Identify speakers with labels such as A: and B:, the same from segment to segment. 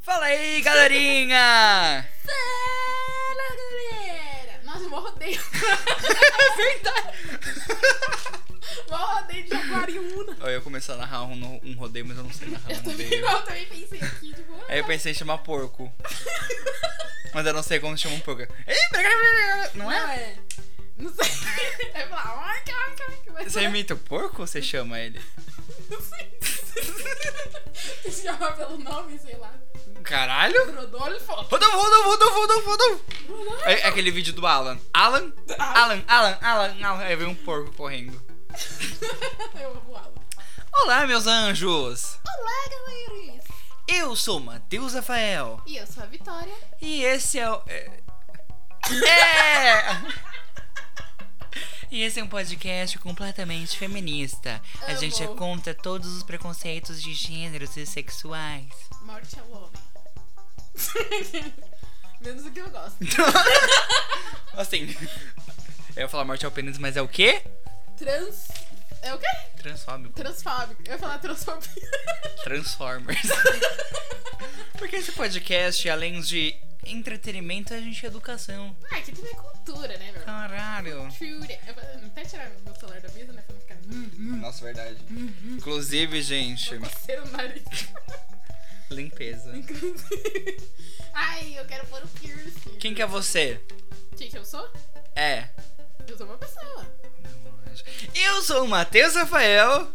A: Fala aí, galerinha!
B: Fala, galera! Nossa, eu morro odeio. Morro odeio de Jaguariúna.
A: Eu ia começar a narrar um, um rodeio, mas eu não sei narrar
B: Eu
A: um
B: também
A: rodeio. É,
B: não, eu também pensei aqui, tipo... ah,
A: Aí eu pensei em chamar porco. Mas eu não sei como chama um porco. Ei, Não
B: Não
A: é?
B: é? Não sei. Aí eu "Ah, falo, ai, ai, ai. Mas
A: Você imita o porco ou você chama ele?
B: Não sei. Você se chama pelo nome, sei lá.
A: Caralho!
B: Rodolfo.
A: Rodolfo, Rodolfo, Rodolfo, Rodolfo, Rodolfo!
B: Rodolfo.
A: É é aquele vídeo do Alan. Alan? Alan, Alan, Alan, Alan. Aí vem um porco correndo. é.
B: Eu vou Alan.
A: Olá, meus anjos!
B: Olá, galerinhas.
A: Eu sou Matheus Rafael.
B: E eu sou a Vitória.
A: E esse é o. É! É! E esse é um podcast completamente feminista. A
B: Amo.
A: gente conta todos os preconceitos de gêneros e sexuais.
B: Morte ao homem. Menos o que eu gosto.
A: Assim. Eu ia falar morte ao pênis, mas é o quê?
B: Trans. É o quê?
A: Transfóbico.
B: Transfóbico. Eu ia falar transfobia.
A: Transformers. Porque esse podcast, além de entretenimento, é a gente educação. Tá
B: Ah, aqui tudo é cultura, né, meu?
A: Caralho.
B: Cultura. Eu vou até tirar meu celular da mesa, né? Pra não ficar. Hum, hum,
A: Nossa, verdade. Uhum. Inclusive, gente,
B: tô coceira o nariz.
A: limpeza.
B: Inclusive. Ai, eu quero pôr o piercing.
A: Quem que é você?
B: Quem que eu sou?
A: É.
B: Eu sou uma pessoa.
A: Eu sou o Matheus Rafael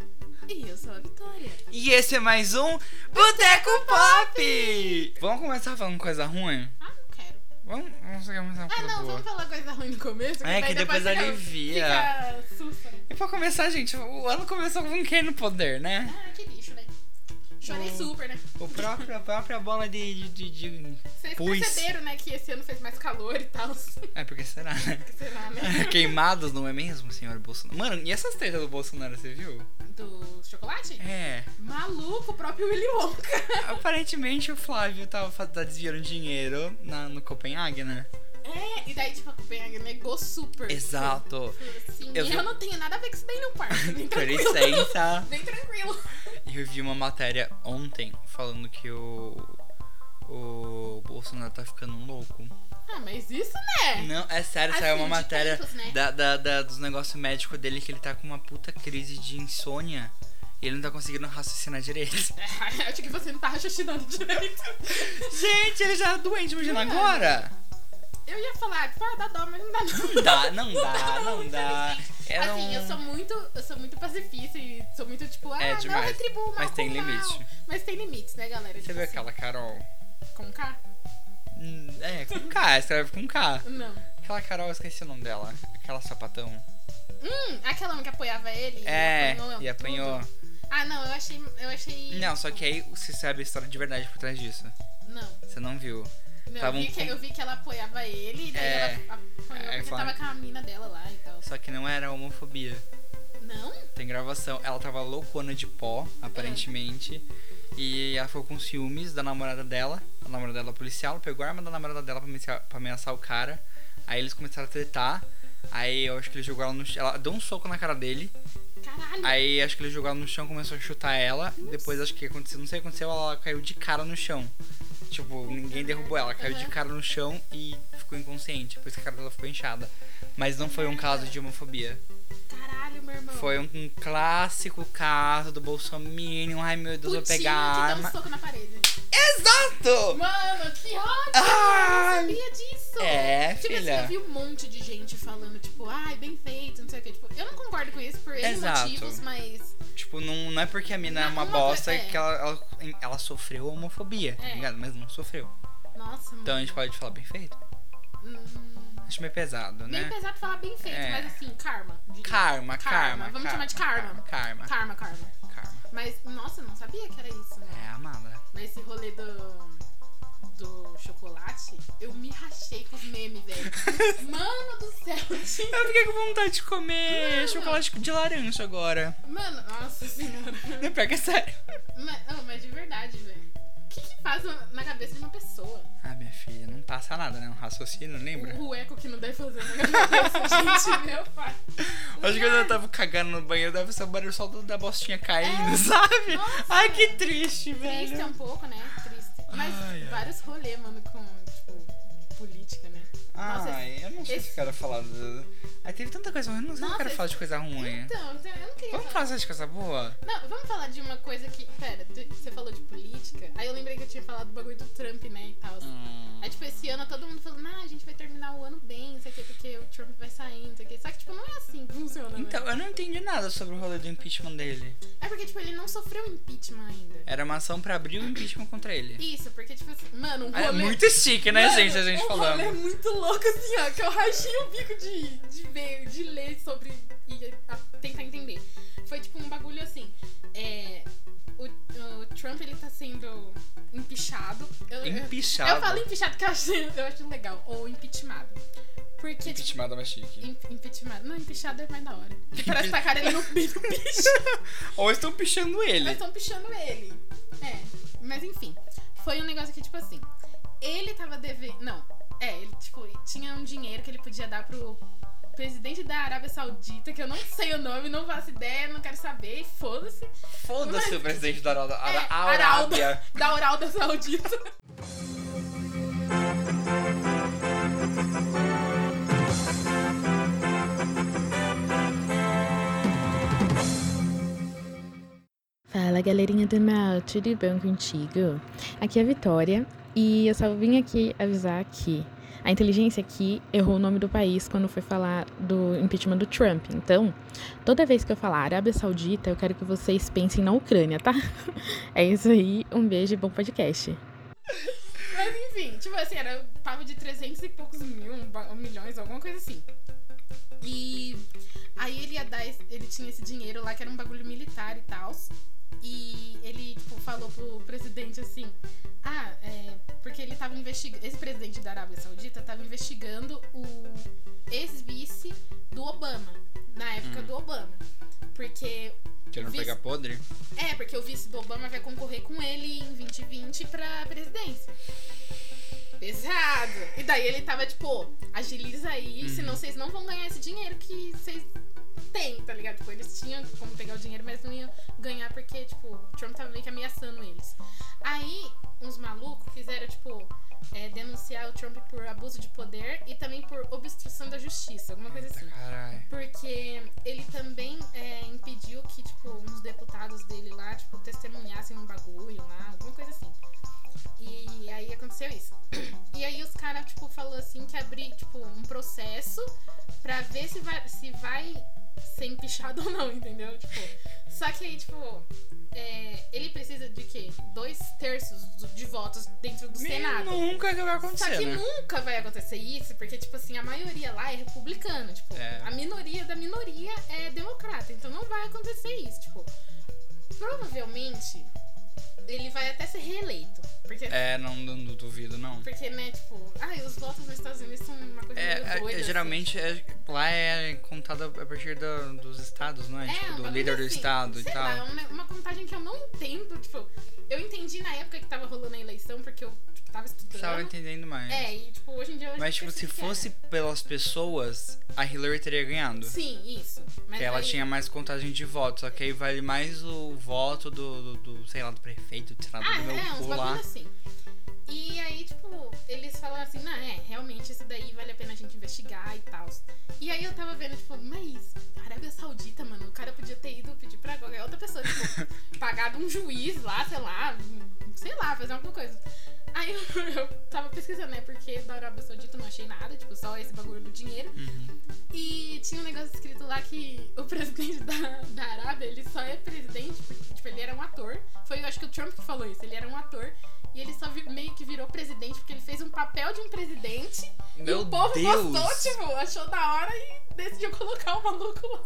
B: E eu sou a Vitória.
A: e esse é mais um Boteco Pop! Vamos começar falando coisa ruim?
B: Ah, não quero.
A: Vamos, vamos começar com
B: Ah,
A: coisa
B: não,
A: boa.
B: vamos falar coisa ruim no começo.
A: Tá É,
B: daí
A: que depois
B: fica-
A: alivia.
B: Fica sussa. né?
A: E pra começar, gente, o ano começou com quem no poder, né?
B: Ah, que lixo, né? Chorei
A: O-
B: super, né?
A: O próprio, a própria bola de, de, de- de-
B: Vocês
A: Pois.
B: perceberam, né, que esse ano fez mais calor e tal. Sei
A: É, porque será, né?
B: lá, né?
A: Queimados, não é mesmo, senhor Bolsonaro? Mano, e essas tretas do Bolsonaro, você viu?
B: Do chocolate?
A: É.
B: Maluco, o próprio Willy Wonka.
A: Aparentemente o Flávio tava fa- tá desviando dinheiro na, no Copenhague, né?
B: É, e daí, tipo, a Copenhague negou super.
A: Exato.
B: Tipo, Assim, eu,
A: Eu vi-
B: não tenho nada a ver com isso daí, não, parça. Vem
A: Com
B: tranquilo.
A: licença.
B: Vem tranquilo.
A: Eu vi uma matéria ontem falando que o. O Bolsonaro tá ficando um louco.
B: Ah, mas isso, né?
A: Não, é sério, saiu
B: Assim,
A: uma
B: de
A: matéria
B: tempos, né?
A: da, da, da- dos negócios médicos dele que ele tá com uma puta crise de insônia. E ele não tá conseguindo raciocinar direito.
B: É, acho que você não tá raciocinando direito.
A: Gente, ele já é doente, imagina
B: É.
A: agora!
B: Eu ia falar, tipo, ah, dá dó, mas não dá não.
A: Não dá, não dá, não dá. É
B: assim,
A: um-
B: eu sou muito, eu sou muito pacifista e sou muito tipo, ah,
A: É
B: não
A: demais.
B: retribuo o mal
A: Mas tem
B: com
A: limite.
B: mal. Mas tem limites, né, galera?
A: Você
B: Tipo
A: viu
B: assim,
A: aquela Carol?
B: Com K?
A: Hum, É, com K, escreve com K.
B: Não.
A: Aquela Carol, eu esqueci o nome dela. Aquela sapatão.
B: Hum, aquela uma que apoiava ele e
A: É,
B: apanhou.
A: e apanhou.
B: tudo. Ah, não, eu achei. Eu achei.
A: Não, só que aí você sabe a história de verdade por trás disso.
B: Não.
A: Você não viu.
B: não
A: Tava
B: eu, vi
A: um-
B: que, eu vi que ela apoiava ele e daí
A: É.
B: ela apanhou
A: É,
B: porque
A: fala-
B: tava com a mina dela lá e tal.
A: Só que não era homofobia.
B: Não?
A: Tem gravação. Ela tava loucona de pó, aparentemente. E ela ficou com ciúmes da namorada dela. A namorada dela é policial. Pegou a arma da namorada dela pra ameaçar, pra ameaçar o cara. Aí eles começaram a tretar. Aí eu acho que ele jogou ela no chão. Ela deu um soco na cara dele.
B: Caralho.
A: Aí acho que ele jogou ela no chão, começou a chutar ela. Depois acho que aconteceu, não sei o que aconteceu, ela caiu de cara no chão. Tipo, ninguém derrubou ela, caiu de
B: Aham.
A: cara no chão e ficou inconsciente. Depois a cara dela ficou inchada. Mas não foi um caso de homofobia.
B: Caralho, meu irmão.
A: Foi um, um clássico caso do Bolsominion. Ai meu Deus,
B: Putinho
A: vou pegar
B: que
A: a
B: dá um
A: arma.
B: soco na parede.
A: Exato!
B: Mano, que ódio! Eu
A: Ai!
B: não sabia disso.
A: É,
B: Tipo assim,
A: filha.
B: eu vi um monte de gente falando, tipo, ai, bem feito, não sei o que. Tipo, eu não concordo com isso por N
A: Exato.
B: motivos, mas.
A: Tipo, não, não é porque a mina é
B: Não,
A: uma
B: uma
A: bosta
B: coisa- é.
A: que ela, ela, ela sofreu homofobia, tá
B: É.
A: ligado? Mas não sofreu.
B: Nossa, mano.
A: Então a gente pode falar bem feito?
B: Hum,
A: Acho meio pesado,
B: Bem
A: né?
B: pesado falar bem feito,
A: É.
B: mas assim, karma. diria.
A: Karma, karma.
B: Vamos chamar de karma.
A: Karma,
B: Karma, karma.
A: karma.
B: Mas, nossa, eu não sabia que era isso, né?
A: É, amada.
B: Mas esse rolê do. Do chocolate, eu me rachei com os memes, velho. Mano do céu,
A: Eu fiquei com vontade de comer chocolate de laranja agora.
B: gente. Mano, nossa senhora.
A: Não pega sério.
B: Mas, não, mas de verdade, velho. O que, que faz na- na cabeça de uma pessoa?
A: Ah, minha filha, não passa nada, né? Um raciocínio, lembra?
B: O eco que não deve fazer na cabeça, gente, meu pai.
A: Acho que quando eu tava cagando no banheiro, dava esse barulho só do- da bostinha caindo, sabe?
B: Nossa.
A: Ai, que É. triste, velho.
B: Triste é um pouco, né? Triste. Mas
A: Ai, ai.
B: vários rolês, mano, com, tipo, política, né?
A: Ah,
B: Nossa,
A: eu não sei se eu
B: esse-
A: quero falar. do- Aí teve tanta coisa ruim, não sei se eu
B: Nossa,
A: quero falar de coisa ruim.
B: Então, então, eu não queria
A: Vamos
B: falar.
A: falar de coisa boa?
B: Não, vamos falar de uma coisa que. Pera, tu- você falou de política. Aí eu lembrei que eu tinha falado do bagulho do Trump, né? E tal.
A: Hum,
B: Aí, tipo, esse ano todo mundo falando, ah, a gente vai terminar o ano bem, não sei o que, porque o Trump vai sair, não sei o que. Só que, tipo, não é assim que funciona, né?
A: Então, eu não entendi nada sobre o rolê do impeachment dele.
B: É porque, tipo, ele não sofreu impeachment ainda.
A: Era uma ação pra abrir o impeachment contra ele.
B: Isso, porque, tipo, assim, mano, um rolê...
A: Ah, É muito chique, né,
B: Mano,
A: gente? A gente
B: um
A: falando.
B: rolê muito louco, assim, ó, que eu rachei o bico de, de ver, de ler sobre e a- tentar entender. Foi, tipo, um bagulho assim, é... O, o Trump, ele tá sendo empichado. Eu, eu-
A: Empichado.
B: eu falo empichado porque eu acho, eu acho legal. Ou impeachmado. Porque, tipo,
A: Impeachment é mais chique.
B: Im- Impeachment. Não, empichado é mais da hora. Porque parece que tá tacaram ele no bicho. bicho.
A: Ou estão pichando
B: Mas
A: ele.
B: estão pichando ele. É. Mas enfim. Foi um negócio que, tipo assim. Ele tava devendo. Não. É, ele, tipo, tinha um dinheiro que ele podia dar pro presidente da Arábia Saudita, que eu não sei o nome, não faço ideia, não quero saber, e foda-se.
A: Foda-se o presidente da Aralda. Ara-
B: É,
A: Arábia.
B: Da oral da Saudita.
C: Fala galerinha do mal, tudo bom contigo? Aqui é a Vitória e eu só vim aqui avisar que a inteligência aqui errou o nome do país quando foi falar do impeachment do Trump. Então, toda vez que eu falar Arábia Saudita, eu quero que vocês pensem na Ucrânia, tá? É isso aí, um beijo e bom podcast.
B: Mas enfim, tipo assim, era papo de 300 e poucos mil, um ba- milhões, alguma coisa assim. E aí ele ia dar, esse- ele tinha esse dinheiro lá que era um bagulho militar e tal. E ele, tipo, falou pro presidente assim: Ah, é. Porque ele tava investigando. Esse presidente da Arábia Saudita tava investigando o ex-vice do Obama, na época
A: Hum.
B: do Obama. Porque
A: Querendo
B: Vice-
A: pegar podre?
B: é, porque o vice do Obama vai concorrer com ele em 2020 pra presidência. Pesado. E daí ele tava tipo, "Ô, agiliza aí,
A: Uhum.
B: senão vocês não vão ganhar esse dinheiro que vocês têm, tá ligado? Tipo, eles tinham como pegar o dinheiro, mas não iam ganhar porque, tipo, o Trump tava meio que ameaçando eles. Aí, uns malucos fizeram, tipo, é, denunciar o Trump por abuso de poder e também por obstrução da justiça, alguma coisa assim.
A: Caralho.
B: Porque ele também é, impediu que, tipo, uns deputados dele lá, tipo, testemunhassem um bagulho lá, alguma coisa assim. E aí aconteceu isso. E aí os caras, tipo, falou assim que abrir, tipo, um processo pra ver se vai, se vai ser empichado ou não, entendeu? Tipo, só que aí, tipo, é, ele precisa de quê? Dois terços do- de votos dentro do Senado.
A: Nunca que vai
B: Só
A: acontecer,
B: que
A: né?
B: nunca vai acontecer isso, porque, tipo assim, a maioria lá é republicana, tipo,
A: É.
B: a minoria da minoria é democrata, então não vai acontecer isso, tipo, provavelmente ele vai até ser reeleito, porque,
A: É, não, não, não duvido, não.
B: porque né, tipo, ai, os votos nos Estados Unidos são uma coisa
A: É,
B: meio
A: é,
B: doida, assim.
A: geralmente é- lá é contada a partir do- dos estados, não é?
B: É,
A: tipo,
B: um
A: do
B: bagulho
A: líder do
B: assim,
A: estado e
B: sei
A: tal.
B: lá, é uma, uma contagem que eu não entendo, tipo, eu entendi na época que tava rolando a eleição, porque eu tipo, tava estudando.
A: Tava entendendo mais.
B: É, e tipo, hoje em dia eu já
A: Mas, tipo,
B: esqueci
A: se
B: o que é. era.
A: fosse pelas pessoas, a Hillary teria ganhado.
B: Sim, isso. Mas
A: Porque ela
B: aí-
A: tinha mais contagem de votos, só que aí vale mais o voto do, do, do, sei lá, do prefeito, sei lá, do
B: Ah,
A: meu
B: é, uns
A: cu
B: bagulho
A: lá.
B: assim. E aí, tipo, eles falaram assim, não, é, realmente isso daí vale a pena a gente investigar e tal. E aí eu tava vendo, tipo, mas Arábia Saudita, mano, o cara podia ter ido pedir pra qualquer outra pessoa, tipo, pagado um juiz lá, sei lá, um- sei lá, fazer alguma coisa. Aí eu, eu tava pesquisando, né, porque da Arábia Saudita eu não achei nada, tipo, só esse bagulho do dinheiro.
A: Uhum.
B: E tinha um negócio escrito lá que o presidente da, da Arábia, ele só é presidente, porque tipo, ele era um ator. Foi, eu acho que o Trump que falou isso, ele era um ator. E ele só vi- meio que virou presidente porque ele fez um papel de um presidente. e
A: Meu
B: o povo
A: Deus!
B: gostou, tipo, achou da hora e decidiu colocar o maluco lá.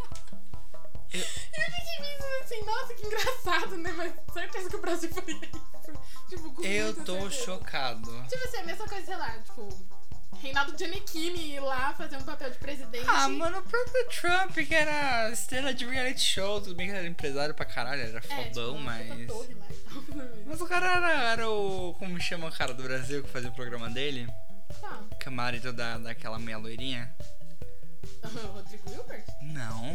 A: Eu-
B: E eu fiquei pensando assim, nossa, que engraçado, né? Mas certeza que o Brasil faria isso. Tipo, com
A: Eu
B: muita
A: tô
B: certeza.
A: chocado.
B: Tipo assim, a mesma coisa, sei lá, tipo, Reinaldo Giannichini ir lá fazer um papel de presidente.
A: Ah, mano, o próprio Trump, que era estrela de reality show, tudo bem que ele era empresário pra caralho, era
B: É, tipo,
A: fodão,
B: uma puta
A: mas.
B: torre lá e tal.
A: Mas o cara era, era o. Como chama o cara do Brasil que fazia o programa dele?
B: Tá.
A: Que é o marido da, daquela meia loirinha?
B: Rodrigo Hilbert?
A: Não,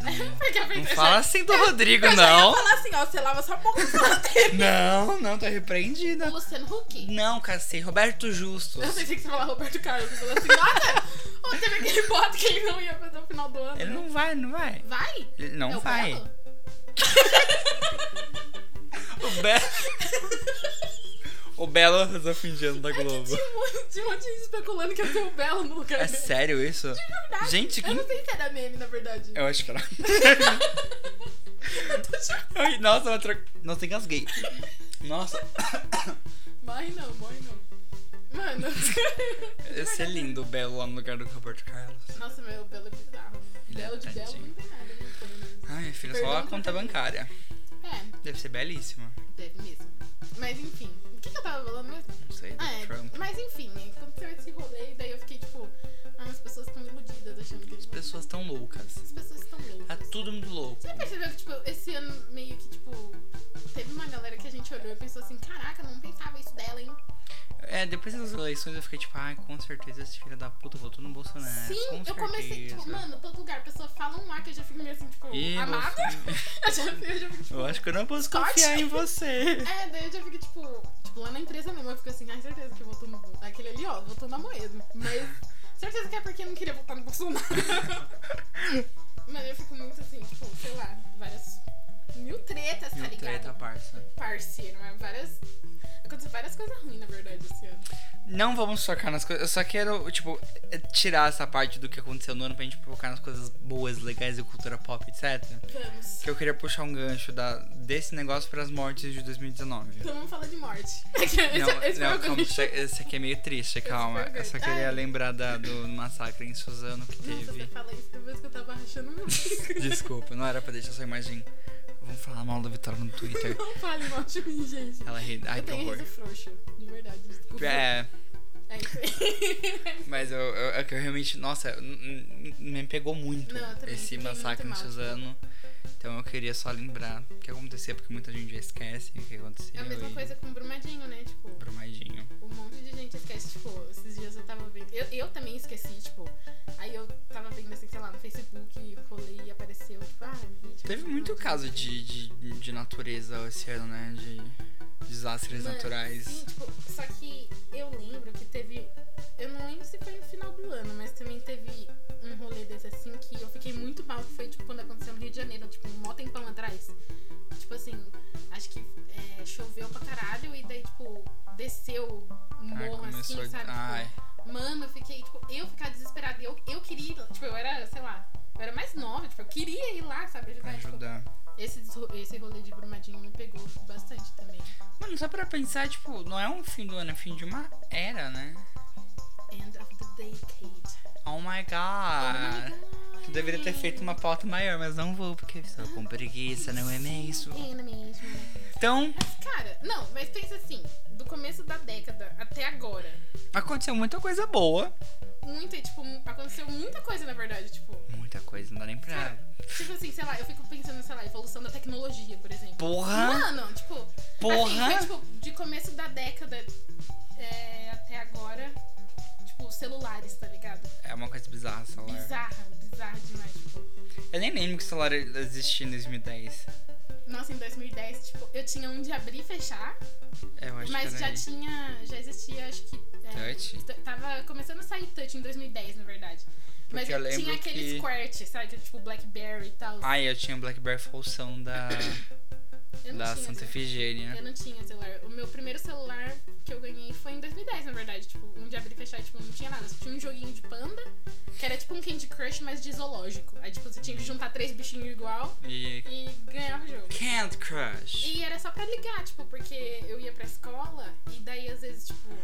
A: Não,
B: Porque a
A: não
B: Petra
A: fala
B: já-
A: assim do Rodrigo,
D: Eu já ia
A: não.
D: falar assim, ó, você lava sua boca.
A: Não, não, tá repreendida.
B: O Tipo, Luciano Huck.
A: Não, cacete. Roberto Justo.
B: Eu pensei que você ia falar Roberto Carlos. Eu falei assim, nossa, ou teve aquele bote que ele não ia fazer no final do ano.
A: Ele não vai, não vai.
B: Vai?
A: Ele não
B: É o
A: vai.
B: Belo?
A: O Belo. o Belo resolve fim de ano da Globo.
B: Tinha um monte- Tinha um monte de gente especulando que ia ser o Belo no lugar
A: É
B: dele.
A: sério isso? Gente,
B: Eu
A: que.
B: não sei se era meme, na verdade.
A: Eu acho que era.
B: Eu tô chocada.
A: Ai, Nossa, eu tro... Nossa, engasguei. Nossa,
B: Morre não, morre não. Mano.
A: esse é lindo o Belo lá no lugar do Roberto Carlos.
B: Nossa, meu, Belo é bizarro.
A: Ele é
B: Belo de Belo
A: tadinho.
B: não tem nada, né? pelo menos.
A: Ai, minha filha, só
B: Perdão
A: a
B: por
A: conta
B: ter-
A: bancária.
B: É,
A: Deve ser belíssima.
B: deve mesmo. Mas enfim, o que, que eu tava falando mesmo?
A: Não sei, do
B: Ah, é.
A: Trump.
B: Mas enfim, aí aconteceu esse rolê e daí eu fiquei tipo, ah, as pessoas estão iludidas achando que eles
A: As
B: vão-
A: pessoas tão loucas.
B: As pessoas estão
A: Tá
B: loucas.
A: todo mundo louco.
B: Você já percebeu que, tipo, esse ano meio que, tipo, teve uma galera que a gente olhou e pensou assim, caraca, não pensava isso dela, hein?
A: É, depois das eleições eu fiquei tipo, ai, com certeza esse filho da puta votou no Bolsonaro.
B: Sim,
A: com
B: eu comecei,
A: certeza.
B: tipo, mano, todo lugar, a pessoa fala um ar que eu já fico meio assim, tipo,
A: Ih, você-
B: amada. Eu já, eu já fico, tipo,
A: Eu acho que eu não posso
B: Scott?
A: confiar em você.
B: É, daí eu já fico, tipo, tipo, lá na empresa mesmo, eu fico assim, ai, certeza que votou no Aquele ali, ó, votou na Moedo. Mas certeza que é porque não queria votar no Bolsonaro. Mano, eu fico muito assim, tipo, sei lá, várias. Mil tretas, tá
A: Mil
B: ligado?
A: treta, parça.
B: Parceiro, mas várias. Aconteceu várias coisas ruins, na verdade, esse ano.
A: Não vamos focar nas coisas. Eu só quero, tipo, eh, tirar essa parte do que aconteceu no ano pra gente focar nas coisas boas, legais e cultura pop, etc.
B: Vamos.
A: Que eu queria puxar um gancho da, desse negócio pras mortes de 2019.
B: Então vamos falar de morte. Esse, esse
A: não,
B: foi o
A: calma,
B: que eu
A: isso é- esse aqui é meio triste, calma.
B: foi o
A: Eu só
B: gancho.
A: queria
B: Ai.
A: lembrar da- do massacre em Suzano que
B: Nossa, você
A: teve.
B: fala isso depois que eu tava rachando meu bico.
A: Desculpa, não era pra deixar essa imagem. Vamos falar mal da Vitória no Twitter.
B: Não fale mal de mim, gente.
A: Ela ri. Ai,
B: eu
A: que
B: tenho
A: Ah, horror.
B: riso frouxo, de verdade, desculpa.
A: É,
B: É isso aí.
A: mas eu, eu, é que eu realmente. Nossa, n- n- me pegou muito
B: Não, eu também
A: esse
B: fiquei
A: massacre em
B: muito mal. tipo.
A: Suzano. Então eu queria só lembrar o que aconteceu, porque muita gente já esquece o que aconteceu.
B: É a mesma
A: e...
B: coisa com o Brumadinho, né? Tipo,
A: Brumadinho.
B: um monte de gente esquece, tipo, esses dias eu tava vendo. Eu, eu também esqueci, tipo. Aí eu tava vendo assim, sei lá, no Facebook, rolei e apareceu, tipo, ah, vídeo.
A: Teve muito caso de, de, de natureza esse ano, né? De desastres
B: Mano,
A: naturais.
B: Sim, tipo, só que eu lembro que teve. Eu não lembro se foi no final do ano, mas também teve um rolê desse assim que eu fiquei muito mal, que foi tipo quando aconteceu no Rio de Janeiro, tipo, um mó tempão atrás. Tipo assim, acho que é, choveu pra caralho e daí, tipo, desceu um
A: Ai,
B: morro assim,
A: Ah, começou a-
B: sabe? Tipo,
A: Ai.
B: Mano, eu fiquei, tipo, eu ficar desesperada. Eu, eu queria ir lá. Tipo, eu era, sei lá, eu era mais nova, tipo, eu queria ir lá, sabe? Ajudar. Tipo,
A: ajudar.
B: esse, desro- esse rolê de Brumadinho me pegou bastante também.
A: Mano, só pra pensar, tipo, não é um fim do ano, é fim de uma era, né?
B: End of the decade.
A: Oh my god. Tu deveria ter feito uma pauta maior, mas não vou, porque estou com preguiça, não é mesmo?
B: Pena mesmo.
A: Então,
B: Mas, cara, não, mas pensa assim, do começo da década até agora,
A: aconteceu muita coisa boa.
B: muita, tipo, mu- aconteceu muita coisa, na verdade, tipo,
A: Muita coisa, não dá nem pra.
B: cara, tipo assim, sei lá, eu fico pensando, sei lá, evolução da tecnologia, por exemplo.
A: Porra!
B: Mano, tipo,
A: Porra!
B: assim, foi, tipo, de começo da década é, até agora, tipo, celulares, tá ligado?
A: É uma coisa bizarra, celular.
B: Bizarra, bizarra demais, tipo.
A: Eu nem lembro que o celular existia em 2010.
B: Nossa, em 2010, tipo, eu tinha um de abrir e fechar,
A: É, Eu acho
B: mas
A: que
B: já
A: era isso.
B: tinha, já existia, acho que... é,
A: Touch?
B: T- Tava começando a sair touch em 2010, na verdade. Mas
A: Porque eu lembro
B: tinha aquele
A: que- Ah,
B: squirt, sabe? Que é Tipo Blackberry e tal.
A: Ai, eu tinha um o Blackberry Folsão da,
B: eu não
A: da
B: tinha
A: Santa né?
B: celular.
A: Efigênia.
B: Eu não tinha celular. O meu primeiro celular que eu ganhei foi em 2010, na verdade. Tipo, um de abrir e fechar, tipo, não tinha nada. Só tinha um joguinho de panda, que era tipo um Candy Crush, mas de zoológico. Aí, tipo, você tinha que juntar três bichinhos igual
A: E.
B: e ganhava o jogo.
A: Can't Crush!
B: E era só pra ligar, tipo, porque eu ia pra escola e daí às vezes, tipo,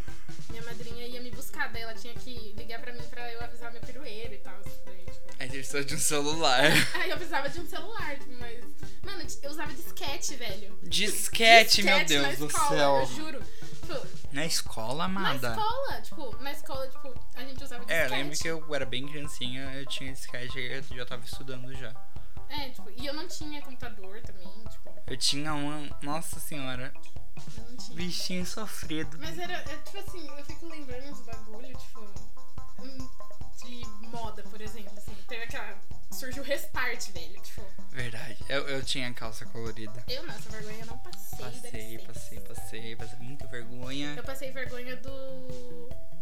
B: minha madrinha ia me buscar, daí ela tinha que ligar pra mim pra eu avisar meu pirueiro e tal. Daí, tipo,
A: Aí teve só de um celular.
B: Aí eu precisava de um celular, tipo, mas. Mano, eu usava disquete, velho.
A: Disquete, meu
B: Disquete na
A: Deus do
B: escola,
A: céu.
B: Eu juro. Tipo,
A: Na escola,
B: na
A: amada.
B: escola, tipo, na escola, tipo, a gente usava disquete.
A: É, eu lembro que eu era bem criancinha, eu tinha disquete e eu já tava estudando já.
B: É, tipo, e eu não tinha computador também, tipo,
A: Eu tinha uma. Nossa senhora,
B: eu não tinha.
A: bichinho sofrido.
B: Mas era, é, tipo assim, eu fico lembrando uns bagulho, tipo, hum, de moda, por exemplo, assim. Teve aquela. Surgiu o restart arte, velho. Tipo,
A: Verdade. Eu, eu tinha calça colorida.
B: eu não, essa vergonha eu não passei. dá
A: Passei,
B: licença.
A: passei, passei, passei. Muita vergonha.
B: Eu passei vergonha do.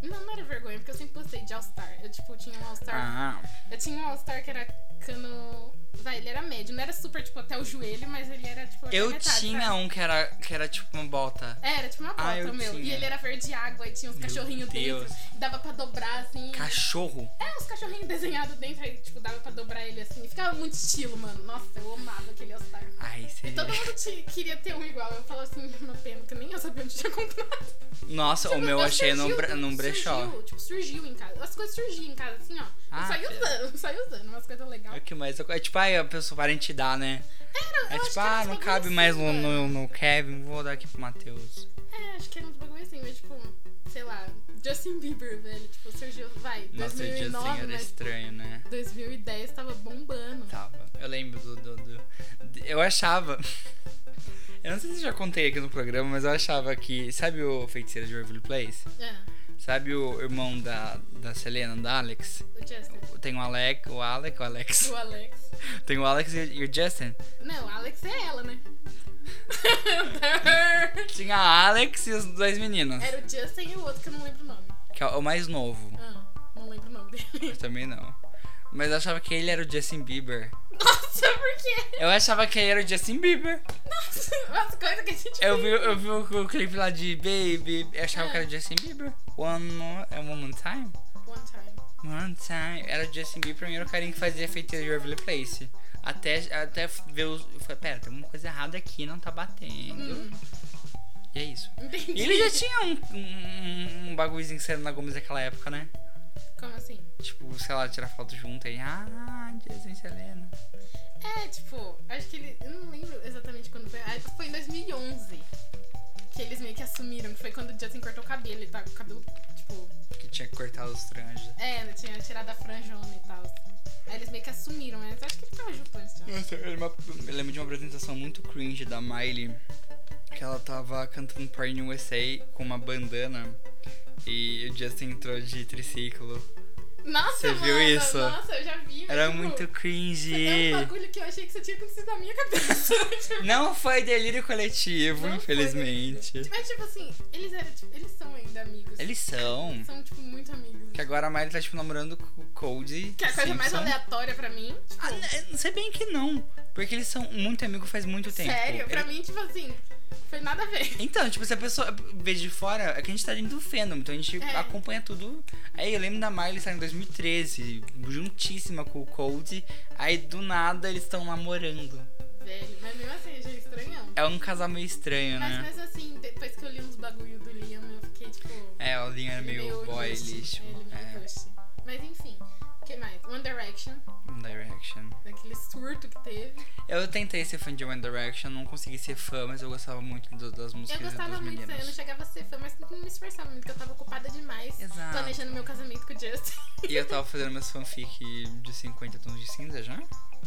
B: Não, não era vergonha, porque eu sempre gostei de All-Star. Eu, tipo, tinha um All-Star.
A: Ah,
B: Eu tinha um All-Star que era cano. Vai, ele era médio. Não era super, tipo, até o joelho, mas ele era, tipo, até a
A: eu
B: metade,
A: tinha
B: sabe?
A: um que era, que era tipo uma bota.
B: É, Era tipo uma bota,
A: Ah, eu
B: o meu. E
A: tinha.
B: ele era verde água e tinha uns
A: Meu
B: cachorrinhos dentro.
A: Deus.
B: Dava pra dobrar assim.
A: Cachorro.
B: É, uns cachorrinhos desenhados dentro, aí, tipo, dava pra dobrar ele assim. Ficava muito estilo, mano. Nossa, eu amava aquele All-Star.
A: Ai,
B: E
A: você.
B: todo mundo te- queria ter um igual. Eu falava assim, uma pena que nem eu sabia onde tinha comprado.
A: Nossa, o
B: Tipo,
A: meu eu
B: então
A: achei num,
B: surgiu-
A: bre- num brechó.
B: Surgiu, tipo, surgiu em casa. As coisas surgiam em casa, assim, ó.
A: Ah,
B: eu saí
A: filha.
B: usando, saí usando, umas coisas
A: É
B: legais.
A: o que mais. É tipo, ai, a pessoa para te dar, né?
B: Era,
A: É
B: eu acho
A: tipo,
B: que era
A: ah,
B: uns
A: não
B: bagulho
A: cabe
B: assim,
A: mais no,
B: mano.
A: no, no Kevin, vou dar aqui pro Matheus.
B: É, acho que era uns bagulho assim, mas tipo, sei lá, Justin Bieber, velho. Tipo, surgiu, vai,
A: Nossa, o dia
B: 2009,
A: era
B: mas
A: estranho, né?
B: 2010 tava bombando.
A: Tava. Eu lembro do. do- do- Eu achava. Eu não sei se eu já contei aqui no programa, mas eu achava que. Sabe o Feiticeiro de Waverly Place?
B: É,
A: Sabe o irmão da, da Selena, da Alex?
B: o Justin.
A: Tem o Alec, o Alec, o Alex.
B: O Alex.
A: Tem o Alex e, e o Justin.
B: Não, Alex é ela, né?
A: Tinha a Alex e os dois meninos.
B: Era o Justin e o outro que eu não lembro o nome.
A: Que é o mais novo.
B: Ah, não lembro o nome
A: Eu
B: dele.
A: também não. Mas eu achava que ele era o Justin Bieber.
B: Nossa, por quê?
A: Eu achava que ele era o Justin Bieber.
B: Nossa, as coisas que a gente
A: Eu vi,
B: fez.
A: eu vi o, o clipe lá de Baby, eu achava que era o Justin Bieber. One more, é One More Time?
B: One time.
A: One Time. Era o Justin Bieber, pra mim era o carinha que fazia feiticeiro de Waverly Place. Até, até ver os. Eu falei, pera, tem alguma coisa errada aqui, não tá batendo.
B: Hum,
A: E é isso.
B: entendi.
A: E ele já tinha um, um, um bagulhozinho que saiu na Gomes naquela época, né?
B: Como assim?
A: Tipo, sei lá, tirar foto junto aí. Ah, Justin e Selena.
B: É, tipo, acho que ele. Eu não lembro exatamente quando foi. Ah, Foi em 2011 que eles meio que assumiram. Que foi quando o Justin cortou o cabelo. Ele tá com o cabelo, tipo.
A: Que tinha que cortar os franjas.
B: É, ele tinha tirado a franjona e tal. Aí eles meio que assumiram, mas acho que ele tava junto antes né? já.
A: Nossa, eu lembro eu lembro de uma apresentação muito cringe da Miley, que ela tava cantando Party in USA com uma bandana e o Justin entrou de triciclo.
B: Nossa,
A: Você
B: mano,
A: viu isso?
B: Nossa, eu já vi. mas,
A: Era
B: tipo,
A: muito
B: É
A: cringe.
B: um bagulho que eu achei que você tinha acontecido na minha cabeça. Tipo,
A: Não foi delírio coletivo,
B: não foi
A: infelizmente.
B: desse- Mas, tipo assim, eles, eram, tipo, eles são ainda amigos.
A: Eles são.
B: são, tipo, muito amigos.
A: Que agora a Miley tá, tipo, namorando com o Cody.
B: Que é a coisa mais
A: Simpson.
B: aleatória pra mim. Tipo,
A: Ah, né, não sei bem que não. Porque eles são muito amigos faz muito tempo.
B: sério, pra
A: Ele-
B: mim, tipo assim, foi nada a ver.
A: Então, tipo, se a pessoa vê de fora, é que a gente tá dentro do fandom, então a gente
B: É.
A: acompanha tudo. Aí eu lembro da Miley estar em 2013, juntíssima com o Cold, aí do nada eles estão namorando.
B: Velho, mas mesmo assim, eu achei estranhão.
A: É um casal meio estranho,
B: Mas
A: né?
B: mesmo assim, depois que eu li uns bagulho do Liam, eu fiquei, tipo.
A: É, o Linha é
B: ele
A: meio, boy
B: rush.
A: lixo.
B: Ele meio
A: É,
B: rush. Mas enfim, o que mais? One Direction,
A: É, One Direction.
B: aquele surto que teve.
A: Eu tentei ser fã de One Direction, não consegui ser fã, mas eu gostava muito do- das
B: Eu
A: músicas
B: gostava
A: dos
B: muito,
A: meninos.
B: eu não chegava a ser fã, mas não me esforçava muito, porque eu tava ocupada demais
A: Exato.
B: planejando meu casamento com o Justin.
A: E eu tava fazendo meus fanfic de 50 tons de cinza já?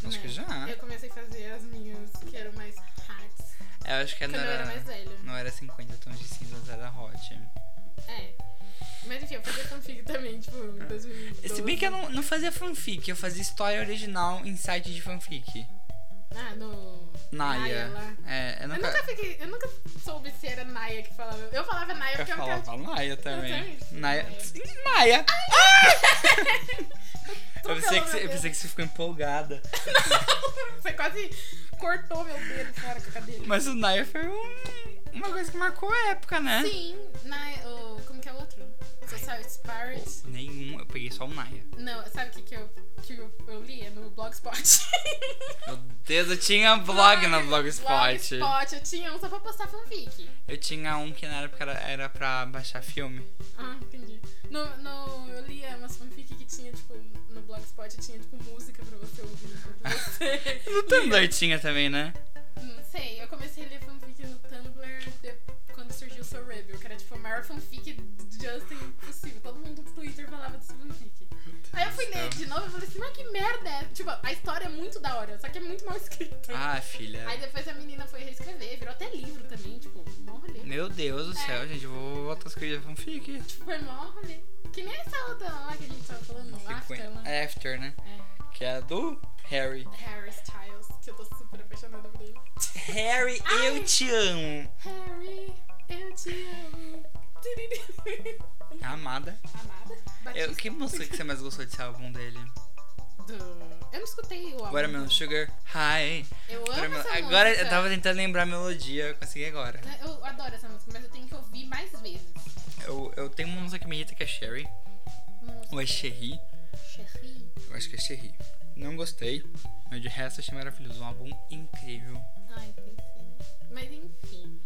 A: Acho que
B: Não.
A: já.
B: Eu comecei a fazer as minhas que eram mais hats,
A: Eu acho que
B: quando
A: É, não
B: eu era mais velha.
A: Não era 50 tons de cinza, era hot.
B: É. Mas enfim, eu fazia fanfic também, tipo, em 2012.
A: Se bem que eu não, não fazia fanfic, eu fazia história original em site de fanfic.
B: Ah, no.
A: Naia.
B: lá.
A: É, eu
B: Eu
A: nunca.
B: nunca fiquei. Eu nunca soube se era Naya que falava. Eu falava Naya
A: Eu
B: porque eu
A: falava Naia também.
B: também. Ah,
A: Naia.
B: Naia.
A: Sim, Naia!
B: nunca. então
A: Eu pensei, que você, eu
B: falava,
A: pensei que você ficou empolgada.
B: Você quase cortou meu dedo fora com a cadeira.
A: Mas o Naia foi um- uma coisa que marcou a época, né?
B: Sim, Naya. o- como que é o outro? Social Spirit.
A: Pô, Nenhum, eu peguei só o Naia.
B: Não, sabe o que, que, eu, que eu, eu li? É no Blogspot.
A: Meu Deus, eu tinha blog no Blogspot.
B: Blogspot, eu tinha um só pra postar fanfic.
A: Eu tinha um que na época era, era pra baixar filme.
B: Ah, entendi. No, no, eu lia umas fanfic que tinha, tipo, no Blogspot tinha, tipo, música pra você ouvir. Pra você...
A: No Tumblr tinha também, né?
B: Não sei, eu comecei a ler fanfic no Tumblr de- quando surgiu o Soul Rebel, que era, tipo, a maior fanfic do Justin possível. Todo mundo no Twitter falava desse fanfic. Aí eu fui
A: do céu.
B: ler de novo e falei assim, mas que merda é? essa?" Tipo, a história é muito da hora, só que é muito mal escrita.
A: Ah, filha.
B: Aí depois a menina foi reescrever, virou até livro também, tipo, mó rolê.
A: Meu Deus do
B: É.
A: céu, gente, eu vou voltar a escrever fanfic.
B: Tipo, foi mó
A: É.
B: rolê. Que nem essa outra lá que a gente tava falando, After, lá.
A: After, né?
B: É.
A: Que é do Harry.
B: Harry Styles, que eu tô super apaixonada por ele.
A: Harry, eu te amo.
B: Harry, eu te amo. Tiriri.
A: Amada.
B: Amada. Batista.
A: Eu, que música que você mais gostou desse álbum dele?
B: Do... Eu não escutei o álbum.
A: Watermelon Sugar. Hi.
B: Eu amo
A: Watermelon-
B: essa
A: Agora
B: música.
A: eu tava tentando lembrar a melodia, eu consegui agora.
B: Eu adoro essa música, mas eu tenho que ouvir mais vezes.
A: Eu, eu tenho uma música que me irrita que é Sherry.
B: Música.
A: Ou é Sherry?
B: Cherry.
A: Eu acho que é Sherry. Não gostei, mas de resto achei maravilhoso. Um álbum incrível.
B: Ai, pensei. Mas enfim.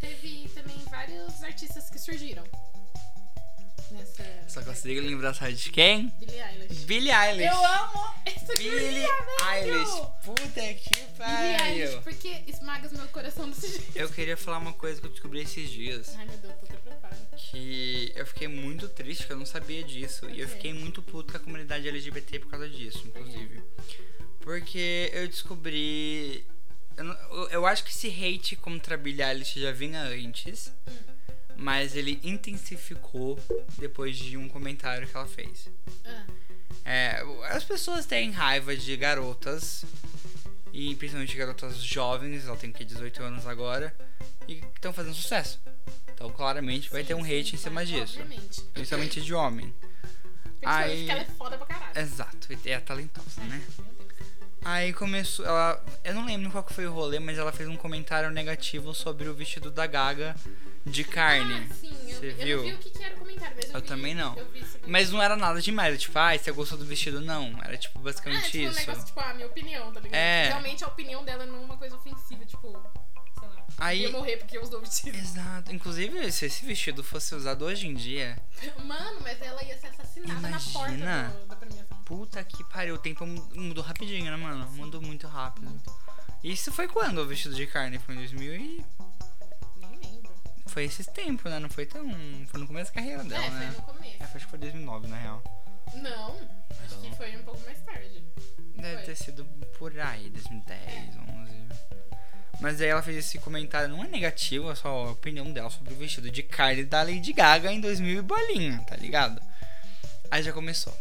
B: Teve também vários artistas que surgiram. Nessa.
A: Só consigo lembrar, sabe de quem?
B: Billie Eilish.
A: Billie Eilish.
B: Eu amo essa
A: Billie Eilish. Puta que
B: Billie Eilish,
A: pariu.
B: porque esmagas meu coração desse jeito.
A: Eu queria falar uma coisa que eu descobri esses dias.
B: Ai meu Deus, tô até preocupada.
A: Que eu fiquei muito triste, que eu não sabia disso. E eu
B: Ok.
A: fiquei muito puto com a comunidade LGBT por causa disso, inclusive. Porque eu descobri. Eu, não- eu- eu acho que esse hate contra Billie Eilish já vinha antes. Mas ele intensificou depois de um comentário que ela fez.
B: Ah,
A: É, as pessoas têm raiva de garotas, e principalmente garotas jovens, ela tem que 18 anos agora, e que estão fazendo sucesso. Então claramente vai
B: sim,
A: ter um hate
B: sim,
A: em cima
B: claro,
A: disso.
B: Obviamente.
A: Principalmente de homem.
B: Principalmente
A: Aí-
B: porque ela é foda pra caralho.
A: Exato, e é talentosa, né?
B: Meu Deus.
A: Aí começou. Ela, eu não lembro qual que foi o rolê, mas ela fez um comentário negativo sobre o vestido da Gaga de carne.
B: Ah, sim, eu,
A: Você
B: vi, eu não vi
A: viu?
B: o que, que era o comentário, mas eu,
A: Eu
B: vi-
A: também não.
B: Eu vi sobre
A: Mas não era nada demais, tipo, ai, você gostou do vestido? Não. Era tipo
B: Ah,
A: basicamente
B: tipo, um
A: isso.
B: negócio, tipo, a minha opinião, tá ligado?
A: É.
B: Realmente a opinião dela não é uma coisa ofensiva, tipo, sei lá.
A: Aí-
B: Eu ia morrer porque eu usou o vestido.
A: Exato. Inclusive, se esse vestido fosse usado hoje em dia,
B: Mano, mas ela ia ser assassinada na
A: Imagina.
B: porta do- da premiação.
A: puta que pariu, o tempo mu- mudou rapidinho, né, mano? Mudou muito rápido. Isso foi quando o vestido de carne? Foi em 2000 e.
B: Nem lembro.
A: Foi esses tempos, né? Não foi tão. Foi no começo da carreira dela,
B: é, foi
A: né?
B: no
A: É,
B: começo.
A: acho que foi 2009, na real.
B: Não, acho que foi um pouco mais tarde.
A: Deve
B: Foi.
A: ter sido por aí, 2010, 11. Mas aí ela fez esse comentário, não é negativo, é só a opinião dela sobre o vestido de carne da Lady Gaga em 2000 e bolinha, tá ligado? Aí já começou.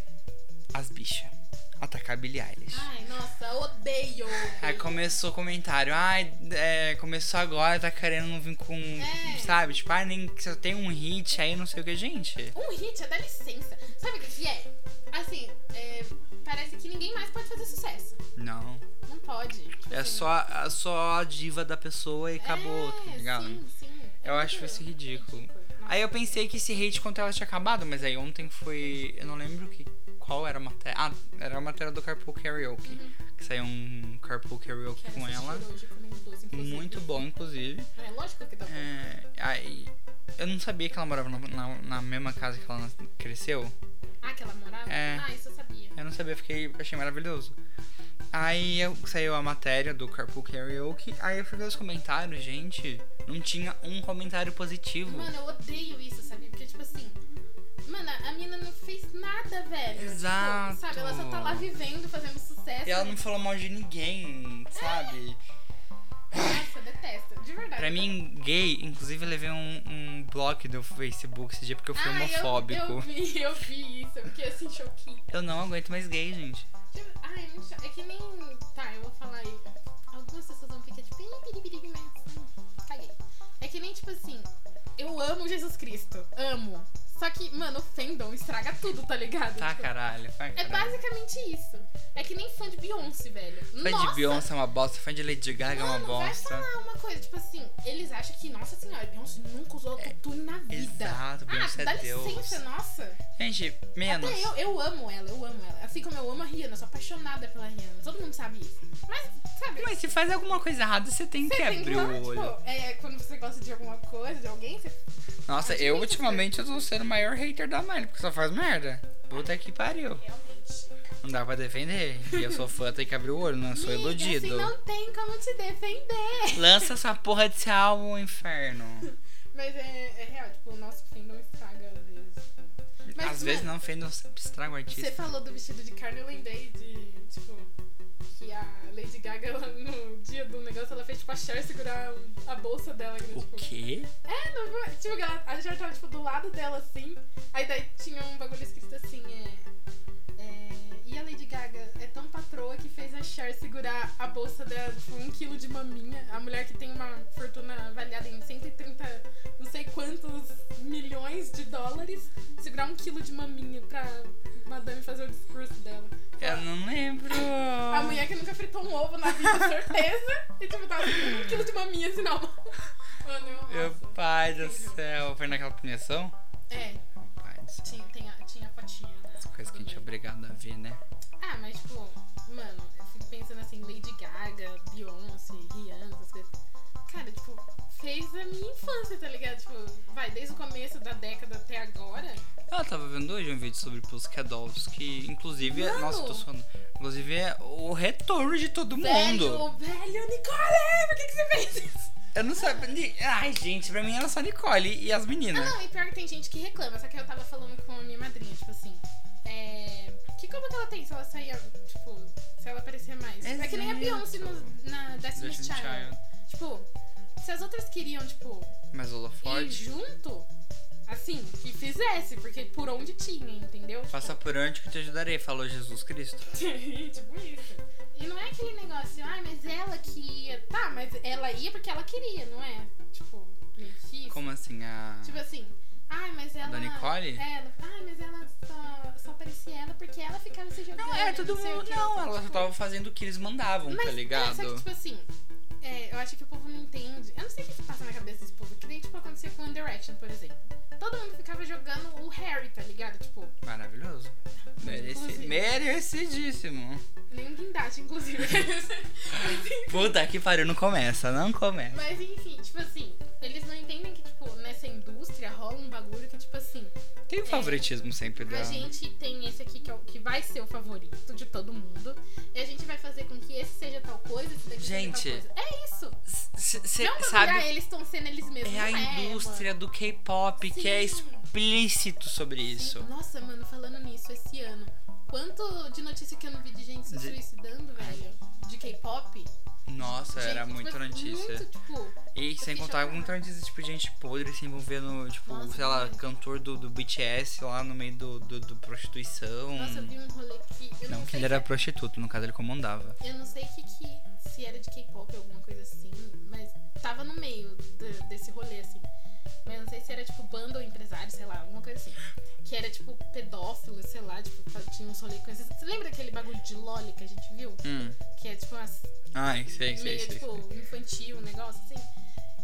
A: As bichas. Atacar a Billie Eilish.
B: Ai, nossa, odeio.
A: Aí começou o comentário, ai, é, começou agora, tá querendo não vir com.
B: É.
A: Sabe? Tipo, ai, nem se eu tenho um hit aí, não sei o que, gente.
B: Um hit é dá licença. Sabe o que que é? Assim, é, parece que ninguém mais pode fazer sucesso.
A: Não.
B: Não pode. Tipo
A: É
B: assim,
A: só, é só a diva da pessoa e acabou, tá
B: é,
A: ligado?
B: Sim, sim. É
A: Eu acho
B: muito
A: isso ridículo.
B: Nossa.
A: Aí eu pensei que esse hate contra ela tinha acabado, mas aí ontem foi. Eu não lembro que, qual era a matéria. Ah, era a matéria do Carpool Karaoke. Que saiu um Carpool Karaoke
B: Quero
A: com
B: assistir
A: ela.
B: hoje com meus dois, inclusive.
A: Muito bom, inclusive.
B: É lógico que dá bom.
A: É, aí. Eu não sabia que ela morava na, na- na mesma casa que ela nas- cresceu.
B: Ah, que ela morava?
A: É.
B: Ah, isso eu sabia.
A: Eu não sabia, fiquei, achei maravilhoso. Aí eu- saiu a matéria do Carpool Karaoke. Aí eu fui ver os comentários, gente. Não tinha um comentário positivo.
B: Mano, eu odeio isso, sabe? Porque, tipo assim. Mano, a mina não fez nada, velho. Tipo,
A: Exato.
B: sabe? Ela só tá lá vivendo, fazendo sucesso.
A: E ela não falou mal de ninguém, sabe?
B: Nossa, eu detesto. De verdade.
A: Pra mim, gay, inclusive eu levei um, um bloco do Facebook esse dia porque eu fui
B: Ah,
A: é homofóbico.
B: Eu, eu
A: Eu,
B: vi, eu vi isso. Eu fiquei assim, choquinha.
A: não aguento mais gay, gente.
B: Tipo, Ai, é muito cho- É que nem. Tá, eu vou falar aí. Algumas pessoas vão ficar tipo. "Ih, piripiri", Mas. hum, Caguei. É que nem, tipo assim. Eu amo Jesus Cristo. Amo. Só que, mano, o fandom estraga tudo, tá ligado?
A: Tá,
B: Tipo,
A: caralho. Vai,
B: É
A: caralho.
B: basicamente isso. É que nem fã de Beyoncé, velho.
A: Fã
B: Nossa,
A: de Beyoncé é uma bosta, fã de Lady Gaga é uma
B: mano, vai
A: bosta.
B: falar uma coisa, tipo assim, eles acham que, nossa senhora, Beyoncé nunca usou autotune na vida.
A: É, Exato, Beyoncé
B: ah,
A: é
B: dá
A: Deus. É,
B: licença, nossa.
A: Gente, menos.
B: Até eu, eu amo ela, eu amo ela. Assim como eu amo a Rihanna, eu sou apaixonada pela Rihanna. Todo mundo sabe isso. Mas, sabe,
A: Mas se faz alguma coisa errada, você tem
B: você
A: que
B: tem
A: abrir
B: que
A: o olho.
B: Tipo, é, quando você gosta de alguma coisa, de alguém, você.
A: Nossa,
B: acho
A: eu
B: que-
A: ultimamente eu tô sendo o maior hater da Miley, porque só faz merda. Puta que pariu.
B: Realmente.
A: Não dá pra defender. E eu sou fã, tem que abrir o olho, não sou
B: Amiga,
A: iludido.
B: Assim, não tem como te defender.
A: Lança essa porra desse álbum, inferno.
B: Mas é, é real, tipo, o nosso fandom estraga às vezes. tipo, Mas,
A: Às vezes não fez, não sempre estraga o
B: Você
A: artista.
B: falou do vestido de carne, eu lembrei de, tipo, que a Lady Gaga, ela, no dia do negócio, ela fez, tipo, a Cher segurar o- a bolsa dela. né,
A: O
B: tipo,
A: quê?
B: É, não foi? Tipo, ela, a Cher tava, tipo, do lado dela, assim. Aí daí tinha um bagulho escrito assim, é... é e a Lady Gaga é tão patroa que fez Cher segurar a bolsa dela, tipo, um quilo de maminha. A mulher que tem uma fortuna avaliada em 130, não sei quantos milhões de dólares, segurar um quilo de maminha pra madame fazer o discurso dela.
A: Eu não lembro.
B: A mulher que nunca fritou um ovo na vida, certeza. e tipo, tava um quilo de maminha, assim, não. Mano, eu,
A: Meu
B: nossa.
A: pai do céu. Foi naquela premiação?
B: É,
A: Meu pai do céu.
B: tinha, tem a- tinha a fotinha, né?
A: Coisa que a gente é obrigado a ver, né?
B: Ah, mas tipo, mano, eu fico pensando assim, Lady Gaga, Beyoncé, Rihanna, essas coisas. Cara, tipo, fez a minha infância, tá ligado? Tipo, vai, desde o começo da década até agora.
A: Ah, tava vendo hoje um vídeo sobre Pussycat Dolls, que inclusive...
B: Mano!
A: Nossa, tô suando. Inclusive é o retorno de todo mundo.
B: Velho, velho, Nicole, por que, que você fez isso?
A: Eu não sabia... ni- Ai, gente, pra mim era só Nicole e as meninas.
B: Não, e pior que tem gente que reclama, só que eu tava falando com a minha madrinha, tipo assim. É. Que como que ela tem se ela saía, tipo, se ela aparecia mais? É que nem a
A: Exato.
B: Beyoncé no, na Destiny's
A: Destiny's
B: Child.
A: Child.
B: Tipo, se as outras queriam, tipo,
A: Mas
B: ir
A: holofote...
B: junto, assim, que fizesse, porque por onde tinha, entendeu? Tipo,
A: Passa por onde que eu te ajudarei, falou Jesus Cristo.
B: tipo isso. E não é aquele negócio, ai, mas ela que ia. Tá, mas ela ia porque ela queria, não é? Tipo, meio que isso.
A: Como assim, a...
B: Tipo assim, ai, mas ela.
A: Da Nicole?
B: É, ela, ai, mas ela só, só aparecia ela porque ela ficava se jogando.
A: Não, é todo
B: não sei o
A: mundo.
B: quê,
A: Não, ela só
B: tipo,
A: tava fazendo o que eles mandavam, tá
B: Mas, É, só que,
A: ligado?
B: tipo assim, é, eu acho que o povo não entende. Eu não sei o que que passa na cabeça desse povo, que nem, tipo, acontecia com One Direction, por exemplo. Todo mundo ficava jogando o Harry, tá ligado? Tipo,
A: Maravilhoso. Mereci...
B: Inclusive.
A: Merecidíssimo.
B: nem um guindaste, inclusive. Mas, enfim.
A: Puta que pariu, não começa, não começa.
B: Mas enfim, tipo assim, eles não entendem que, tipo, nessa indústria rola um bagulho que, tipo assim,
A: Tem o favoritismo sempre da.
B: A gente tem esse aqui que, é o, que vai ser o favorito de todo mundo. E a gente vai fazer com que esse seja tal coisa, esse daqui
A: Gente,
B: seja tal coisa. É isso.
A: C- cê-
B: não sabe,
A: sabe?
B: eles estão sendo eles mesmos.
A: É a
B: não
A: indústria do K-pop que é
B: Sim.
A: explícito sobre
B: mano.
A: isso.
B: Nossa, mano, falando nisso, esse ano. Quanto de notícia que eu não vi de gente se
A: De-
B: suicidando, velho? De K-pop?
A: Nossa,
B: Gente,
A: Tá, era
B: tipo,
A: muita notícia.
B: Muito, tipo,
A: E sem
B: fiquei
A: contar
B: chocada.
A: muita notícia, tipo, de gente podre se envolvendo, tipo,
B: Nossa,
A: sei lá,
B: verdade.
A: cantor do, do BTS lá no meio do, do, do prostituição.
B: nossa, eu vi um rolê que. Eu não,
A: não que
B: sei é
A: ele era prostituto, no caso ele comandava.
B: Eu não sei que, que se era de K-pop alguma coisa assim, mas tava no meio de- desse rolê, assim. Mas não sei se era tipo banda ou empresário, sei lá, alguma coisa assim. Que era tipo pedófilo, sei lá, tipo, fa- tinha uns rolê com esses. Você lembra aquele bagulho de Loli que a gente viu?
A: Hum.
B: Que é tipo umas
A: Ai, sei, sei,
B: meio,
A: sei.
B: tipo, infantil, um negócio assim.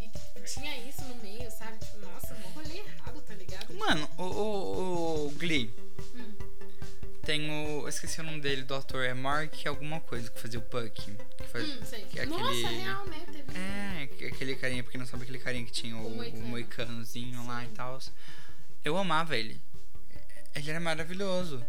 B: E tipo, tinha isso no meio, sabe? Tipo, nossa, um rolê errado, tá ligado?
A: Mano, o, o, o Glee.
B: Hum.
A: Tem o. Eu esqueci o nome dele, do ator. É Mark alguma coisa que fazia o Puck. Que faz...
B: Hum, sei.
A: que é
B: Nossa,
A: aquele-
B: real, né? Teve.
A: É, que- aquele carinha, porque não sabe aquele carinha que tinha o,
B: O
A: o
B: moicano.
A: moicanozinho lá e
B: Sim.
A: tal. Eu amava ele. Ele era maravilhoso.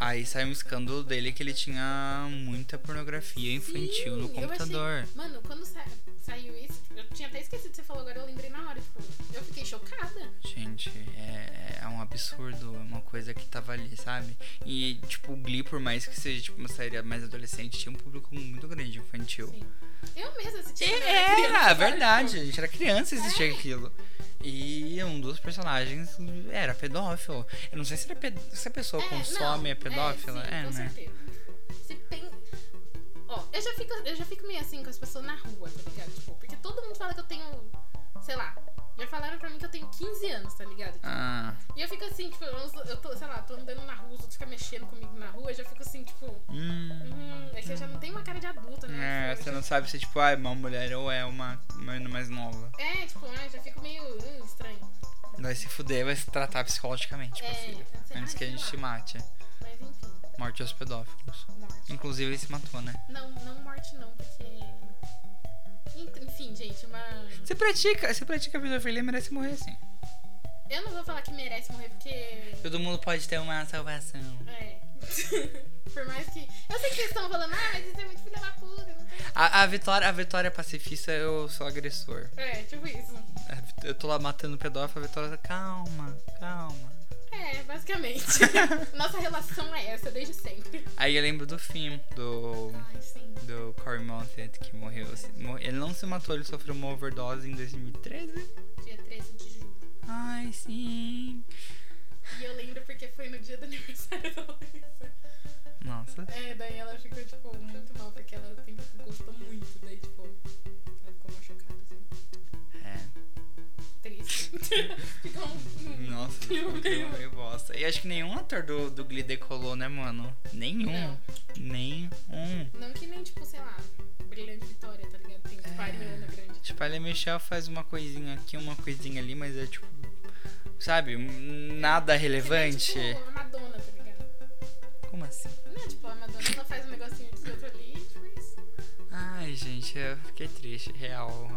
A: Aí saiu um escândalo dele que ele tinha muita pornografia infantil no
B: Sim, eu
A: computador.
B: achei- Mano, quando sa- saiu isso, tipo, eu tinha até esquecido que você falou, agora eu lembrei na hora. Tipo, eu fiquei chocada.
A: Gente, é, é um absurdo, é uma coisa que tava ali, sabe? E, tipo, o Glee, por mais que seja tipo, uma série mais adolescente, tinha um público muito grande infantil.
B: Sim. assim. Eu mesma assisti. quando eu era criança,
A: Era, é
B: sabe?
A: verdade, a gente era criança e existia
B: É.
A: aquilo. E um dos personagens era pedófilo. Eu não sei se, era ped... se a pessoa
B: É,
A: consome
B: não,
A: é
B: É,
A: pedófila.
B: sim,
A: É,
B: com
A: né?
B: certeza. Se pen... Ó, eu já, fico, eu já fico meio assim com as pessoas na rua, tá ligado? Tipo, porque todo mundo fala que eu tenho, sei lá, já falaram pra mim que eu tenho 15 anos, tá ligado? Tipo,
A: Ah,
B: E eu fico assim, tipo, eu, eu tô, sei lá, tô andando na rua, os outros ficam mexendo comigo na rua, eu já fico assim, tipo,
A: hum.
B: hum, é que eu já não tenho uma cara de adulta, né?
A: É,
B: Tipo,
A: você não sabe se tipo, ah, é uma mulher ou é uma menina mais nova.
B: É, tipo, ah, já fico meio hum, estranho.
A: Vai se fuder, vai se tratar psicologicamente, meu
B: É,
A: filho.
B: eu sei-
A: Antes
B: ah,
A: que a
B: sei
A: gente
B: lá.
A: te mate.
B: Mas enfim,
A: Morte aos pedófilos.
B: morte.
A: Inclusive ele se matou, né?
B: Não, não morte não, porque. Ent- Enfim, gente, uma.
A: Você pratica, você pratica pedofilia e merece morrer sim.
B: Eu não vou falar que merece morrer, porque.
A: Todo mundo pode ter uma salvação.
B: É. Por mais que. Eu sei que vocês estão falando, ah, mas isso é muito filha da puta. não sei o
A: A, a vitória, a vitória pacifista, eu sou agressor.
B: quê." É, tipo isso.
A: A Vit- Eu tô lá matando o pedófilo, a Vitória tá, calma, calma.
B: É, basicamente. Nossa relação é essa, desde sempre.
A: Aí eu lembro do filme do
B: Ai, sim.
A: do Cory Monteith que morreu. se- mor- Ele não se matou, ele sofreu uma overdose em 2013.
B: Dia 13 de julho.
A: Ai, sim.
B: E eu lembro porque foi no dia do aniversário da Luísa.
A: Nossa.
B: É, daí ela ficou, tipo, muito mal, porque ela tipo, assim, um,
A: é.
B: filme
A: Foi um filme
B: nenhum.
A: meio bosta. E acho que nenhum ator do, do Glee decolou, né, mano? Nenhum.
B: Não.
A: Nenhum.
B: Não que nem, tipo, sei lá, Brilhante Vitória, tá ligado? Tem tipo, a Ariana Grande.
A: Tipo, a Lea Michelle faz uma coisinha aqui, uma coisinha ali, mas é tipo. Sabe? um, Nada
B: Que nem,
A: relevante.
B: Tipo, a Madonna, tá ligado?
A: É Como assim?
B: Não, tipo, a Madonna ela faz um negocinho aqui, outro ali, tipo isso.
A: Ai, gente, eu fiquei triste, real.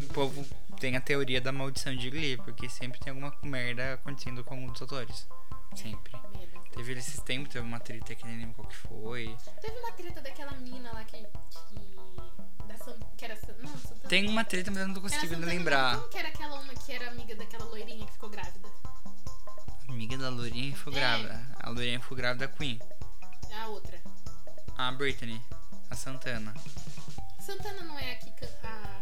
A: O povo tem a teoria da maldição de Glee, porque sempre tem alguma merda acontecendo com algum dos atores. Sempre.
B: Medo.
A: Teve esses tempos, teve uma treta que nem lembro qual que foi.
B: Teve uma treta daquela mina lá que. que da San, que era. San- Não, Santana.
A: Tem uma treta, mas eu não tô
B: Era
A: conseguindo
B: Santana,
A: lembrar.
B: Como que era aquela uma que era amiga daquela loirinha que ficou grávida?
A: Amiga da Lourinha ficou
B: É.
A: grávida. A Lourinha ficou grávida da Queen.
B: A outra.
A: A Britney. A Santana.
B: Santana não é a que. can- A,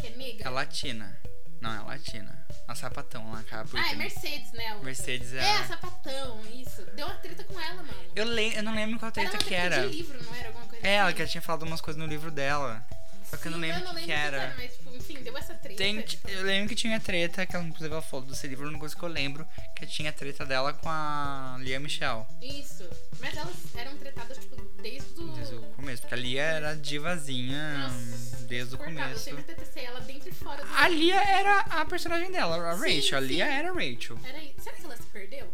B: que é negra?
A: A Latina. Não, é a Latina. A Sapatão lá, cara.
B: Ah, é Mercedes, né? a outra.
A: Mercedes é.
B: É, a sapatão, isso. Deu uma treta com ela, mano.
A: Eu, le... eu não lembro qual
B: era
A: treta
B: uma
A: que
B: treta
A: era.
B: de livro, não era alguma coisa
A: É, ela
B: assim?
A: que ela tinha falado umas coisas no livro dela. Só que eu não
B: Sim,
A: lembro o que, que era.
B: exatamente, mas, tipo, enfim, deu essa treta.
A: Tem,
B: tipo,
A: eu lembro que tinha treta, que ela inclusive ela falou desse livro, a única coisa que eu lembro que tinha treta dela com a Lia Michelle.
B: Isso. Mas elas eram tretadas, tipo, desde o...
A: Desde o começo. Porque a Lia era divazinha
B: Nossa,
A: desde o
B: insuportável. Eu
A: começo.
B: sempre detestei ela dentro e fora do...
A: A Lia era a personagem dela, a
B: Sim,
A: Rachel. A Lia
B: sim.
A: era a Rachel.
B: Era isso. Será que ela se perdeu?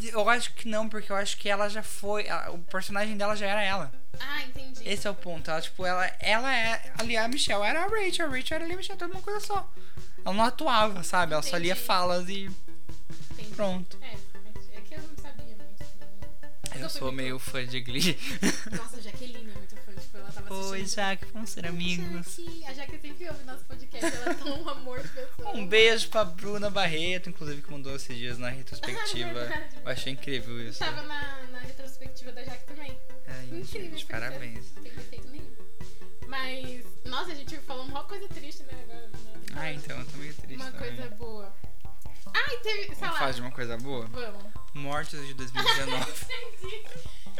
A: Eu acho que não, porque eu acho que ela já foi. a- o personagem dela já era ela.
B: Ah, entendi.
A: Esse é o ponto. Ela, tipo, ela, ela é. A Lia Michelle era a Rachel. A Rachel era a Lia Michelle, toda uma coisa só. Ela não atuava, sabe? Ela só lia
B: Entendi.
A: falas e
B: Entendi.
A: pronto.
B: É, mas é que eu não sabia muito. Eu
A: Eu
B: fui
A: sou
B: Então muito-
A: meio fã de Glee.
B: Nossa, Jaqueline é muito fã. Tipo, ela tava assistindo...
A: Oi, Jaque, vamos ser amigos.
B: Jaque. A Jaque sempre ouve nosso podcast. Ela é tão um amor de pessoa.
A: Um beijo pra Bruna Barreto, inclusive, que mandou esses dias na retrospectiva.
B: verdade.
A: Eu achei incrível isso.
B: Tava na, na retrospectiva da Jaque também.
A: Ai,
B: Incrível,
A: gente,
B: porque
A: parabéns.
B: Não tem defeito nenhum. Mas, nossa, a gente falou uma coisa triste, né? Agora, né?
A: Ah, então, eu tô meio triste
B: Uma
A: também.
B: coisa boa. Ai, teve. Sei
A: Vamos um
B: lá.
A: falar de uma coisa boa?
B: Vamos.
A: Mortes de 2019.
B: Entendi.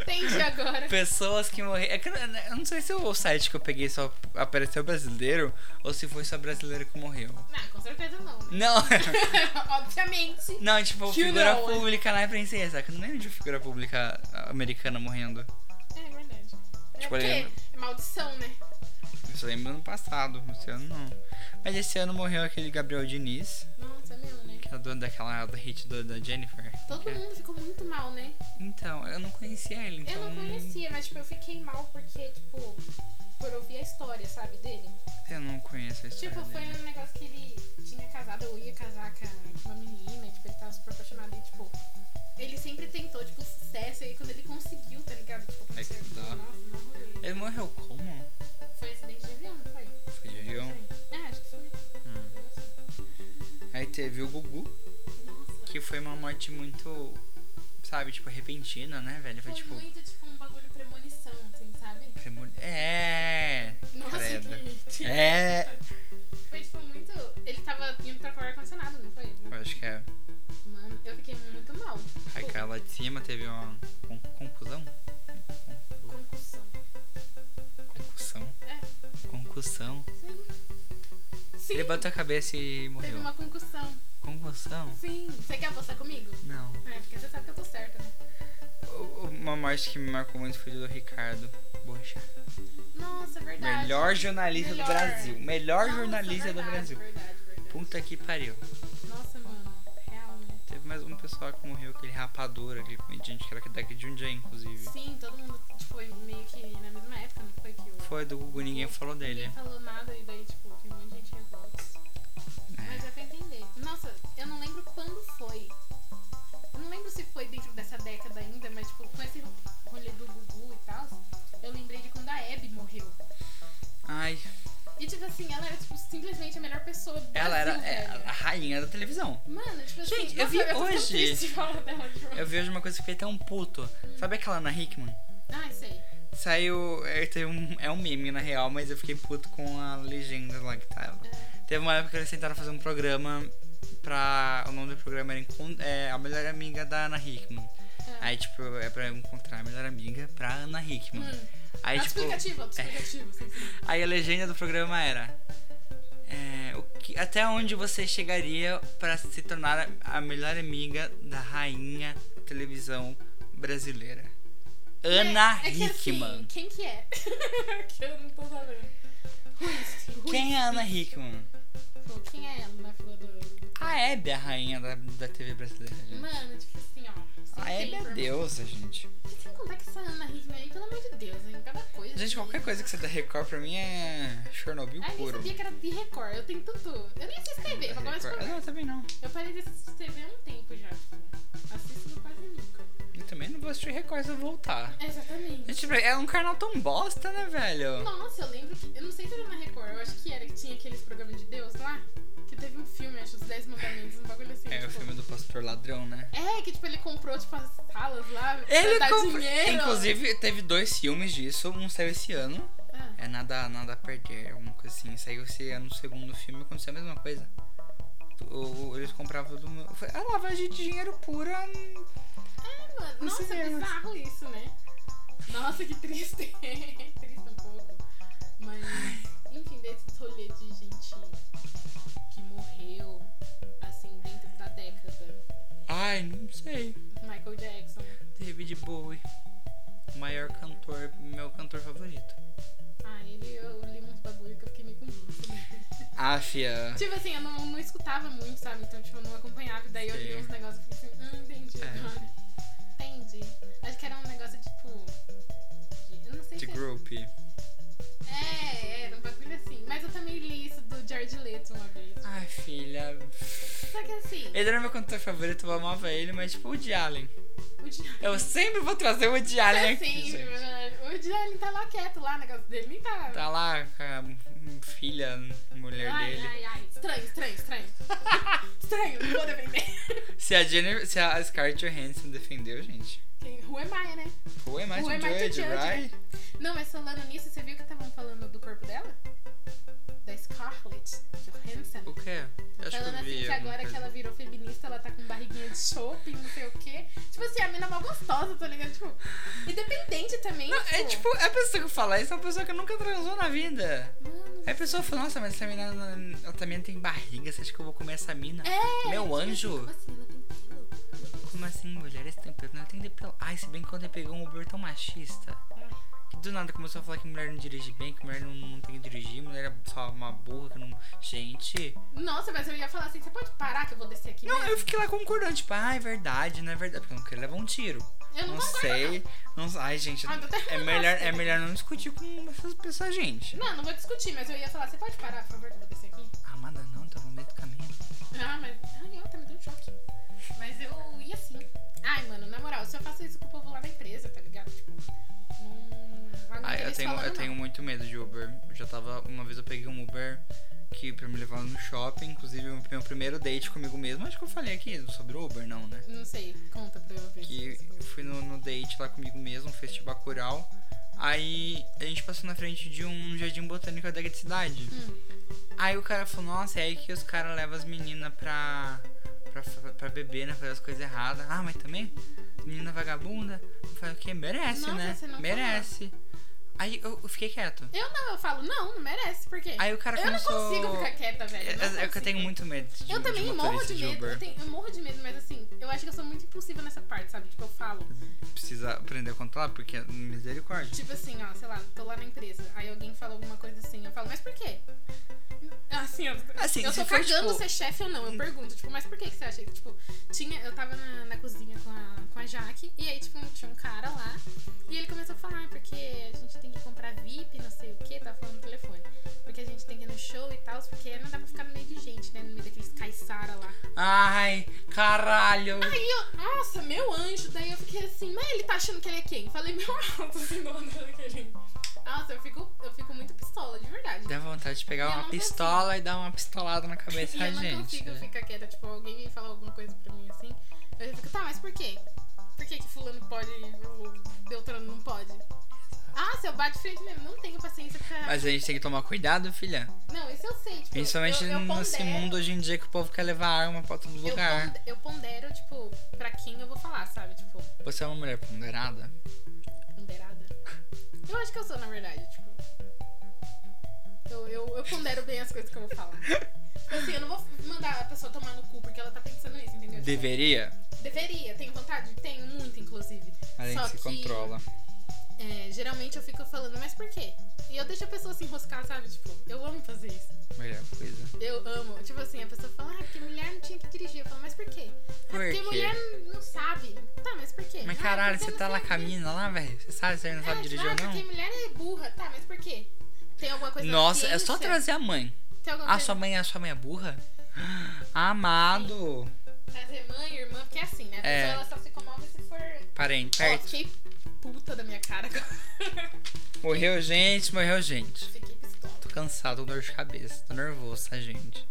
B: Entendi agora.
A: Pessoas que morreram. É que Eu eu não sei se o site que eu peguei só apareceu brasileiro ou se foi só brasileiro que morreu.
B: Não, com certeza não, né?
A: Não,
B: Obviamente.
A: não, tipo,
B: Que
A: figura
B: não, é.
A: pública lá é princesa. Que eu não lembro de figura pública americana morrendo.
B: É verdade.
A: Tipo,
B: é,
A: ele-
B: porque é maldição, né?
A: Eu só lembro ano passado, esse ano não. Mas esse ano morreu aquele Gabriel Diniz,
B: Nossa, é mesmo, né?
A: que é dono daquela da hit do- da Jennifer.
B: Todo
A: É.
B: mundo ficou muito mal, né?
A: Então, eu não conhecia ele, então.
B: Eu não conhecia, mas tipo, eu fiquei mal porque, tipo, por ouvir a história, sabe, dele.
A: Eu não conheço a história
B: Tipo, foi
A: dele.
B: um negócio que ele tinha casado, eu ia casar com a- com uma menina, e, tipo, ele tava super apaixonado e, tipo, ele sempre tentou, tipo, sucesso, e aí quando ele conseguiu, tá ligado? Tipo,
A: É que
B: aconteceu, tipo,
A: dá.
B: nossa, mó rolê.
A: Ele morreu como?
B: Foi um acidente de avião, não foi?
A: Foi de avião?
B: Foi. É, acho que foi.
A: Hum. Aí teve o Gugu.
B: Nossa,
A: Que foi uma morte muito, sabe, tipo, repentina, né, velho? Foi
B: foi
A: tipo.
B: muito, tipo, um bagulho premonição, assim, sabe?
A: premol- É!
B: Nossa,
A: Credo.
B: que...
A: É!
B: Foi, tipo, muito... Ele tava indo pra cor ar-condicionado, não foi?
A: Eu acho que é.
B: Mano, eu fiquei muito mal.
A: Aí
B: Tipo,
A: caiu lá de cima, teve uma con- conclusão?
B: concussão.
A: Concussão? Concussão.
B: Sim,
A: Ele bateu a cabeça e
B: teve
A: morreu.
B: uma concussão.
A: Concussão?
B: Sim. Você quer apostar comigo?
A: Não.
B: É, porque você sabe que eu tô certa, né?
A: O- Uma morte que me marcou muito foi do Ricardo. Bocha.
B: Nossa, é verdade.
A: Melhor jornalista
B: Melhor.
A: do Brasil. Melhor
B: Nossa, é
A: jornalista
B: verdade,
A: do Brasil.
B: Verdade, verdade.
A: Puta que pariu.
B: Nossa, mano. Real, né?
A: Teve mais um pessoal que morreu, aquele rapador, aquele comediante que era daqui de um dia, inclusive.
B: Sim, todo mundo tipo, foi meio que na mesma época, não foi que o.
A: Foi do Gugu, ninguém falou dele.
B: Ninguém falou nada e daí, tipo, tem um monte de gente revolta.
A: É.
B: Mas dá pra entender. Nossa, eu não lembro quando foi. Eu não lembro se foi dentro dessa década ainda, mas, tipo, com esse rolê do Gugu e tal, eu lembrei de quando a Abby morreu.
A: Ai,
B: E, tipo assim, ela era, tipo, simplesmente a melhor pessoa do
A: ela era
B: Brasil,
A: é,
B: velho.
A: a rainha da televisão.
B: Mano, tipo assim,
A: Gente, eu
B: nossa,
A: vi
B: tô tão
A: hoje.
B: triste de falar dela, tipo.
A: Eu vi hoje uma coisa que eu fiquei tão puto. Sabe aquela Ana Hickman?
B: Ai, sei.
A: Saiu. É, teve um, é um meme na real, mas eu fiquei puto com a legenda lá que tava.
B: É.
A: Teve uma época que eles tentaram fazer um programa pra. O nome do programa era Encon- é, A Melhor Amiga da Ana Hickman.
B: É.
A: Aí, tipo, é pra encontrar a melhor amiga pra Ana Hickman.
B: Hum. é
A: Aí, tipo.
B: Autoexplicativo, autoexplicativo, sim, sim.
A: Aí a legenda do programa era. é, o que- até onde você chegaria pra se tornar a a melhor amiga da rainha da televisão brasileira? Ana
B: é, é que assim,
A: Hickman.
B: quem que é? que eu não tô sabendo. Ruiz. Ruiz.
A: Quem é a Ana Hickman?
B: Pô, quem é ela na fila do...
A: A Hebe é a rainha da, da TV brasileira, gente.
B: Mano, tipo assim, ó. sem
A: a Hebe
B: tempo,
A: é
B: irmão.
A: deusa, gente.
B: E sem contar que essa Ana Hickman aí, pelo amor de Deus, hein? Cada coisa.
A: Gente, qualquer coisa que você dá Record pra mim é Chernobyl
B: Ah, eu nem
A: puro.
B: sabia que era de Record. Eu tenho tanto. é Eu nem assisto TV, pra começar
A: Record.
B: por
A: Ah,
B: aí.
A: Não, eu também não.
B: Eu parei de assistir TV há um tempo já. Tipo, assisto quase nunca.
A: Eu também não vou assistir Record se eu voltar.
B: Exatamente.
A: Gente, é um canal tão bosta, né, velho?
B: Nossa, eu lembro que. Eu não sei se era na Record, eu acho que era que tinha aqueles programas de Deus lá. Que teve um filme, acho, Os Dez Mandamentos, um bagulho assim.
A: É
B: tipo...
A: o filme do pastor ladrão, né?
B: É, que tipo, ele comprou, tipo, as salas lá.
A: Ele
B: pra dar
A: comprou.
B: Tá dinheiro.
A: Inclusive, teve dois filmes disso. Um saiu esse ano.
B: Ah,
A: É nada, nada a perder, alguma coisa assim. Saiu esse ano o segundo filme e aconteceu a mesma coisa. O- o- eles compravam do meu. Foi a lavagem de dinheiro pura.
B: mano,
A: Nos
B: nossa, é
A: cinemas.
B: bizarro isso, né? Nossa, que triste. triste um pouco. Mas, enfim, desse rolê de gente que morreu, assim, dentro da década.
A: Ai, não sei.
B: Michael Jackson.
A: David Bowie. O maior cantor, meu cantor favorito.
B: Ah, ele, eu li uns bagulho que eu fiquei meio com né? gosto.
A: Ah, fia.
B: Tipo assim, eu não, não escutava muito, sabe? Então, tipo, eu não acompanhava. E daí eu li
A: Sim.
B: uns negócios e fiquei assim, hum, entendi
A: É.
B: agora. Entendi. Acho que era um negócio, tipo... de- Eu não sei
A: De
B: se...
A: group.
B: É, era um bagulho assim. Mas eu também li isso do George Leto uma vez.
A: Ai, filha.
B: Só que assim,
A: Ele era meu cantor favorito, eu amava ele, mas tipo o de Allen.
B: o Diário...
A: Eu sempre vou trazer o de Allen aqui.
B: Assim,
A: gente.
B: mano, o Diário tá lá quieto, lá, o negócio dele nem tá...
A: Tá lá com a m- filha, mulher
B: Ai,
A: dele.
B: ai, ai. Estranho, estranho, estranho. estranho, não vou defender.
A: Se a Jennifer, se a Scarlett Johansson defendeu, gente.
B: Quem- Who am I, né?
A: Who am I
B: Who
A: to
B: am I to
A: judge,
B: judge,
A: right?
B: Não, mas falando nisso, você viu que estavam falando do corpo dela? Da Scarlett Johansson.
A: O quê? Eu acho que
B: Falando
A: eu
B: assim
A: vi.
B: que
A: alguma
B: agora que
A: coisa.
B: ela virou feminista, ela tá com barriguinha de chope, não sei o quê. Tipo assim, a mina é mó gostosa, tá ligado? Tipo, independente também.
A: Não, é tipo, é a pessoa que fala isso é uma pessoa que nunca transou na vida.
B: Mano,
A: Aí a pessoa fala, nossa, mas essa menina, ela também tem barriga, você acha que eu vou comer essa mina?
B: é,
A: Meu
B: tipo assim,
A: anjo.
B: Como assim, ela tem pelo?
A: Como assim, mulher? Esse tem pelo, não tem de pelo. Ai, se bem que ontem pegou um Uber tão machista. Que do nada começou a falar que mulher não dirige bem, que mulher não, não tem que dirigir, mulher é só uma burra que não. Gente.
B: Nossa, mas eu ia falar assim, você pode parar que eu vou descer aqui? né?
A: Não,
B: mesmo?
A: eu fiquei lá concordando, tipo, ah, é verdade, não é verdade. Porque eu não quero levar um tiro.
B: eu não
A: Não
B: concordo,
A: sei. Não, ai, gente.
B: Ah, então tá
A: É
B: errado,
A: melhor,
B: nossa.
A: é melhor não discutir com essas pessoas, gente.
B: não. Não, não vou discutir, mas eu ia falar, você pode parar, por favor, que eu vou descer aqui?
A: Amada, não, tá no meio do caminho.
B: Ah, mas. Ai, eu tá me dando choque. Mas eu ia sim. Ai, mano, na moral, se eu faço isso com o povo lá da empresa, tá ligado? Tipo, não. vai muito
A: Ai, Ah, eu
B: eles
A: tenho,
B: falando,
A: eu
B: não.
A: tenho um muito medo de Uber. Eu já tava. Uma vez eu peguei um Uber que pra me levar no shopping, inclusive o meu primeiro date comigo mesmo. Acho que eu falei aqui sobre o Uber, não, né?
B: Não sei, conta pra eu ver.
A: Que eu fui no, no date lá comigo mesmo, um festival coral. Aí a gente passou na frente de um jardim botânico da cidade.
B: Hum,
A: Aí o cara falou, nossa, é aí que os caras levam as meninas pra, pra, fa- pra beber, né? Fazer as coisas erradas. Ah, mas também? Menina vagabunda? Eu falei, o quê? Merece,
B: Nossa,
A: né?
B: você não
A: Merece. Aí eu, eu fiquei quieto.
B: eu não, eu falo, não, não merece, por quê?
A: Aí o cara
B: eu
A: começou...
B: não consigo ficar quieta, velho.
A: É,
B: não
A: é- é que eu
B: consigo.
A: tenho muito medo de
B: Eu
A: de
B: também morro
A: motorista
B: de medo, eu,
A: Uber.
B: tenho- eu morro de medo, mas assim, eu acho que eu sou muito impulsiva nessa parte, sabe? Tipo, eu falo.
A: Precisa aprender a controlar, porque é misericórdia.
B: Tipo assim, ó, sei lá, tô lá na empresa, aí alguém fala alguma coisa assim, eu falo, mas por quê? Assim, eu,
A: Assim,
B: eu
A: se
B: tô
A: for,
B: cagando
A: tipo-
B: ser chefe ou não, eu pergunto, tipo, mas por que que você acha que, tipo, tinha, eu tava na, na cozinha com a, com a Jaque, e aí, tipo, tinha um cara lá, e ele começou a falar, "Ah, porque a gente tem que comprar VIP, não sei o que, tava falando no telefone, porque a gente tem que ir no show e tal, porque não dá pra ficar no meio de gente, né, no meio daqueles caiçara lá.
A: Ai, caralho.
B: Aí eu, nossa, meu anjo. Daí eu fiquei assim, mas ele tá achando que ele é quem? Falei, meu alto, assim, do lado daquele. Nossa, eu fico, eu fico muito pistola, de verdade.
A: Dá vontade de pegar
B: Eu
A: uma
B: não consigo.
A: pistola e dar uma pistolada na cabeça
B: E
A: da
B: eu não
A: gente.
B: consigo
A: né?
B: ficar quieta, tipo, alguém vem falar alguma coisa pra mim assim. Eu fico, tá, mas por quê? Por que, que fulano pode e o Beltrano não pode? Ah, se eu bato de frente mesmo, não tenho paciência pra.
A: Mas a gente tem que tomar cuidado, filha.
B: Não, isso eu sei, tipo.
A: Principalmente
B: eu, eu
A: nesse
B: pondero-
A: mundo hoje em dia que o povo quer levar arma pra todo
B: Eu
A: lugar.
B: pondero, eu pondero, tipo, pra quem eu vou falar, sabe? Tipo,
A: Você é uma mulher ponderada?
B: Ponderada? Eu acho que eu sou, na verdade, tipo. Eu, eu, eu pondero bem as coisas que eu vou falar. Tipo Tipo assim, eu não vou mandar a pessoa tomar no cu porque ela tá pensando nisso, entendeu? Tipo,
A: Deveria,
B: Deveria, tenho vontade? Tenho, muito, inclusive.
A: mas a
B: Só
A: gente se
B: que-
A: controla.
B: É, geralmente eu fico falando, mas por quê? E eu deixo a pessoa se enroscar, sabe? Tipo, eu amo fazer isso.
A: Melhor coisa.
B: Eu amo. Tipo assim, a pessoa fala, ah, porque mulher não tinha que dirigir. Eu falo, mas por quê? Ah,
A: Por
B: porque
A: quê?
B: mulher não sabe. Tá, mas por quê?
A: Mas
B: "Ah,
A: caralho,
B: porque
A: você tá lá com a mina lá, velho? Você sabe se você não
B: É,
A: sabe
B: tipo,
A: dirigir
B: ah,
A: ou
B: porque
A: não?
B: mulher é burra. Tá, mas por quê? Tem alguma coisa na
A: Nossa, é só
B: ciência?
A: trazer a mãe.
B: Tem alguma
A: Ah,
B: coisa
A: sua mãe, a sua mãe é burra? Amado.
B: trazer mãe, irmã, porque é assim, né? A
A: É.
B: pessoa ela só se comove se for.
A: Parente,
B: Ó,
A: perto.
B: fiquei puta da minha cara agora.
A: Morreu gente, morreu gente.
B: fiquei pistola.
A: Tô cansado, tô com dor de cabeça, tô nervoso, tá, gente?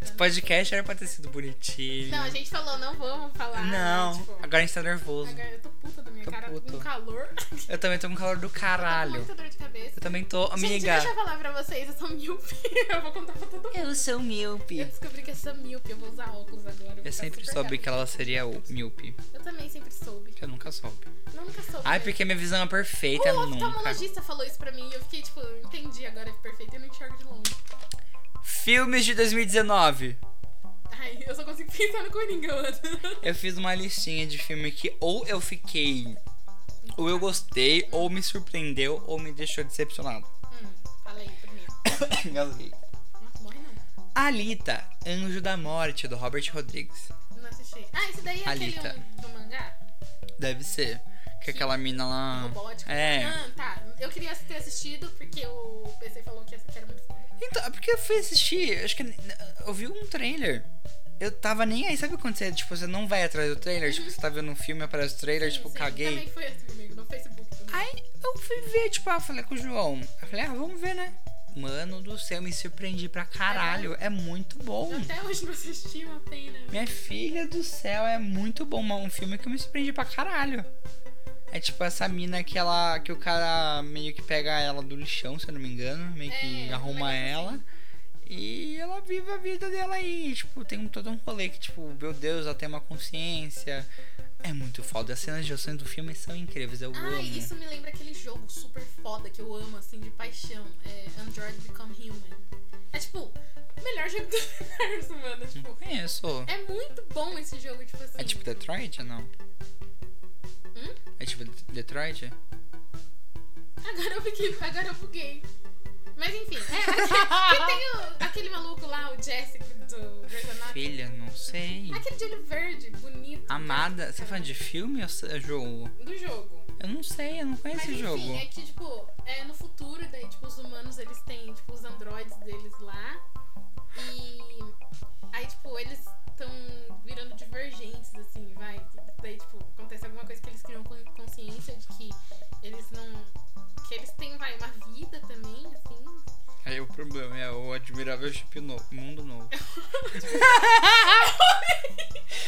A: Esse podcast era pra ter sido bonitinho.
B: Não, a gente falou, não vamos falar.
A: Não,
B: Tipo,
A: agora a gente tá nervoso.
B: agora eu tô puta da minha
A: Tô
B: cara,
A: puto.
B: com calor.
A: Eu também tô com calor
B: Tô
A: do
B: com
A: caralho.
B: muita dor de cabeça.
A: Eu também tô,
B: Gente,
A: amiga.
B: deixa eu falar pra vocês, eu sou míope. Eu vou contar pra todo mundo.
A: Eu sou míope.
B: Eu descobri que eu sou míope, eu vou usar óculos agora. vou
A: Eu
B: ficar
A: sempre
B: super
A: soube
B: gata.
A: que ela seria o míope.
B: Eu também sempre soube.
A: Eu nunca soube.
B: Eu nunca soube.
A: Ai,
B: mesmo.
A: porque minha visão é perfeita,
B: O
A: nunca.
B: oftalmologista falou isso pra mim e eu fiquei tipo, eu entendi agora é perfeito e eu não enxergo de longe.
A: Filmes de 2019.
B: Ai, eu só consigo pensar no Coringa, mano.
A: Eu fiz uma listinha de filme que ou eu fiquei, ou eu gostei, ou me surpreendeu, ou me deixou decepcionado.
B: Hum, fala aí primeiro.
A: Engasguei.
B: Nossa, morre não.
A: Alita, Anjo da Morte, do Robert Rodrigues.
B: Não assisti. Ah, esse daí é
A: Alita.
B: aquele um, do mangá?
A: Deve ser. Que aquela mina lá.
B: Robótica.
A: É.
B: Ah, tá. Eu queria ter assistido porque o PC falou que essa que era muito foda.
A: Então, é porque eu fui assistir, acho que eu vi um trailer. Eu tava nem aí, sabe quando você, tipo, você não vai atrás do trailer? Tipo, você tá vendo um filme, aparece o trailer,
B: Sim,
A: tipo,
B: sim,
A: caguei.
B: Também foi assim comigo, no Facebook. também.
A: Aí eu fui ver, tipo, ah, eu falei com o João. Eu falei, ah, vamos ver, né? Mano do céu, me surpreendi pra caralho. É muito bom.
B: Eu até hoje não assisti é uma pena.
A: Minha filha do céu, é muito bom. É um filme que eu me surpreendi pra caralho. É tipo essa mina que ela. que o cara meio que pega ela do lixão, se eu não me engano. Meio que
B: É, um
A: arruma
B: negócio
A: ela. E ela vive a vida dela aí. Tipo, tem um- todo um rolê que, tipo, meu Deus, ela tem uma consciência. É muito foda. As cenas de ação do filme são incríveis. Eu
B: Ah,
A: amo.
B: isso me lembra aquele jogo super foda que eu amo, assim, de paixão. É Android Become Human. É tipo, o melhor jogo do universo, mano. Tipo,
A: Conheço.
B: é muito bom esse jogo, tipo assim.
A: É tipo Detroit ou não?
B: Hum?
A: É tipo Det- Detroit?
B: Agora eu fiquei, agora eu buguei. Mas enfim, é aquele, que tem o- aquele maluco lá, o Jessica do Grey's Anatomy.
A: Filha, não sei.
B: Aquele de olho verde, bonito.
A: Amada, você é fã de filme ou se- jogo?
B: Do jogo.
A: Eu não sei, eu não
B: Mas
A: conheço o
B: enfim,
A: jogo.
B: é que, tipo, é no futuro, daí, tipo, os humanos, eles têm, tipo, os androides deles lá. E aí, tipo, eles estão virando divergentes, assim, vai. Daí, tipo, acontece alguma coisa que eles criam con- consciência de que eles não... Que eles têm, vai, uma vida também, assim.
A: Aí o problema é o admirável chip novo, mundo novo.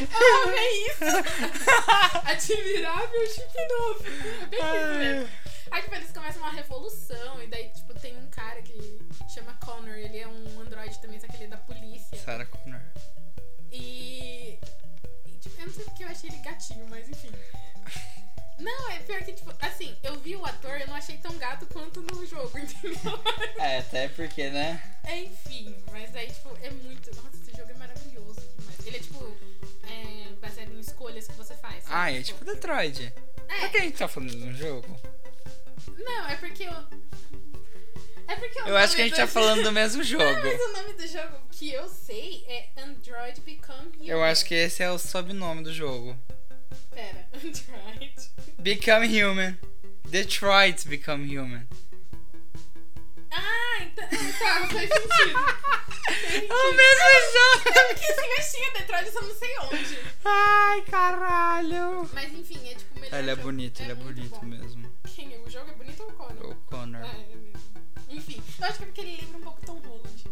B: Eu amei isso! Admirável chip novo. É bem isso mesmo. Aí, tipo, eles começam uma revolução, e daí, tipo, tem um cara que chama Connor, ele é um androide também, só que ele é da polícia.
A: Sarah Connor.
B: E. e, tipo, eu não sei porque eu achei ele gatinho, mas enfim. Não, é pior que, tipo, assim, eu vi o ator, eu não achei tão gato quanto no jogo, entendeu?
A: É, até porque, né?
B: É, Enfim, mas aí, tipo, é muito. Nossa, esse jogo é maravilhoso demais. Ele é, tipo, é, baseado em escolhas que você faz. sabe?
A: Ah, é tipo Detroit. Por que a gente tá falando de um jogo?
B: Não, é porque eu. É porque o
A: tipo Eu acho que a
B: nome
A: gente tá
B: do-
A: falando do mesmo
B: Mas
A: jogo.
B: o nome do jogo que eu sei é Android Become Human.
A: Eu acho que esse é o sobrenome do jogo.
B: Pera, Android.
A: Become Human. Detroit Become Human.
B: Ah, então. Tá, faz sentido.
A: É o mesmo jogo!
B: Porque assim, eu tinha Detroit, eu só não sei onde.
A: Ai, caralho!
B: Mas enfim, é tipo o melhor.
A: Ele é
B: jogo.
A: bonito, ele é
B: muito
A: bonito
B: bom.
A: mesmo.
B: Quem? O jogo é bonito ou o Connor?
A: O Connor.
B: Ah, é mesmo. Enfim, eu acho que é porque ele lembra um pouco Tom Holland.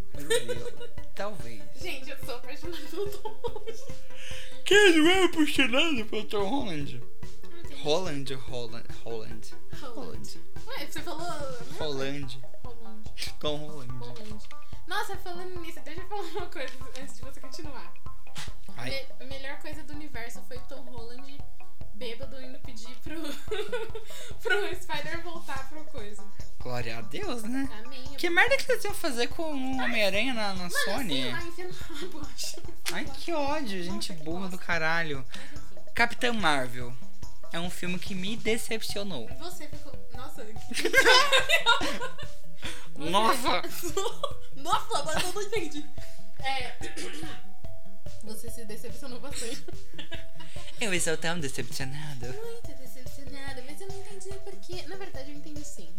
A: Talvez.
B: Gente, eu sou apaixonada pelo Tom Holland.
A: Quem não é apaixonado pelo Tom Holland?
B: Ai, tem-
A: Holland, Holland, Holland.
B: Holland. Ué, você falou. é
A: Holland.
B: Holland.
A: Tom Holland.
B: Holland. Nossa, falando nisso, deixa eu falar uma coisa antes de você continuar.
A: Ai.
B: Me- a melhor coisa do universo foi Tom Holland bêbado indo pedir pro, pro Spider voltar pro coisa.
A: Glória a Deus, né?
B: Amém.
A: Que merda que eles iam fazer com o Homem-Aranha na, na
B: Mano, assim,
A: Sony?
B: sei lá, enfia no rabo, eu acho.
A: Ai, que ódio, gente
B: Nossa, que
A: burra do
B: bosta.
A: caralho.
B: Mas enfim,
A: Capitã Marvel é um filme que me decepcionou.
B: você ficou... Nossa, que...
A: Nossa!
B: Nossa, agora eu não entendi. É... Você se decepcionou bastante.
A: Eu estou tão decepcionado.
B: Muito decepcionada, mas eu não entendi porque... Na verdade, eu entendi sim.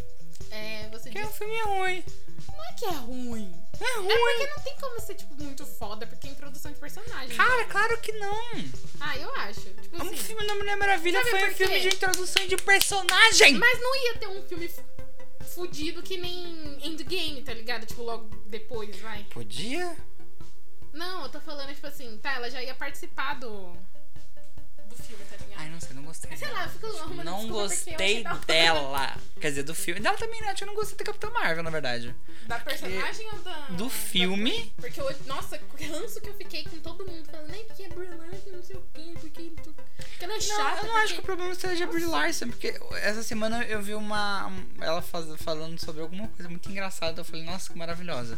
B: É, você
A: Porque
B: disse...
A: o filme é ruim.
B: Não é que é ruim.
A: É
B: É
A: ruim.
B: porque não tem como ser, tipo, muito foda, porque é introdução de personagem.
A: Cara, claro que não.
B: Ah, eu acho. Tipo
A: O
B: assim...
A: filme da Mulher Maravilha
B: Sabe
A: foi
B: por
A: um
B: quê?
A: filme de introdução de personagem.
B: Mas não ia ter um filme f- fudido que nem Endgame, tá ligado? Tipo, logo depois, vai.
A: Podia?
B: Não, eu tô falando, tipo assim, tá, ela já ia participar do. Do filme, tá ligado?
A: Ai, não sei, não gostei.
B: Sei lá, eu fico arrumando desculpa
A: Não
B: porque eu achei
A: gostei
B: da-
A: dela. Quer dizer, do filme. Dela também, né? Acho que Eu não gostei da Capitã Marvel, na verdade.
B: Da personagem ou da.
A: Do
B: da-
A: filme.
B: Porque eu. Nossa, o ranço que eu fiquei com todo mundo falando, nem porque é brilhante, não sei o quê, porque. tu- Porque ela é
A: Não,
B: chata.
A: eu não acho que o
B: porque-
A: problema seja a Brie Larson, porque essa semana eu vi uma. Ela faz- falando sobre alguma coisa muito engraçada. Eu falei, nossa, que maravilhosa.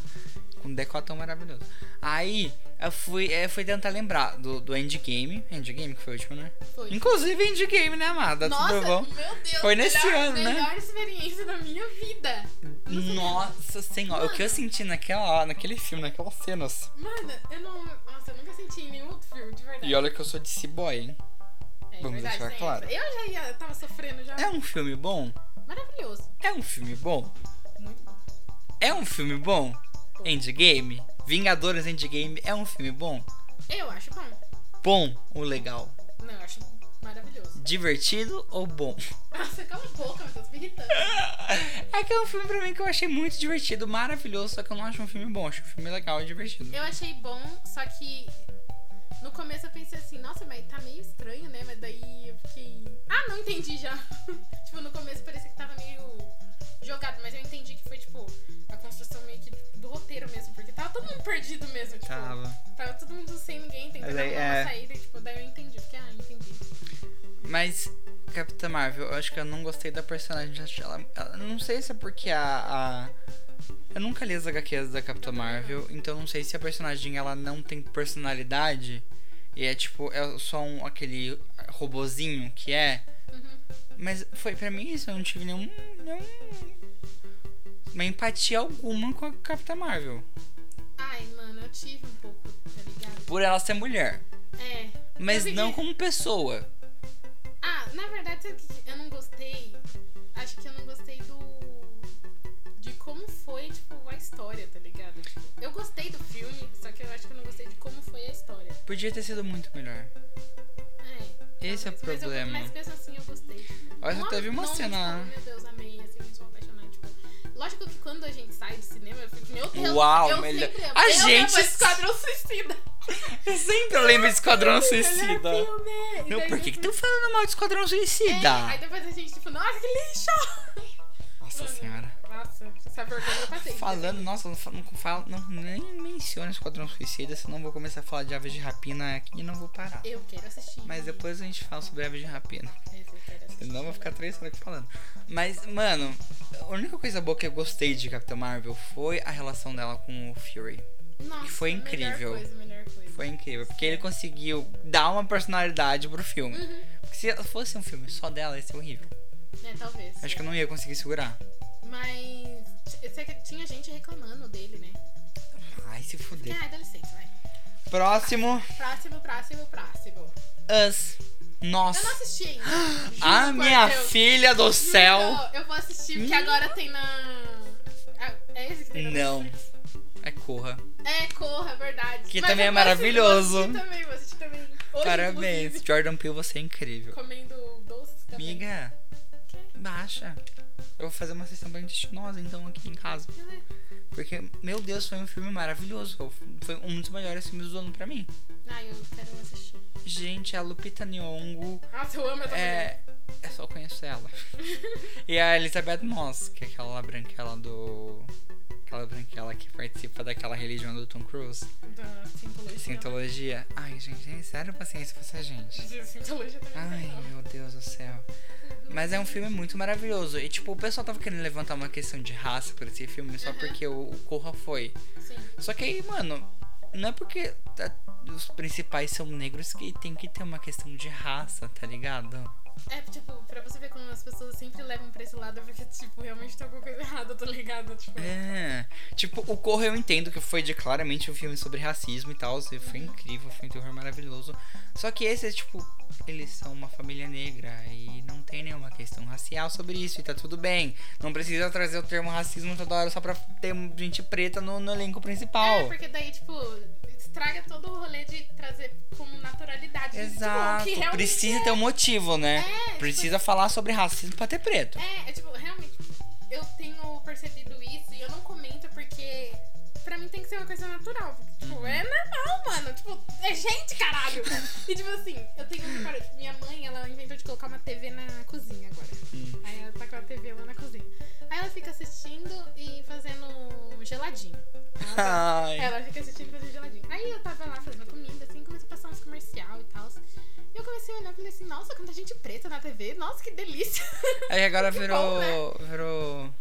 A: Com um decotão maravilhoso. Aí eu fui, eu fui tentar lembrar do, do Endgame. Endgame que foi o último, né?
B: Foi.
A: Inclusive Endgame, né, amada?
B: Nossa,
A: Tudo bom?
B: meu Deus.
A: Foi nesse
B: melhor,
A: ano, né?
B: Melhor experiência da minha vida.
A: Nossa senhora, o que eu senti naquela, naquele filme, naquelas cenas.
B: Mano, eu não. Nossa, eu nunca senti em nenhum outro filme, de verdade.
A: E olha que eu sou de C-Boy, hein?
B: É,
A: Vamos
B: verdade,
A: deixar
B: tem
A: claro.
B: essa. Eu já ia, tava sofrendo já.
A: É um filme bom?
B: Maravilhoso.
A: É um filme bom?
B: Muito bom.
A: É um filme bom? Endgame? Vingadores Endgame é um filme bom?
B: Eu acho bom.
A: Bom ou legal?
B: Não, eu acho maravilhoso.
A: Divertido ou bom?
B: Nossa, cala a boca, Matheus, me irritando.
A: É que é um filme pra mim que eu achei muito divertido, maravilhoso, só que eu não acho um filme bom, acho um filme legal e divertido.
B: Eu achei bom, só que no começo eu pensei assim, nossa, mas tá meio estranho, né? Mas daí eu fiquei. Ah, não entendi já. tipo, no começo parecia que tava meio jogado, mas eu entendi que foi, tipo, a construção meio que do roteiro mesmo, porque tava todo mundo perdido mesmo, tipo. Tava todo mundo sem ninguém, tentando
A: Mas aí,
B: arrumar
A: é.
B: uma saída, e, tipo, daí eu entendi, porque, ah, entendi.
A: Mas, Capitã Marvel, eu acho que eu não gostei da personagem. acho que Ela, ela- não sei se é porque a, a- Eu nunca li as HQs da Capitã Marvel, então não sei se a personagem ela não tem personalidade. E é tipo, é só um, aquele robozinho que é.
B: Uhum.
A: Mas foi pra mim isso, eu não tive nenhum. nenhum uma empatia alguma com a Capitã Marvel.
B: Ai, mano, eu tive um pouco, tá ligado?
A: Por ela ser mulher.
B: É.
A: Mas
B: Eu
A: não
B: fiquei-
A: como pessoa.
B: Ah, na verdade, sabe o que eu não gostei? Acho que eu não gostei do. De como foi, tipo, a história, tá ligado? Tipo, eu gostei do filme, só que eu acho que eu não gostei de como foi a história.
A: Podia ter sido muito melhor.
B: É.
A: Esse é o
B: talvez, mas eu-
A: problema.
B: Mas, mesmo assim eu gostei.
A: Olha, só
B: Não-
A: teve uma
B: não,
A: cena.
B: Tipo, meu Deus, amei, assim, eu sou apaixonada. Tipo, lógico que quando a gente sai do cinema, eu fico, meu Deus,
A: Uau,
B: eu
A: melhor-
B: sempre
A: A
B: amei, eu
A: gente-
B: amo Esquadrão Suicida.
A: Eu sempre lembro de Esquadrão Suicida.
B: Melhor filme. E
A: Não,
B: daí
A: por que que
B: depois-
A: estão falando mal de Esquadrão
B: É, aí
A: Suicida?
B: depois a gente, tipo, nossa, que lixo!
A: Nossa
B: Mano,
A: senhora.
B: Nossa, essa vergonha eu passei.
A: Falando, nossa, não, fa- não, fala- não nem menciona Esquadrão Suicida, senão eu vou começar a falar de Aves de Rapina aqui e não vou parar.
B: Eu quero assistir.
A: Mas depois a gente fala sobre Aves de Rapina.
B: Esse eu quero assistir.
A: Senão eu vou ficar três horas aqui falando. Mas, mano, a única coisa boa que eu gostei de Capitão Marvel foi a relação dela com o Fury.
B: Nossa,
A: Foi
B: melhor
A: incrível.
B: coisa, melhor coisa.
A: Foi incrível, porque ele conseguiu dar uma personalidade pro filme.
B: Uhum.
A: Porque se fosse um filme só dela, ia ser horrível.
B: É, talvez.
A: Acho que eu não ia conseguir segurar.
B: Mas. eu sei que Tinha gente reclamando dele, né?
A: Ai, se fuder.
B: Ah, dá licença, vai.
A: Próximo,
B: Próximo, próximo, próximo.
A: Us. Nós.
B: Eu não assisti ainda. Juro
A: A
B: por
A: Ah, minha
B: Deus.
A: filha do
B: Juro,
A: céu.
B: Eu vou assistir, porque
A: Hum.
B: agora tem na. Ah, É esse que tem na
A: Não.
B: Netflix?
A: É corra.
B: É, corra, é verdade.
A: Que
B: Mas
A: também
B: eu
A: é
B: vou assistir-
A: maravilhoso.
B: Vou assistir também, vou assistir também. Hoje,
A: Parabéns.
B: inclusive,
A: Jordan Peele, você é incrível.
B: Comendo doces também.
A: Amiga,
B: Que?
A: baixa. Eu vou fazer uma sessão bem intestinosa então aqui em casa. Porque, meu Deus, foi um filme maravilhoso. Foi um dos melhores filmes do ano pra mim.
B: Ah, eu quero assistir.
A: Gente, a Lupita Nyong'o
B: Nossa, eu amo essa mulher.
A: é... Eu só conheço ela. e a Elizabeth Moss, que é aquela lá branquela do... Aquela branquela que participa daquela religião do Tom Cruise.
B: Da Scientology.
A: Scientologia. Ai, gente, é sério paciência pra essa gente.
B: De Scientology também.
A: Ai,
B: não.
A: meu Deus do céu. Mas é um filme muito maravilhoso. E, tipo, o pessoal tava querendo levantar uma questão de raça pra esse filme só porque o, o Corra foi.
B: Sim.
A: Só que aí, mano, não é porque tá- os principais são negros que tem que ter uma questão de raça, tá ligado?
B: É, tipo, pra você ver como as pessoas sempre levam pra esse lado, porque, tipo, realmente tem alguma coisa errada, tá ligado? Tipo,
A: É. Tipo, o Corra eu entendo que foi de claramente um filme sobre racismo e tal. e Foi incrível, foi um terror maravilhoso. Só que esse é tipo, eles são uma família negra e não tem nenhuma questão racial sobre isso e tá tudo bem. Não precisa trazer o termo racismo toda hora só pra ter gente preta no, no elenco principal.
B: É, porque daí, tipo, estraga todo o rolê de trazer como naturalidade. Tipo,
A: Exato.
B: que realmente
A: Precisa
B: é. tipo
A: ter um motivo, né? Precisa falar sobre racismo pra ter preto.
B: É, é tipo, realmente, eu tenho percebido isso e eu não comento porque pra mim tem que ser uma coisa natural. porque, Tipo,
A: Uhum.
B: é normal, mano. Tipo, é gente, caralho. e tipo assim, eu tenho que parar. Tipo, minha mãe, ela inventou de colocar uma TV na cozinha agora.
A: Hum.
B: Aí ela tá com a TV lá na cozinha. Aí ela fica assistindo e fazendo geladinho. Ela tá-
A: Ai.
B: ela fica assistindo fazer geladinho. Aí eu tava lá fazendo comida, assim, começou a passar uns comercial e tal. E eu comecei a olhar e falei assim, nossa, quanta gente preta na TV, nossa, que delícia.
A: Aí agora virou.
B: bom, né?
A: virou.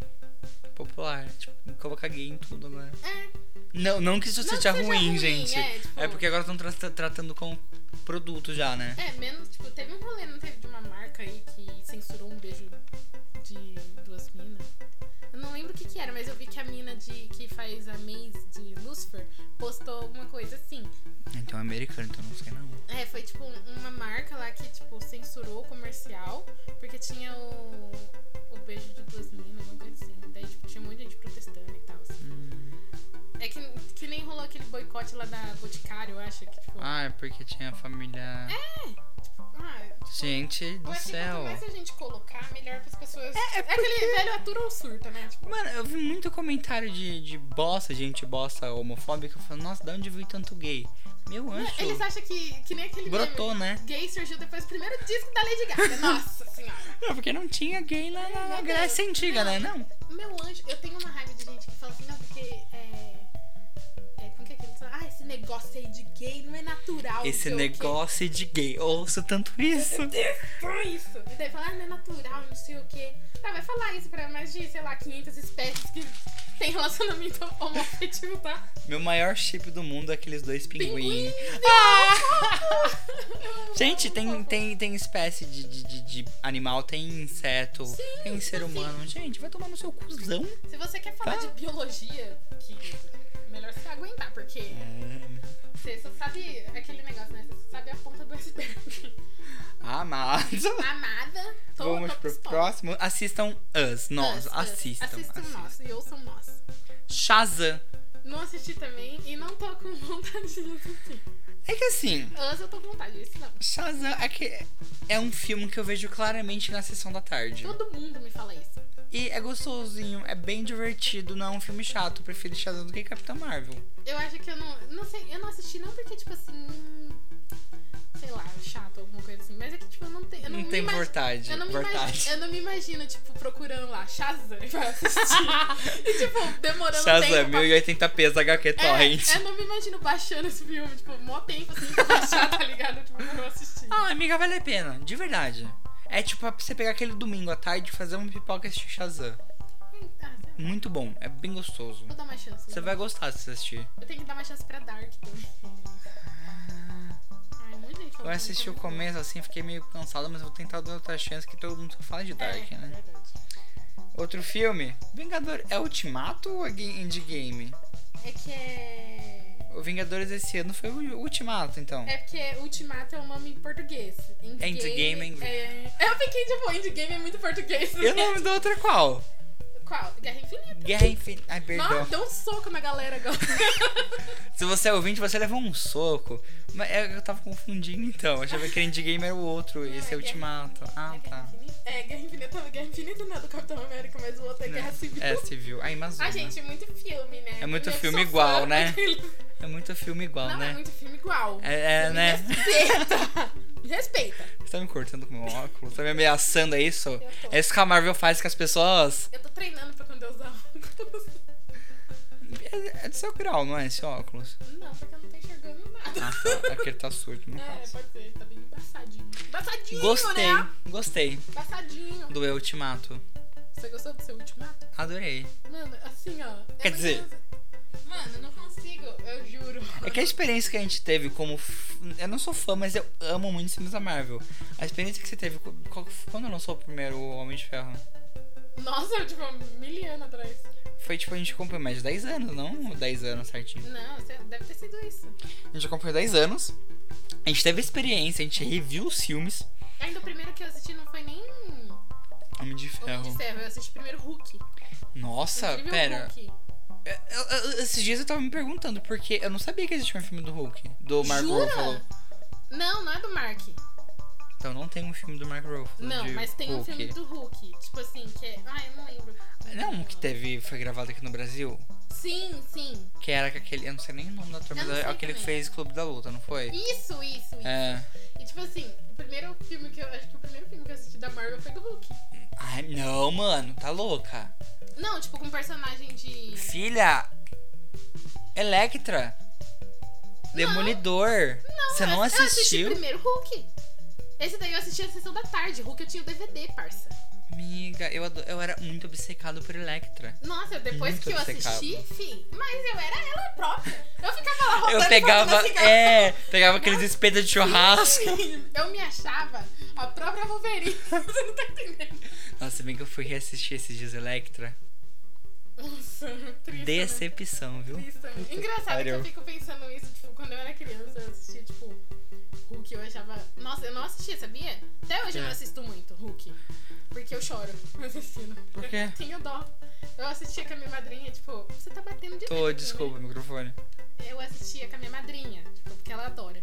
A: popular. Tipo, colocar gay em tudo agora.
B: É.
A: Não, não que isso
B: Não
A: seja
B: que seja
A: ruim,
B: ruim,
A: gente.
B: é, tipo-
A: porque agora estão tratando como produto já, né?
B: É, menos, tipo, teve um rolê, não teve de uma marca aí que censurou um beijo de duas minas. Eu não lembro o que que era, mas eu vi que a mina de, que faz a Maze de Lucifer postou alguma coisa assim.
A: Então é americano, então não sei não.
B: É, foi tipo um- uma marca lá que, tipo, censurou o comercial, porque tinha o, o beijo de duas minas, alguma coisa assim. Daí, tipo, tinha muita gente protestando e tal. assim. É que, que nem rolou aquele boicote lá da Boticário, eu acho, que, tipo...
A: Ah, é porque tinha família.
B: ah,
A: Gente
B: Eu
A: do
B: acho que assim, quanto
A: céu.
B: É. mais a gente colocar, melhor pras pessoas. É, aquele velho atura ou surta, né? Tipo,
A: Mano, eu vi muito comentário de, de bosta, gente bosta homofóbica, falando, nossa, de onde veio tanto gay? Meu anjo.
B: né, eles acham que, que nem aquele
A: é Brotou,
B: meme.
A: né?
B: Gay surgiu depois do primeiro disco da Lady Gaga. Nossa senhora.
A: Não, porque não tinha gay na, na- na
B: Meu
A: Grécia
B: Deus.
A: Antiga, né? Não.
B: Meu anjo, eu tenho uma raiva de gente que fala assim, não, porque é. é como que é que eles falam? Ah, esse negócio aí de gay não é natural. não
A: Esse
B: sei o quê."
A: negócio de gay. Ouço tanto isso.
B: Só isso. E daí fala, ah, não é natural, não sei o quê. Tá, vai falar isso pra mais de, sei lá, 500 espécies que tem relacionamento homoafetivo, tá?
A: Meu maior chip do mundo é aqueles dois pinguim.
B: Pinguim.
A: Gente, tem, tem, tem espécie de, de, de- de animal, tem inseto, tem ser
B: assim.
A: humano. Gente, vai tomar no seu cuzão.
B: Se você quer falar
A: Tá.
B: de biologia, querido, melhor você aguentar, porque você só sabe aquele negócio, né? Você só sabe a ponta do iceberg.
A: Amado.
B: Amada, tô,
A: Vamos
B: tô
A: pro
B: tá pistola.
A: próximo. Assistam Us,
B: Us,
A: nós.
B: us.
A: assistam.
B: Assistam
A: assistam.
B: nós e ouçam nós.
A: Shazam.
B: Não assisti também e não tô com vontade de assistir.
A: É que assim,
B: Us eu tô com vontade, isso não.
A: Shazam é, que é um filme que eu vejo claramente na sessão da tarde.
B: Todo mundo me fala isso.
A: E é gostosinho, é bem divertido, não é um filme chato. Eu prefiro Shazam do que Capitão Marvel.
B: Eu acho que eu não. Não sei, eu não assisti não porque, tipo assim. hum, Sei lá, chato, alguma coisa assim. Mas é que, tipo, eu não tenho. Eu não,
A: Não,
B: me
A: tem
B: imagi-
A: vontade.
B: Eu não, me
A: vontade.
B: imagino, eu não me imagino, tipo, procurando lá Shazam pra assistir. e, tipo, demorando
A: Shazam, é
B: tempo. pra-
A: 1080p HQ Torrent.
B: É, eu não me imagino baixando esse filme, tipo, mó tempo assim pra baixar, tá ligado? Tipo, pra eu assistir.
A: Ah, amiga, vale a pena, de verdade. É tipo pra você pegar aquele domingo à tarde, fazer uma pipoca e assistir Shazam.
B: Hum, ah, sei lá.
A: Muito bom, é bem gostoso.
B: Vou dar mais chance.
A: Você vai gostar se você assistir.
B: Eu tenho que dar mais chance pra Dark também. Ai, muita gente falou
A: Ah. Eu
B: que
A: assisti o
B: muito bom.
A: começo assim, fiquei meio cansado, mas eu vou tentar dar outra chance que todo mundo só fala de
B: É,
A: Dark, né?
B: verdade.
A: Outro filme, Vingador é Ultimato ou é Ga- Endgame?
B: É que é.
A: O Vingadores esse ano foi o Ultimato, então.
B: É porque Ultimato é o nome em português.
A: Endgame é inglês.
B: é... Eu fiquei tipo, Endgame é muito português.
A: E o nome da outra é qual?
B: Qual? Guerra Infinita.
A: Guerra Infinita. Ai, perdão.
B: Nossa, deu um soco na galera agora.
A: Se você é ouvinte, você levou um soco. Mas é, eu tava confundindo então. Eu achava que Endgame era o outro.
B: Não,
A: Esse é
B: é
A: o
B: Guerra-
A: Ultimato. Ah,
B: é Guerra
A: tá.
B: Infinita? É, Guerra Infinita. Guerra Infinita não é do Capitão América, mas o outro é Guerra Civil.
A: É, civil. Ai, Amazônia.
B: Ah, gente, muito filme, né?
A: É muito
B: Eu
A: filme
B: sou fã
A: igual, né?
B: daquele-
A: É muito filme igual,
B: Não,
A: né?
B: é muito filme igual.
A: É, é,
B: Me
A: né?
B: Respeita. Me Respeita.
A: Você tá me cortando com meu óculos? Tá me ameaçando, é isso?
B: tô.
A: É isso que a Marvel faz com as pessoas?
B: Eu tô treinando pra quando eu usar um óculos.
A: de seu grau, não é? Esse óculos.
B: Não, porque eu não tô enxergando nada.
A: Ah, tá. É porque ele tá surdo, no
B: É,
A: caso.
B: pode ser, tá bem embaçadinho. Embaçadinho,
A: Gostei,
B: né?
A: gostei
B: Embaçadinho.
A: do Eu Te Mato.
B: Você gostou do seu ultimato?
A: Adorei.
B: Mano, assim, ó. eu
A: Quer
B: não
A: dizer-
B: cons- Mano, eu não consigo, eu juro.
A: É que a experiência que a gente teve como. f- Eu não sou fã, mas eu amo muito filmes da Marvel. A experiência que você teve. co- qual- Quando lançou o primeiro Homem de Ferro?
B: Nossa, tipo, mil anos atrás.
A: Foi tipo, a gente acompanhou mais de 10 anos, não 10 anos certinho.
B: Não, você- deve ter sido isso.
A: A gente acompanhou 10 anos. A gente teve experiência, a gente reviu os filmes.
B: Ainda o primeiro que eu assisti não foi nem Homem
A: Homem
B: de
A: de Ferro.
B: Ferro, eu assisti primeiro Hulk.
A: Nossa,
B: Incrível
A: Tá, pera.
B: um Hulk.
A: Eu- eu- esses dias eu tava me perguntando, porque eu não sabia que existia um filme do Hulk. Do Mark
B: Jura?
A: Ruffalo.
B: Não, não é do Mark.
A: Então não tem um filme do Mark Ruffalo.
B: Não,
A: de
B: mas tem um
A: Hulk.
B: filme do Hulk. Tipo assim, que é. Ah, eu não lembro.
A: Não é um que teve, foi gravado aqui no Brasil?
B: Sim, sim.
A: Que era com aquele. Eu não sei nem o nome da turma,
B: Eu não
A: da-
B: sei
A: aquele que
B: também.
A: fez Clube da Luta, não foi?
B: Isso, isso, isso.
A: É.
B: E tipo assim, o primeiro filme que eu. Acho que o primeiro filme que eu assisti da Marvel foi do Hulk.
A: Ai, não, mano, tá louca.
B: Não, tipo, com personagem de.
A: Filha! Electra! Demolidor! Você não
B: eu assisti
A: assistiu?
B: primeiro Hulk. Esse daí eu assisti a sessão da tarde. Hulk eu tinha o DVD, parça.
A: Amiga, eu, ado- eu era muito obcecado por Electra.
B: Nossa, depois
A: Muito
B: que eu
A: obcecado.
B: assisti, fi, mas eu era ela própria. Eu ficava lá rodando
A: Eu
B: e
A: pegava.
B: fazendo assim,
A: É, pegava aqueles espetos de churrasco.
B: Eu me achava a própria Wolverine. Você não tá entendendo.
A: Nossa, bem que eu fui reassistir esses dias Electra.
B: Nossa, triste. né?
A: Decepção, viu?
B: Triste também. Engraçado que
A: pariu.
B: eu fico pensando isso, tipo, quando eu era criança, eu assistia, tipo, Hulk, eu achava. Nossa, eu não assistia, sabia? Até hoje eu
A: É.
B: não assisto muito Hulk. Porque eu choro assistindo.
A: Por quê?
B: Eu tenho dó. Eu assistia com a minha madrinha, tipo, você tá batendo de
A: Tô, desculpa, microfone.
B: eu assistia com a minha madrinha, tipo, porque ela adora.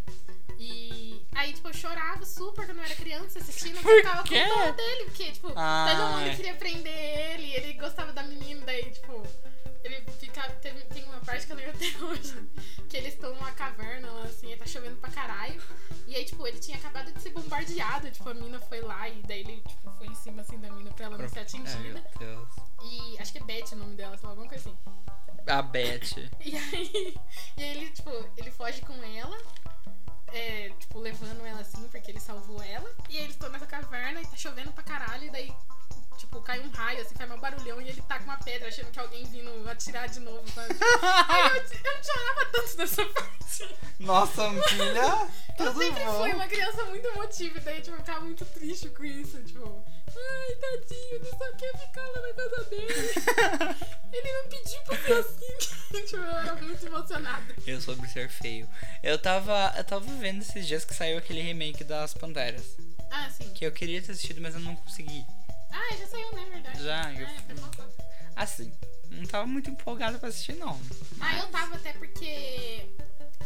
B: E aí, tipo, eu chorava super quando eu era criança assistindo,
A: Por
B: porque eu ficava
A: quê?
B: com dó dele, porque, tipo,
A: Ah,
B: todo
A: é.
B: mundo queria prender ele, ele gostava da menina, daí, tipo, ele fica. Teve, tem uma parte que eu lembro até hoje, que eles estão numa caverna, lá, assim, e tá chovendo pra caralho. E aí, tipo, ele tinha acabado de ser bombardeado, tipo, a mina foi lá e daí ele, tipo, foi em cima, assim, da mina pra ela não ser
A: Ai,
B: atingida.
A: meu Deus.
B: E acho que é Beth o nome dela, sei lá, alguma coisa assim.
A: A Beth.
B: E aí, e aí ele, tipo, ele foge com ela, é, tipo, levando ela assim, porque ele salvou ela. E aí eles estão nessa caverna e tá chovendo pra caralho, e daí, tipo, cai um raio, assim, faz um barulhão e ele tá com uma pedra, achando que alguém vindo atirar de novo, sabe? Aí eu, eu chorava tanto nessa parte.
A: Nossa, filha!
B: Eu
A: Tudo
B: sempre
A: Tá bom?
B: fui uma criança muito emotiva, e daí, tipo, eu ficava muito triste com isso, tipo, ai, tadinho, ele só quer ficar lá na casa dele. ele não pediu pra ser assim. tipo, eu era muito emocionada.
A: Eu sobre ser feio. Eu tava. Eu tava vendo esses dias que saiu aquele remake das Panteras.
B: Ah, sim.
A: Que eu queria ter assistido, mas eu não consegui.
B: Ah, já saiu, né, verdade?
A: Já,
B: Ah,
A: eu-
B: é, foi uma foto.
A: Assim, não tava muito empolgado pra assistir, não.
B: ah, eu tava até porque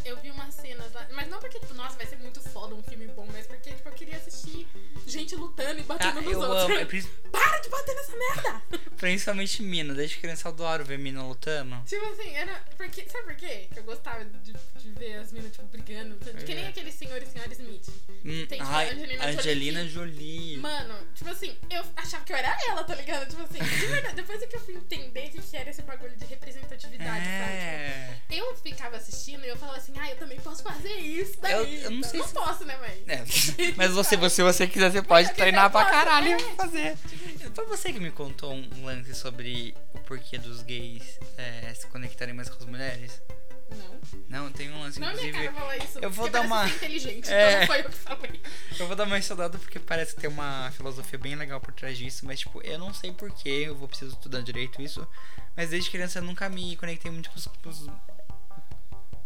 B: eu vi umas cenas lá. Mas não porque, tipo, nossa, vai ser muito foda um filme bom, mas porque, tipo, eu queria assistir gente lutando e
A: Ah,
B: batendo nos
A: eu
B: outros.
A: amo. é prin-
B: Para de bater nessa merda!
A: Principalmente Mina. Desde criança eu adoro ver Mina lutando.
B: tipo assim, era. Porque, sabe por quê? Que eu gostava de, de ver as minas, tipo, brigando. sabe? Que nem
A: É.
B: aquele senhor e senhora Smith.
A: Hum,
B: Tem, tipo,
A: ai,
B: Angelina Jolie.
A: Angelina Jolie.
B: Mano, tipo assim, eu achava que eu era ela, tá ligado? Tipo assim, de verdade, depois é que eu fui entender o que, que era esse bagulho de representatividade, sabe? Tipo,
A: É.
B: Eu ficava assistindo e eu falava assim, ah, eu também posso fazer isso daí.
A: Eu- eu não sei
B: não
A: se-
B: posso, né, mãe?
A: É, Mas você, você- se você quiser, você pode
B: eu quiser,
A: treinar
B: eu
A: pra
B: posso,
A: caralho
B: é.
A: e fazer. Foi você que me contou um lance sobre o porquê dos gays é, se conectarem mais com as mulheres?
B: Não,
A: Não, tem um lance,
B: não é minha
A: inclusive.
B: cara falar isso.
A: eu vou
B: porque parece
A: dar uma-
B: que você é inteligente,
A: É.
B: então não foi eu que falei.
A: Eu vou dar uma estudada porque parece que tem uma filosofia bem legal por trás disso, mas tipo, eu não sei porquê, eu vou preciso estudar direito isso. Mas desde criança eu nunca me conectei muito com, os, com, os-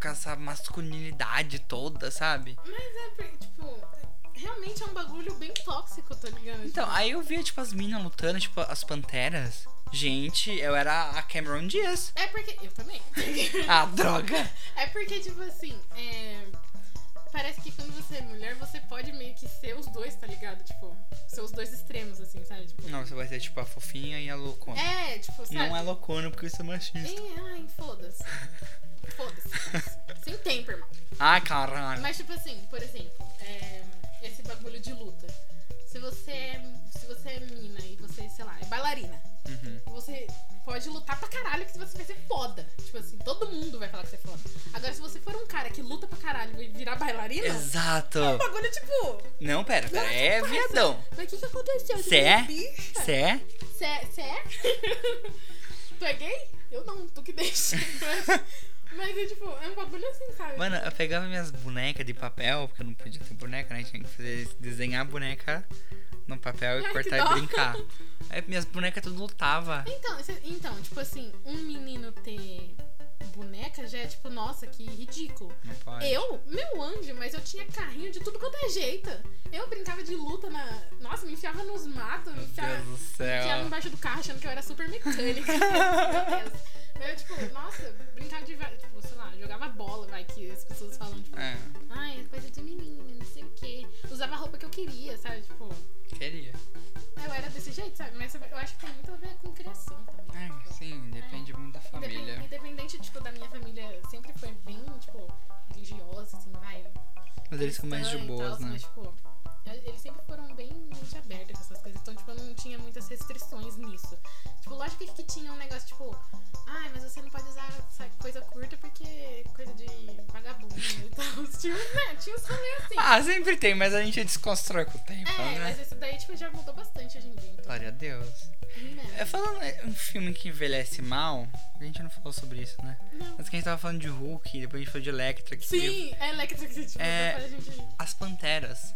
A: com essa masculinidade toda, sabe?
B: Mas é, porque, tipo, realmente é um bagulho bem tóxico, tá ligado?
A: Então, aí eu via, tipo, as minas lutando, tipo, as panteras. Gente, eu era a Cameron Diaz.
B: É porque. Eu também.
A: Ah, droga!
B: É porque, tipo assim, é, Parece que quando você é mulher, você pode meio que ser os dois, tá ligado? Tipo, ser os dois extremos, assim, sabe? Tipo,
A: Não, você vai ser, tipo, a fofinha e a loucona.
B: é, tipo, sabe?
A: Não é loucona porque você é machista.
B: Ei, ai, foda-se. Foda-se. Sem tempo, irmão.
A: Ah, caralho.
B: Mas, tipo assim, por exemplo, é, esse bagulho de luta. Se você é, se você é mina e você, sei lá, é bailarina,
A: Uhum.
B: você pode lutar pra caralho que você vai ser foda. Tipo assim, todo mundo vai falar que você é foda. Agora, se você for um cara que luta pra caralho e virar bailarina,
A: Exato.
B: o bagulho, tipo.
A: Não, pera, pera. É viadão.
B: Mas o que, que aconteceu?
A: Cê é?
B: Você
A: Você é?
B: Cê, cê é? tu é gay? Eu não, tu que deixa. Mas é tipo, é um bagulho assim, sabe?
A: Mano, eu pegava minhas bonecas de papel, porque eu não podia ter boneca, né? Tinha que fazer, desenhar a boneca no papel
B: Ai,
A: e
B: que
A: cortar e
B: dó.
A: brincar. Aí minhas bonecas tudo lutava.
B: Então, esse- então, tipo assim, um menino ter boneca já é tipo, nossa, que ridículo.
A: Não pode.
B: Eu, meu anjo, mas eu tinha carrinho de tudo quanto é jeito. Eu brincava de luta na. Nossa, me enfiava nos matos, me
A: Meu
B: enfiava,
A: Deus do
B: enfiava
A: céu.
B: embaixo do carro achando que eu era super mecânica. meu Deus. Mas eu, tipo, nossa, brincava de. va- Tipo, sei lá, jogava bola, vai, que as pessoas falam, tipo,
A: É,
B: ai, é coisa de menina, não sei o quê. Usava a roupa que eu queria, sabe? Tipo,
A: queria.
B: eu era desse jeito, sabe? Mas eu acho que tem muito a ver com criação também.
A: Ah,
B: tipo.
A: sim, depende muito da
B: Indepen-
A: família.
B: Independente, tipo, da minha família sempre foi bem, tipo, religiosa, assim, vai.
A: Mas eles são mais de
B: cristã e
A: boas,
B: tal,
A: né?
B: Mas, tipo, eu- eles sempre foram bem mente aberta com essas coisas. Então, tipo, eu não tinha muitas restrições nisso. Tipo, lógico que, que tinha um negócio, tipo, ai, mas você não pode usar essa coisa curta porque é coisa de vagabundo e tal. Tinha, uns, né? Tinha uns rolês assim.
A: Ah, sempre tem, mas a gente desconstrói com o tempo,
B: é,
A: né?
B: mas isso daí, tipo, já mudou bastante hoje em dia. Então,
A: Glória a Deus.
B: né?
A: É, Falando é, um filme que envelhece mal, a gente não falou sobre isso, né?
B: Não.
A: Mas que a gente tava falando de Hulk, depois a gente falou de Electra, que teve
B: Sim, é elétrico que, tipo,
A: É.
B: a gente...
A: as Panteras.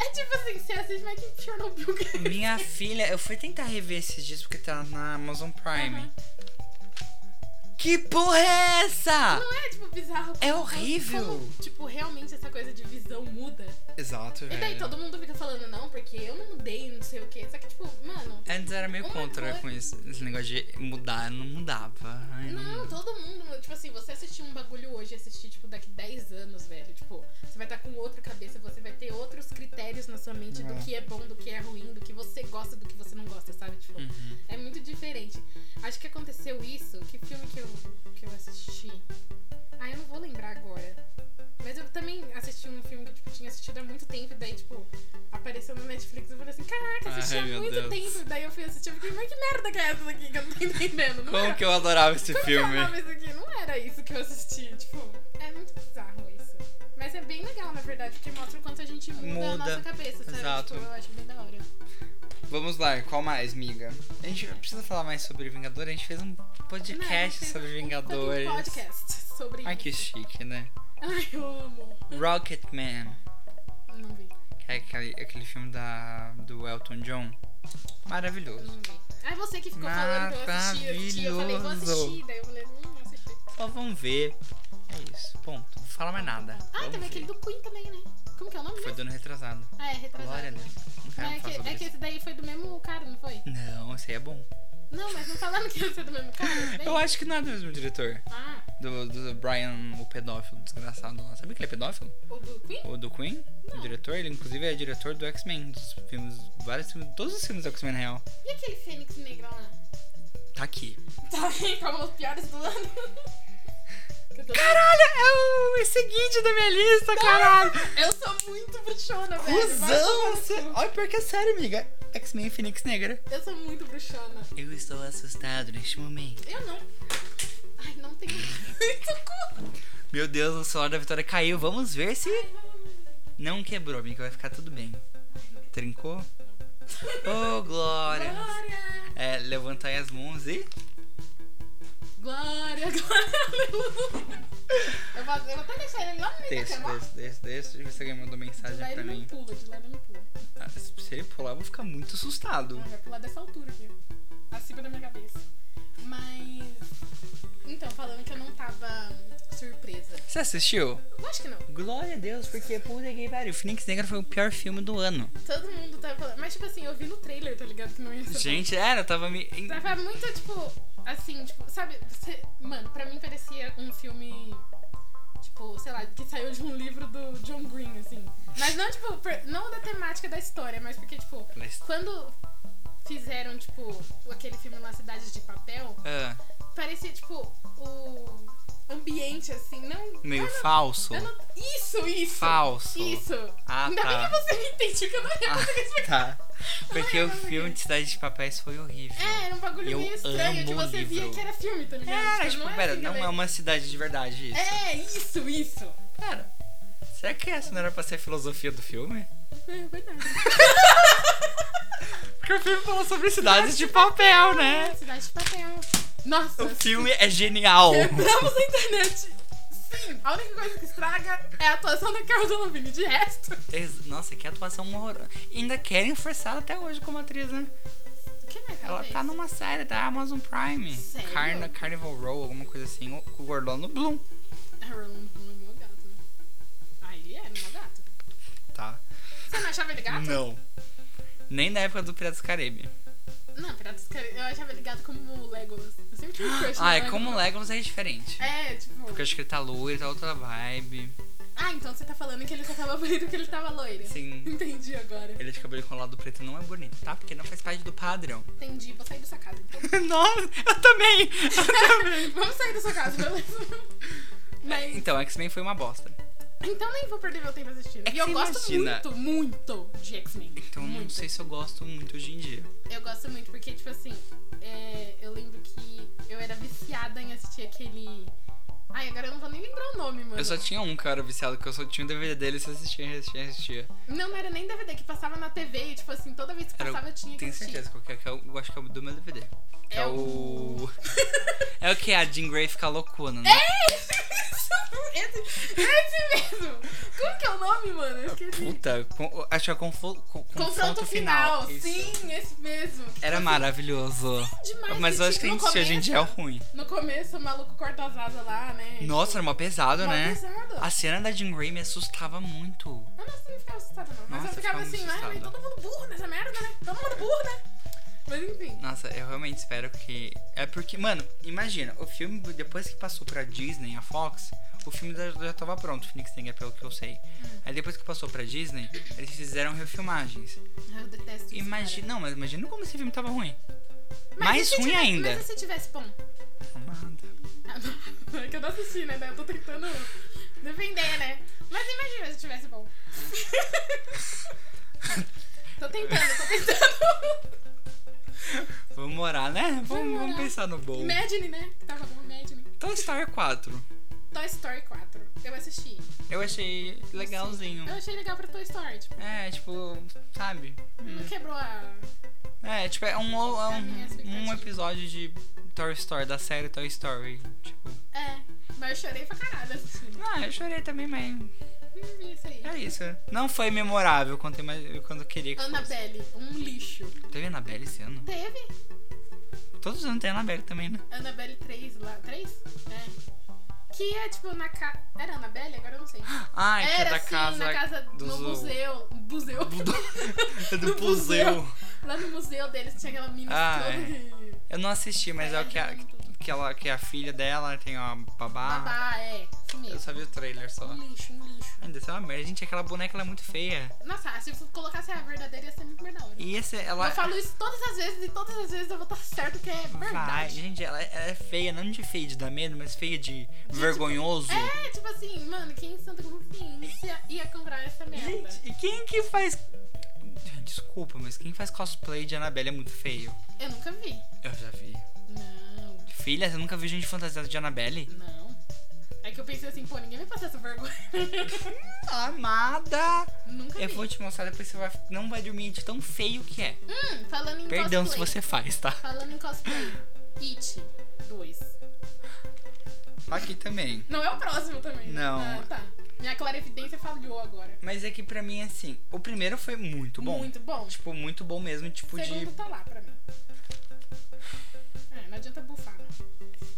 B: É tipo assim, você assiste, mas que Chernobyl que
A: Minha filha, eu fui tentar rever esses dias porque tá na Amazon Prime.
B: Aham.
A: Que porra é essa?
B: Não é, tipo, bizarro.
A: É
B: como-
A: horrível.
B: como, tipo, realmente essa coisa de visão muda.
A: Exato,
B: é? E daí
A: velho.
B: todo mundo fica falando, não, porque eu não mudei, não sei o quê. Só que, tipo, mano.
A: Antes era meio
B: Uma
A: contra
B: coisa-
A: com isso, esse negócio de mudar, não mudava. Ai,
B: Não, todo mundo. Tipo assim, você assistir um bagulho hoje e assistir, tipo, daqui 10 anos, velho. Tipo, você vai estar com outra cabeça, você vai ter outros critérios na sua mente
A: É.
B: do que é bom, do que é ruim, do que você gosta, do que você não gosta, sabe? Tipo,
A: Uhum.
B: é muito diferente. Acho que aconteceu isso. Que filme que eu, que eu assisti? Ah, eu não vou lembrar agora. Mas eu também assisti um filme que tipo, tinha assistido há muito tempo. E daí, tipo, apareceu no Netflix. e Eu falei assim: caraca, assisti
A: Ai,
B: há
A: meu
B: muito
A: Deus.
B: tempo. Daí eu fui assistir. Eu fiquei, mas que merda que é essa daqui que eu não tô entendendo? Não
A: Como
B: era,
A: que eu adorava esse
B: como que é o
A: filme?
B: nome disso aqui? Não era isso que eu assisti. Tipo, é muito bizarro isso. Mas é bem legal, na verdade, porque mostra o quanto a gente muda, a
A: Muda.
B: nossa cabeça, sabe?
A: Exato.
B: Tipo, eu acho bem da hora.
A: Vamos lá, qual mais, miga? A gente precisa falar mais sobre Vingadores, a gente fez um podcast
B: Não,
A: sobre
B: tem um
A: Vingadores.
B: podcast sobre
A: Ai, que
B: isso.
A: chique, né?
B: Ai, eu amo.
A: Rocketman,
B: Não vi,
A: que é aquele, aquele filme da, do Elton John. Maravilhoso.
B: não vi. Aí você que ficou falando que eu assisti, eu assisti, eu falei, vou assistir. Daí eu falei, hum, não assisti.
A: Só vamos ver. É isso, ponto. Não fala mais nada.
B: Ah,
A: Vamos
B: teve aquele
A: ver.
B: do Queen também, né? Como que é o nome
A: Foi
B: dele?
A: do ano retrasado.
B: Ah, é, retrasado.
A: Glória a
B: né?
A: Deus. Não quero
B: Mas é,
A: falar
B: que,
A: sobre
B: é que
A: isso.
B: esse daí foi do mesmo cara, não foi?
A: Não, esse aí é bom.
B: Não, mas não falaram que ia ser do mesmo cara? Bem...
A: Eu acho que não é do mesmo diretor.
B: Ah,
A: Do, do Brian, o pedófilo, desgraçado lá. Sabe que ele é pedófilo?
B: o do Queen?
A: O do Queen? O
B: Não.
A: diretor? Ele, inclusive, é diretor do X-Men. Dos filmes, vários filmes, todos os filmes do X-Men, na real.
B: E aquele Fênix Negrão lá?
A: Tá aqui.
B: Tá bem, como os piores do ano. Que eu tô-
A: Caralho, é o seguinte da minha lista, caralho.
B: Eu sou muito bruxona, velho. Vai tomar
A: Cusão!
B: no
A: você-
B: cu.
A: Olha, pior que é sério, amiga. X-Men Fênix Negra.
B: Eu sou muito bruxona.
A: Eu estou assustado neste momento.
B: Eu não. Ai, não tenho muito cu.
A: Meu Deus, o celular da Vitória caiu. Vamos ver se. Não quebrou, amiga. Vai ficar tudo bem. Trincou? Ô, Glória!
B: Glória!
A: É, levanta aí as mãos e.
B: Glória, glória, aleluia. Eu vou, eu vou até deixar ele lá no meio da
A: Desço,
B: cama. ó.
A: desço, desço, desço. Deixa eu ver se alguém mandou
B: De
A: mensagem
B: lá
A: pra
B: ele não
A: mim.
B: pula, de lá ele não pula.
A: Ah, Se ele pular, eu vou ficar muito assustado.
B: Ah, vai pular dessa altura aqui. Acima da minha cabeça. Mas. Então, falando que eu não tava hum, surpresa.
A: Você assistiu?
B: Lógico que não.
A: Glória a Deus, porque puta que pariu. Phoenix Negra foi o pior filme do ano.
B: Todo mundo tava falando. Mas, tipo assim, eu vi no trailer, tá ligado? Que não ia ser. bom.
A: Gente, era, tava me. em-
B: Tava muito, tipo, assim, tipo, sabe? Você, mano, pra mim parecia um filme, tipo, sei lá, que saiu de um livro do John Green, assim. Mas não, tipo, por- não da temática da história, mas porque, tipo,
A: Mas-
B: quando fizeram, tipo, aquele filme lá Cidade de Papel,
A: Ah,
B: parecia, tipo, o ambiente incoerente, assim, não.
A: Meio falso.
B: Eu não- Isso, isso!
A: Falso.
B: Isso!
A: Ah,
B: Ainda bem
A: tá.
B: que você me entendeu que eu não ia conseguir explicar.
A: Tá. Porque
B: Ai,
A: o
B: não sei.
A: filme de Cidade de Papéis foi horrível.
B: É, era um bagulho
A: Eu
B: meio estranho que
A: amo
B: você via
A: livro.
B: que era filme, tá ligado?
A: Cara, tipo,
B: era
A: pera,
B: assim que
A: não
B: eu
A: é uma cidade de verdade isso.
B: É, isso, isso!
A: Pera, será que essa não era pra ser a filosofia do filme?
B: É verdade.
A: Porque o filme fala sobre cidades de papel, né?
B: Cidade de papel. Nossa!
A: O filme é genial.
B: Quebramos a internet! Sim, a única coisa que estraga é a atuação da Carol Delevingne. De resto,
A: Ex- Nossa, que atuação horrorosa. Ainda querem forçar ela até hoje como atriz, né?
B: quem é
A: Ela tá numa série da Amazon Prime.
B: Sério?
A: Carna, Carnival Row, alguma coisa assim, o- com o Orlando Bloom.
B: A Roland Bloom é mó gato, né? Ah, ele era mó gato.
A: Tá.
B: Você não achava ele gato?
A: Não. Nem na época do Piratas do Caribe.
B: Não, Piratas do Caribe. Eu achava ele gato como o Legolas. Eu sempre tive um crush no
A: Ah, é
B: Legolas.
A: como o Legolas é diferente.
B: É, tipo...
A: Porque eu acho que ele tá loiro, ele tá outra vibe.
B: Ah, então você tá falando que ele só tava bonito que ele tava loiro.
A: Sim.
B: Entendi agora.
A: Assim, Ele de cabelo colado preto não é bonito, tá? Porque não faz parte do padrão.
B: Entendi, vou sair da sua casa. então.
A: Nossa, eu também!
B: Vamos sair da sua casa, beleza? Mas,
A: Então, X-Men foi uma bosta.
B: então nem vou perder meu tempo assistindo.
A: É que
B: e eu
A: você
B: gosto
A: imagina-
B: muito, muito de X-Men.
A: Então, eu não
B: Muito.
A: sei se eu gosto muito hoje em dia.
B: Eu gosto muito porque, tipo assim, é, eu lembro que eu era viciada em assistir aquele. Ai, agora eu não vou nem lembrar o nome, mano.
A: Eu só tinha um cara viciado, que eu só tinha um DVD dele, se assistia, assistia, assistia.
B: Não, não era nem DVD, que passava na TV e, tipo assim, toda vez que
A: Era o-
B: passava eu tinha que
A: Tenho
B: assistir.
A: certeza qual que é, que eu, eu acho que é o do meu DVD. Que é,
B: É
A: o... é o que? A Jean Grey fica loucona, né?
B: É esse, esse, esse mesmo! Como que é o nome, mano? Eu esqueci.
A: Puta, com- acho que é confo, con-
B: Confronto, final, sim, esse mesmo.
A: Era maravilhoso.
B: Demais.
A: Mas eu acho que
B: tinha-
A: a
B: no
A: gente hoje em dia é
B: começo-
A: ruim.
B: No começo, o maluco corta as asas lá, né?
A: Nossa, era mó pesado,
B: Mó
A: né?
B: pesado.
A: A cena da Jean Grey me assustava muito.
B: Eu não, não ficava assustada, não. Mas
A: Nossa,
B: eu ficava
A: eu ficava
B: assim,
A: muito
B: ah, mas
A: assustada.
B: todo mundo burro nessa merda, né? Todo mundo burro, né? Mas enfim.
A: Nossa, eu realmente espero que. É porque, mano, imagina, o filme, depois que passou pra Disney, a Fox, o filme já, já tava pronto, o Phoenix Gang, é pelo que eu sei. Aí depois que passou pra Disney, eles fizeram refilmagens.
B: Eu detesto isso.
A: Imagina. Não, mas imagina como esse filme tava ruim.
B: cara. Mas e
A: Mais
B: se
A: ruim
B: tivesse-
A: ainda.
B: Mas e se tivesse bom?
A: Amada.
B: Ah, É que eu não assisti, né? Daí Eu tô tentando defender, né? Mas imagina se tivesse bom. tô tentando, tô tentando.
A: Vamos morar, né? Vamos,
B: Vamos
A: vamos
B: morar.
A: pensar no bom. Então,
B: Imagine, né? Tava bom, Imagine.
A: Toy Story 4.
B: Toy Story 4. Eu assisti.
A: Eu achei legalzinho.
B: Eu achei legal pra Toy Story. Tipo,
A: É, tipo, sabe?
B: não
A: Hum.
B: quebrou a.
A: É, tipo, é um, é
B: A minha
A: um, um
B: expectativa.
A: episódio de Toy Story, da série Toy Story. Tipo.
B: É. Mas eu chorei pra caralho assistindo.
A: Ah, eu chorei também, mas
B: Hum, Isso aí.
A: é isso. Não foi memorável quanto eu, imag- quanto eu queria que fosse.
B: Annabelle, um lixo.
A: Teve Annabelle esse ano?
B: Teve
A: Todos os anos tem Annabelle também, né?
B: Annabelle 3 lá. 3? É. Que é tipo na casa. Era Annabelle? Agora eu não sei.
A: Ai, que é
B: Era
A: da
B: sim,
A: casa.
B: na casa
A: do
B: no
A: zoo.
B: museu. Museu.
A: É do
B: do
A: Puseu.
B: lá no museu deles tinha aquela menina
A: Ah,
B: toda
A: é.
B: que-
A: Eu não assisti, mas é o que a, que, ela, que a filha dela tem uma babá.
B: Babá, é. Isso
A: Eu
B: mesmo.
A: só vi o trailer só.
B: Um lixo, um lixo.
A: Ainda isso é uma merda. Gente, aquela boneca ela é muito feia.
B: Nossa, se eu colocasse a verdadeira ia ser muito mais da hora.
A: E esse, ela.
B: Eu falo isso todas as vezes e todas as vezes eu vou estar certo que é
A: Vai,
B: verdade.
A: gente, ela, ela é feia, não de feia de dar medo, mas feia de vergonhoso.
B: É tipo assim, mano, quem em Santa Consciência ia comprar essa merda?
A: Gente, e quem que faz. Gente, Desculpa, mas quem faz cosplay de Annabelle é muito feio.
B: Eu nunca vi.
A: Eu já vi.
B: Não,
A: Filha, eu nunca vi gente fantasiada de Annabelle?
B: não. É que eu pensei assim, pô, ninguém vai passar essa vergonha.
A: Amada!
B: nunca
A: Eu
B: vi.
A: vou te mostrar, depois você vai, não vai dormir de tão feio que é.
B: Hum, falando em
A: Perdão se
B: cosplay.
A: você faz, tá?
B: Falando em cosplay. It 2.
A: Aqui também.
B: Não é o próximo também. né?
A: Não.
B: Ah, tá. Minha clarividência falhou agora.
A: Mas é que pra mim, assim, o primeiro foi muito bom.
B: Muito bom.
A: Tipo, muito bom mesmo, tipo
B: O
A: de...
B: segundo tá lá pra mim. É, não adianta bufar, não.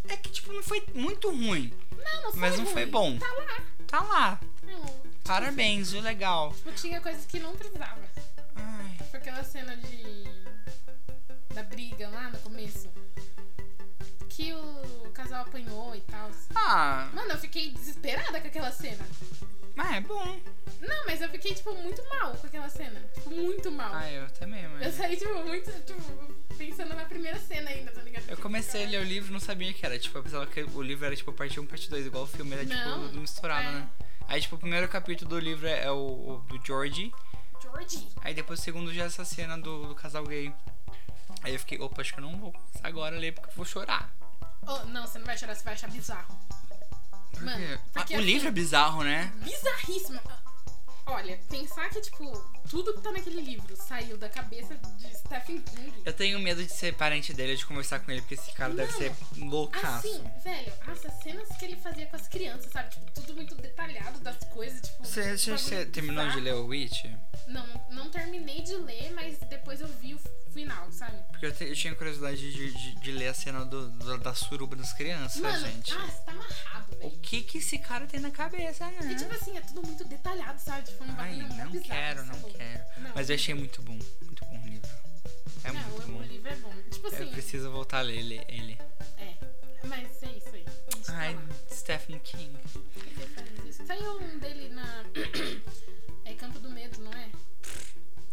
A: É que, tipo, não foi muito ruim,
B: Não, não foi
A: mas não foi
B: ruim.
A: bom.
B: Tá lá.
A: Tá lá.
B: Não,
A: Parabéns, viu? Legal.
B: Tipo, tinha coisas que não precisava.
A: Ai,
B: Tipo aquela cena de. da briga lá no começo. Que o casal apanhou e tal.
A: Ah,
B: Mano, eu fiquei desesperada com aquela cena.
A: Mas é bom.
B: Não, mas eu fiquei, tipo, muito mal com aquela cena. Tipo, muito mal.
A: Ah, eu também,
B: Eu
A: mas.
B: saí, tipo, muito, tipo, pensando na primeira cena ainda, tá ligado?
A: Eu
B: Tipo,
A: comecei a
B: cara,
A: ler o livro e não sabia que era. Tipo, eu pensava que o livro era tipo parte 1, parte 2, igual o filme, era tipo
B: Não,
A: tudo misturado,
B: é.
A: né? Aí, tipo, o primeiro capítulo do livro é o, o do George,
B: Georgie.
A: aí depois o segundo já é essa cena do, do casal gay. Aí eu fiquei, opa, acho que eu não vou começar agora a ler porque eu vou chorar.
B: Oh, não, você não vai chorar, você vai achar bizarro.
A: Por
B: Mano,
A: quê? Ah,
B: porque
A: o
B: assim-
A: livro é bizarro, né?
B: Bizarríssima. Olha, pensar que, tipo, tudo que tá naquele livro saiu da cabeça de Stephen King.
A: Eu tenho medo de ser parente dele, de conversar com ele, porque esse cara deve
B: Não.
A: ser loucaço.
B: Assim, velho, nossa, as cenas que ele fazia com as crianças, sabe? Tipo, tudo muito detalhado das coisas, tipo.
A: Você, você-
B: bagulho
A: você terminou de
B: bizarro.
A: ler o Witch?
B: Não, não terminei de ler, mas depois eu vi o final, sabe?
A: Porque eu, te- eu tinha curiosidade de, de- de ler a cena do- do- da suruba das crianças,
B: Mano,
A: é gente.
B: ah, você tá amarrado,
A: O
B: velho.
A: que que esse cara tem na cabeça,
B: Porque, tipo
A: né?
B: assim, é tudo muito detalhado, sabe? Tipo, um
A: Ai,
B: bagulho muito
A: não
B: bizarro,
A: quero,
B: sabe?
A: não quero.
B: Não,
A: Mas eu achei muito bom, muito bom o livro. É
B: não,
A: muito
B: o- o
A: bom.
B: livro é bom. Tipo assim,
A: Eu preciso voltar a ler ele. ele.
B: é. Mas é isso aí. A gente tá
A: Ai,
B: lá.
A: Stephen King.
B: Fiquei falando isso. Saiu um dele na. É Campo do Medo, não é?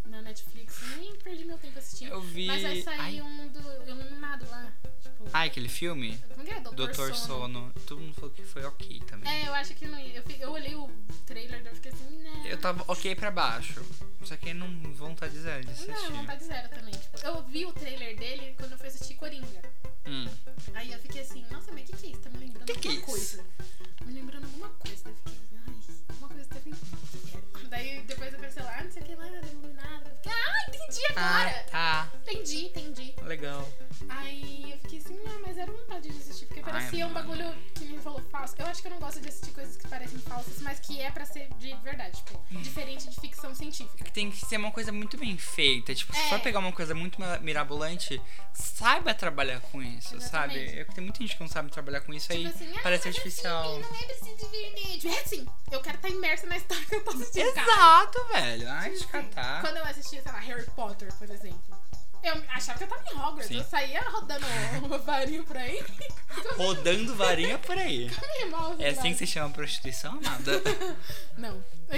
B: Na Netflix. Nem perdi meu tempo assistindo.
A: Eu vi.
B: Mas aí
A: Ai,
B: saiu um do Iluminado lá. Tipo.
A: ai, aquele filme?
B: Como que é? Doutor,
A: Doutor
B: Sono.
A: Sono. Todo mundo falou que foi ok também.
B: É, eu acho que não ia. Eu, fi- eu olhei o trailer e eu fiquei assim, né?
A: Eu tava ok pra baixo. Só que não vontade zero de assistir.
B: Não, vontade zero também. Tipo, eu vi o trailer dele quando eu fui assistir Coringa.
A: Hum.
B: Aí eu fiquei assim, nossa, mas o que, que é isso? Tá me lembrando
A: Que que
B: alguma
A: é isso?
B: coisa. Tá me lembrando alguma coisa. Daí eu fiquei, ai, alguma coisa tá vindo. Daí depois eu pensei lá, ah, não sei o que lá, não lembro nada. Eu fiquei, ah, entendi
A: Ah,
B: agora!
A: tá.
B: Entendi, entendi.
A: Legal.
B: Aí eu fiquei assim, ah, mas era vontade de assistir, porque
A: Ai,
B: parecia um
A: mano.
B: bagulho que me falou falso. Eu acho que eu não gosto de assistir coisas que parecem falsas, mas que é pra ser de verdade, tipo, diferente de ficção científica.
A: que tem que ser uma coisa muito bem feita. Tipo, se
B: É.
A: for pegar uma coisa muito mi- mirabolante, saiba trabalhar com isso,
B: Exatamente.
A: sabe? É que tem muita gente que não sabe trabalhar com isso aí.
B: Tipo assim, ah,
A: parece
B: mas
A: artificial.
B: assim, Não é preciso de vídeo. É assim, eu quero estar imersa na história que eu tô assistindo. cara.
A: Exato, velho. Ai,
B: Sim,
A: de
B: sim.
A: catar.
B: Tipo assim, Quando eu assistia, sei lá, Harry Potter, por exemplo, eu achava que eu tava em Hogwarts.
A: Sim.
B: Eu saía rodando o varinho por aí.
A: Rodando varinha por aí.
B: e mal,
A: É assim que se chama prostituição, amada?
B: Não. é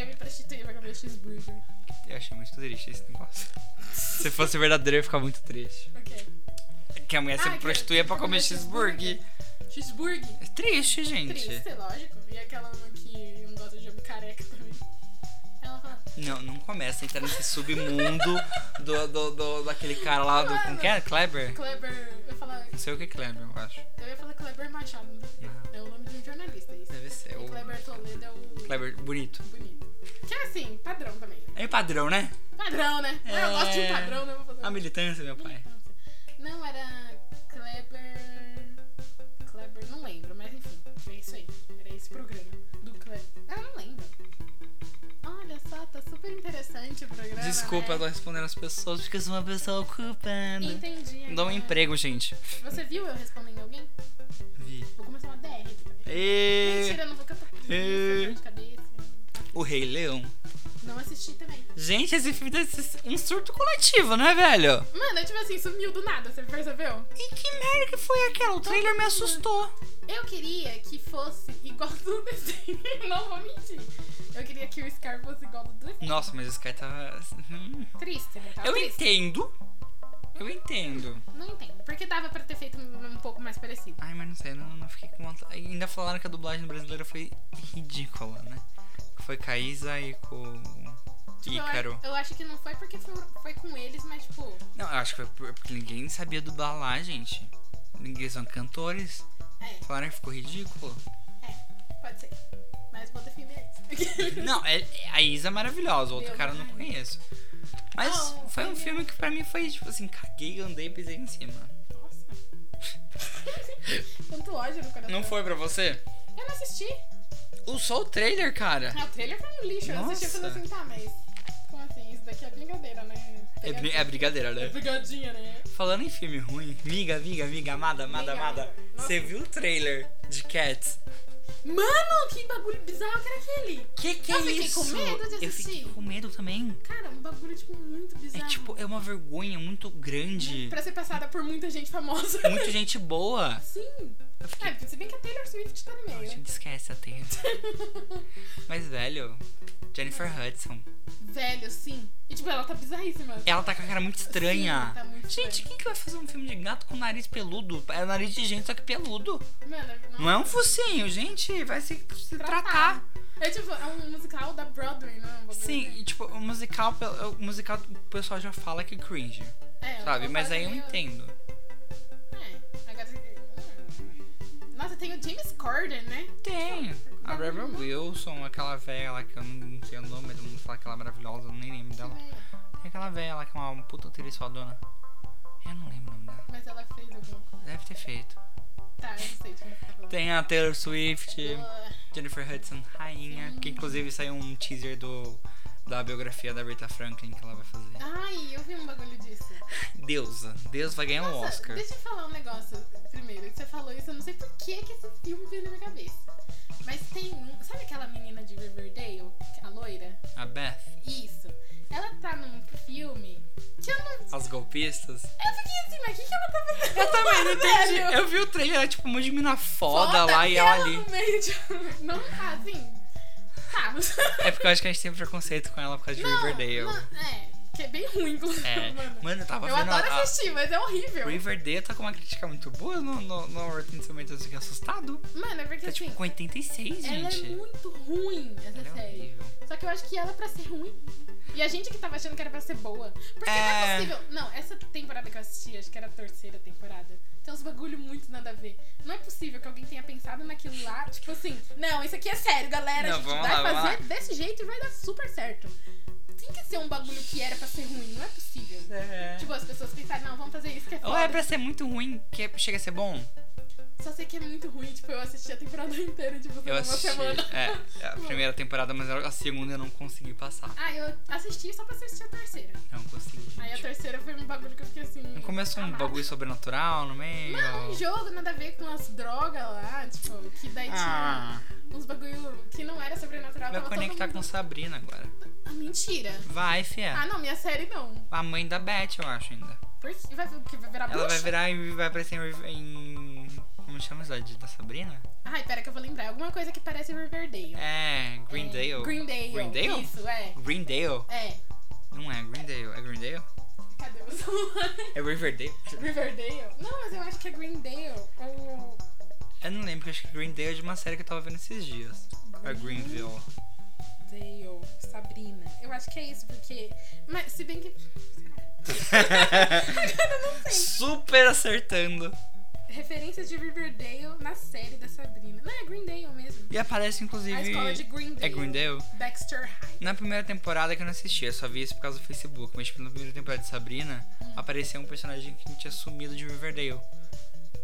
B: Eu me prostituía pra comer cheeseburger.
A: Eu achei muito triste esse negócio. Se fosse verdadeiro, eu ia ficar muito triste.
B: Ok.
A: Que a mulher
B: Ah,
A: se
B: que-
A: prostituía é pra comer cheeseburger.
B: Cheeseburger?
A: É triste, gente.
B: Triste, é lógico. E aquela uma que não gosta de homem careca também. Ela fala,
A: Não, não começa a entrar nesse submundo do, do, do- daquele cara lá do. Como que é? Kleber?
B: Kleber. Eu, fala,
A: Não sei o que é Kleber, eu acho.
B: eu ia falar Kleber Machado. É o nome de um jornalista, isso.
A: Deve ser.
B: E
A: O
B: Kleber Toledo é o.
A: Kleber bonito.
B: Bonito. Que é assim, padrão também.
A: É padrão, né?
B: Padrão, né? Ah, Eu gosto de um
A: É.
B: padrão, né? Vou fazer
A: A
B: um-
A: militância, meu pai.
B: Não, era Kleber. Kleber, não lembro, mas enfim, é isso aí. Era esse programa do Kleber. Ah, não lembro. Olha só, tá super interessante o programa.
A: Desculpa, eu tô
B: né?
A: respondendo as pessoas porque eu sou uma pessoa ocupada.
B: Entendi.
A: Dá um
B: agora.
A: emprego, gente.
B: Você viu eu respondendo alguém?
A: Vi.
B: Vou começar uma DR aqui também.
A: E...
B: Mentira, eu não vou cantar.
A: E-
B: Dor de cabeça.
A: O Rei Leão.
B: Não assisti também.
A: Gente, esse filme deve ser um surto coletivo, né, velho?
B: Mano, eu, tipo assim, sumiu do nada, você percebeu?
A: E que merda que foi aquela? O trailer me assustou.
B: Eu queria que fosse igual do desenho. Não vou mentir. Eu queria que o Scar fosse igual do desenho.
A: Nossa, mas esse cara tava. Hum.
B: Triste, né? Tava
A: Eu
B: triste.
A: entendo. Eu entendo.
B: Não entendo. Porque dava pra ter feito um, um pouco mais parecido.
A: Ai, mas não sei, não, não fiquei com vontade. Ainda falaram que a dublagem brasileira foi ridícula, né? Foi com a Isa e com o
B: Tipo, eu,
A: Ícaro.
B: a- eu acho que não foi porque foi, foi com eles, mas tipo.
A: Não, eu acho que foi por- porque ninguém sabia dublar lá, gente. Ninguém são cantores.
B: É,
A: Falaram que ficou ridículo.
B: pode ser. Mas vou defender eles.
A: Não, é, é- a Isa é maravilhosa, o outro
B: Meu
A: cara eu não
B: Deus.
A: conheço. Mas
B: Não,
A: foi um
B: foi
A: filme que pra mim foi tipo assim, caguei, andei e pisei em cima.
B: Nossa. Tanto ódio no coração.
A: Não foi pra você?
B: Eu não assisti.
A: O só o trailer, cara.
B: Ah, o trailer foi um lixo. Eu assisti e falei
A: Nossa.
B: assim, tá, mas. Como assim? Isso daqui é brincadeira, né?
A: É, brin- é brincadeira,
B: É
A: né?
B: brigadinha, né?
A: Falando em filme ruim, miga, miga, miga, amada, amada,
B: Miga,
A: amada.
B: amiga.
A: Você
B: Nossa.
A: viu o trailer de Cats?
B: Mano, que bagulho bizarro que era aquele.
A: Que que
B: Eu
A: é
B: fiquei com
A: isso?
B: medo de
A: Eu fiquei
B: assistir.
A: com medo também.
B: Cara, um bagulho, tipo, muito
A: É
B: bizarro.
A: tipo, é uma vergonha muito grande.
B: Pra ser passada por muita gente famosa.
A: Muita gente boa.
B: Sim.
A: Eu fiquei.
B: É, se bem que a Taylor Swift tá no
A: Não, a
B: meio. né?
A: gente esquece a Taylor. Mas, velho, Jennifer Hudson.
B: Velho, sim. E tipo, ela tá bizarríssima.
A: Ela tá com a cara muito estranha.
B: Sim, tá muito
A: gente,
B: estranha.
A: quem que vai fazer um filme de gato com nariz peludo? É nariz de gente, só que peludo.
B: Mano,
A: Não é um focinho, gente. Vai se, se tratar.
B: tratado. É tipo, é um musical da Broadway, não é? Um bagulho
A: Sim,
B: assim.
A: e, tipo, o musical, o musical o pessoal já fala que é cringe,
B: É, o
A: sabe?
B: pessoal
A: Mas
B: fala
A: aí eu
B: que
A: não
B: meio-
A: entendo.
B: É, agora. hum. Nossa, tem o James Corden, né?
A: Tem. A Rebel Wilson, aquela velha lá que eu não sei o nome, mas todo mundo fala que ela é maravilhosa, eu nem lembro dela. Tem aquela velha lá que é uma puta atriz dona. Eu não lembro o nome dela.
B: Mas ela fez alguma coisa.
A: Deve ter feito.
B: Tá, eu não sei de quem você tá falando.
A: Tem a Taylor Swift,
B: Uh,
A: Jennifer Hudson, rainha, que inclusive saiu um teaser do da biografia da Rita Franklin que ela vai fazer.
B: Ai, eu vi um bagulho disso.
A: Deusa. Deus vai ganhar um
B: Nossa,
A: Oscar.
B: Deixa eu falar um negócio primeiro. Você falou isso, eu não sei por que, que esse filme veio na minha cabeça. Mas tem um. Sabe aquela menina de Riverdale? A loira?
A: A Beth,
B: Isso. Ela tá num filme que eu não.
A: as golpistas.
B: Eu fiquei assim, mas o que, que ela tá fazendo?
A: Eu também não
B: lá,
A: entendi.
B: velho?
A: Eu vi o trailer, era tipo um monte de mina foda,
B: Foda
A: lá e ela ali.
B: No meio de... Não tá, assim. Tá, mas.
A: É porque eu acho que a gente tem preconceito com ela por causa de
B: Não,
A: Riverdale.
B: não, é, que é bem ruim, inclusive.
A: É.
B: mano.
A: Mano, eu tava
B: Eu
A: vendo
B: adoro
A: a, a
B: assistir, mas é horrível.
A: Riverdale tá com uma crítica muito boa no, no, no Rotten Tomatoes, eu fiquei assustado.
B: Mano, é porque
A: Tá
B: assim.
A: tipo com 86,
B: Ela é
A: gente.
B: muito ruim, essa
A: Ela é
B: série.
A: horrível.
B: Só que eu acho que ela é pra ser ruim. E a gente que tava achando que era pra ser boa. Porque não
A: É.
B: é possível. Não, essa temporada que eu assisti, acho que era a terceira temporada. Tem uns bagulho muito nada a ver. Não é possível que alguém tenha pensado naquilo lá. Tipo assim, não, isso aqui é sério, galera.
A: Não,
B: a gente
A: vamos
B: vai
A: lá, vamos
B: fazer desse jeito e vai dar super certo. Tem que ser um bagulho que era pra ser ruim, não é possível.
A: É.
B: Tipo, as pessoas pensaram, não, vamos fazer isso que é
A: Ou é
B: foda.
A: pra ser muito ruim que é- chega a ser bom?
B: Só sei que é muito ruim, tipo, eu assisti a temporada inteira, tipo,
A: Eu
B: numa
A: assisti
B: semana.
A: é, a primeira temporada, mas a segunda eu não consegui passar.
B: Ah, eu assisti só pra assistir a terceira.
A: Não consegui.
B: Aí a
A: gente.
B: terceira foi um bagulho que eu fiquei assim.
A: Não começou um
B: amado.
A: bagulho sobrenatural no meio?
B: Não, um jogo nada a ver com as drogas lá, tipo, que daí
A: Ah,
B: tinha uns bagulho que não era sobrenatural.
A: vai
B: tava todo
A: conectar tá com
B: mundo...
A: Sabrina agora.
B: Ah, mentira.
A: Vai, fia.
B: Ah, não, minha série não.
A: A mãe da Beth, eu acho ainda.
B: Por que vai, que vai virar
A: Ela
B: bruxa?
A: vai virar e vai aparecer em. em- Como chama a cidade da Sabrina?
B: Ai, pera que eu vou lembrar. Alguma coisa que parece Riverdale.
A: É. Greendale.
B: É, Greendale.
A: Greendale?
B: Isso, é.
A: Greendale?
B: É.
A: Não é Greendale. É Greendale?
B: Cadê o celular?
A: É Riverdale?
B: Riverdale? Não, mas eu acho que é Greendale. Ou...
A: Eu não lembro, porque acho que Greendale é de uma série que eu tava vendo esses dias. A Greenville.
B: Dale, Sabrina. Eu acho que é isso, porque. Mas, se bem que.
A: É.
B: Agora eu não sei.
A: Super acertando.
B: Referências de Riverdale na série da Sabrina. Não, é Greendale mesmo.
A: E aparece, inclusive.
B: A escola de Greendale.
A: É Greendale?
B: Baxter High.
A: Na primeira temporada que eu não assisti, eu só vi isso por causa do Facebook, mas tipo, na primeira temporada de Sabrina,
B: Hum.
A: apareceu um personagem que tinha sumido de Riverdale.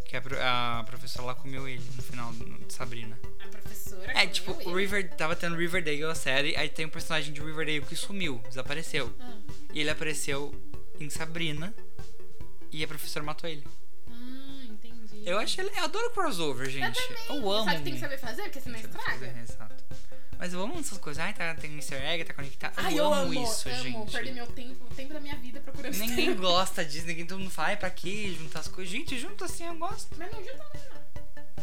A: Que a, pro- a professora lá comeu ele no final de Sabrina.
B: A professora.
A: É,
B: como
A: tipo,
B: eu,
A: o
B: Ah, ele.
A: River tava tendo Riverdale a série, aí tem um personagem de Riverdale que sumiu, desapareceu.
B: Ah.
A: E ele apareceu em Sabrina e a professora matou ele.
B: Hum, entendi.
A: Eu achei. Eu adoro crossover, gente.
B: Eu também.
A: Eu amo.
B: Só que tem que saber fazer, porque senão
A: Tem que saber
B: estraga.
A: fazer, Exato. Mas eu amo essas coisas. Ai, tá, tem um easter egg, tá conectado.
B: Ai,
A: eu, amo,
B: amo
A: isso,
B: amo.
A: gente.
B: Perdi meu tempo, o tempo da minha vida procurando esse
A: Ninguém
B: tempo.
A: gosta disso, ninguém todo mundo fala, ai, pra que juntar as coisas? Gente, junta assim, eu gosto.
B: Mas não tá junta mais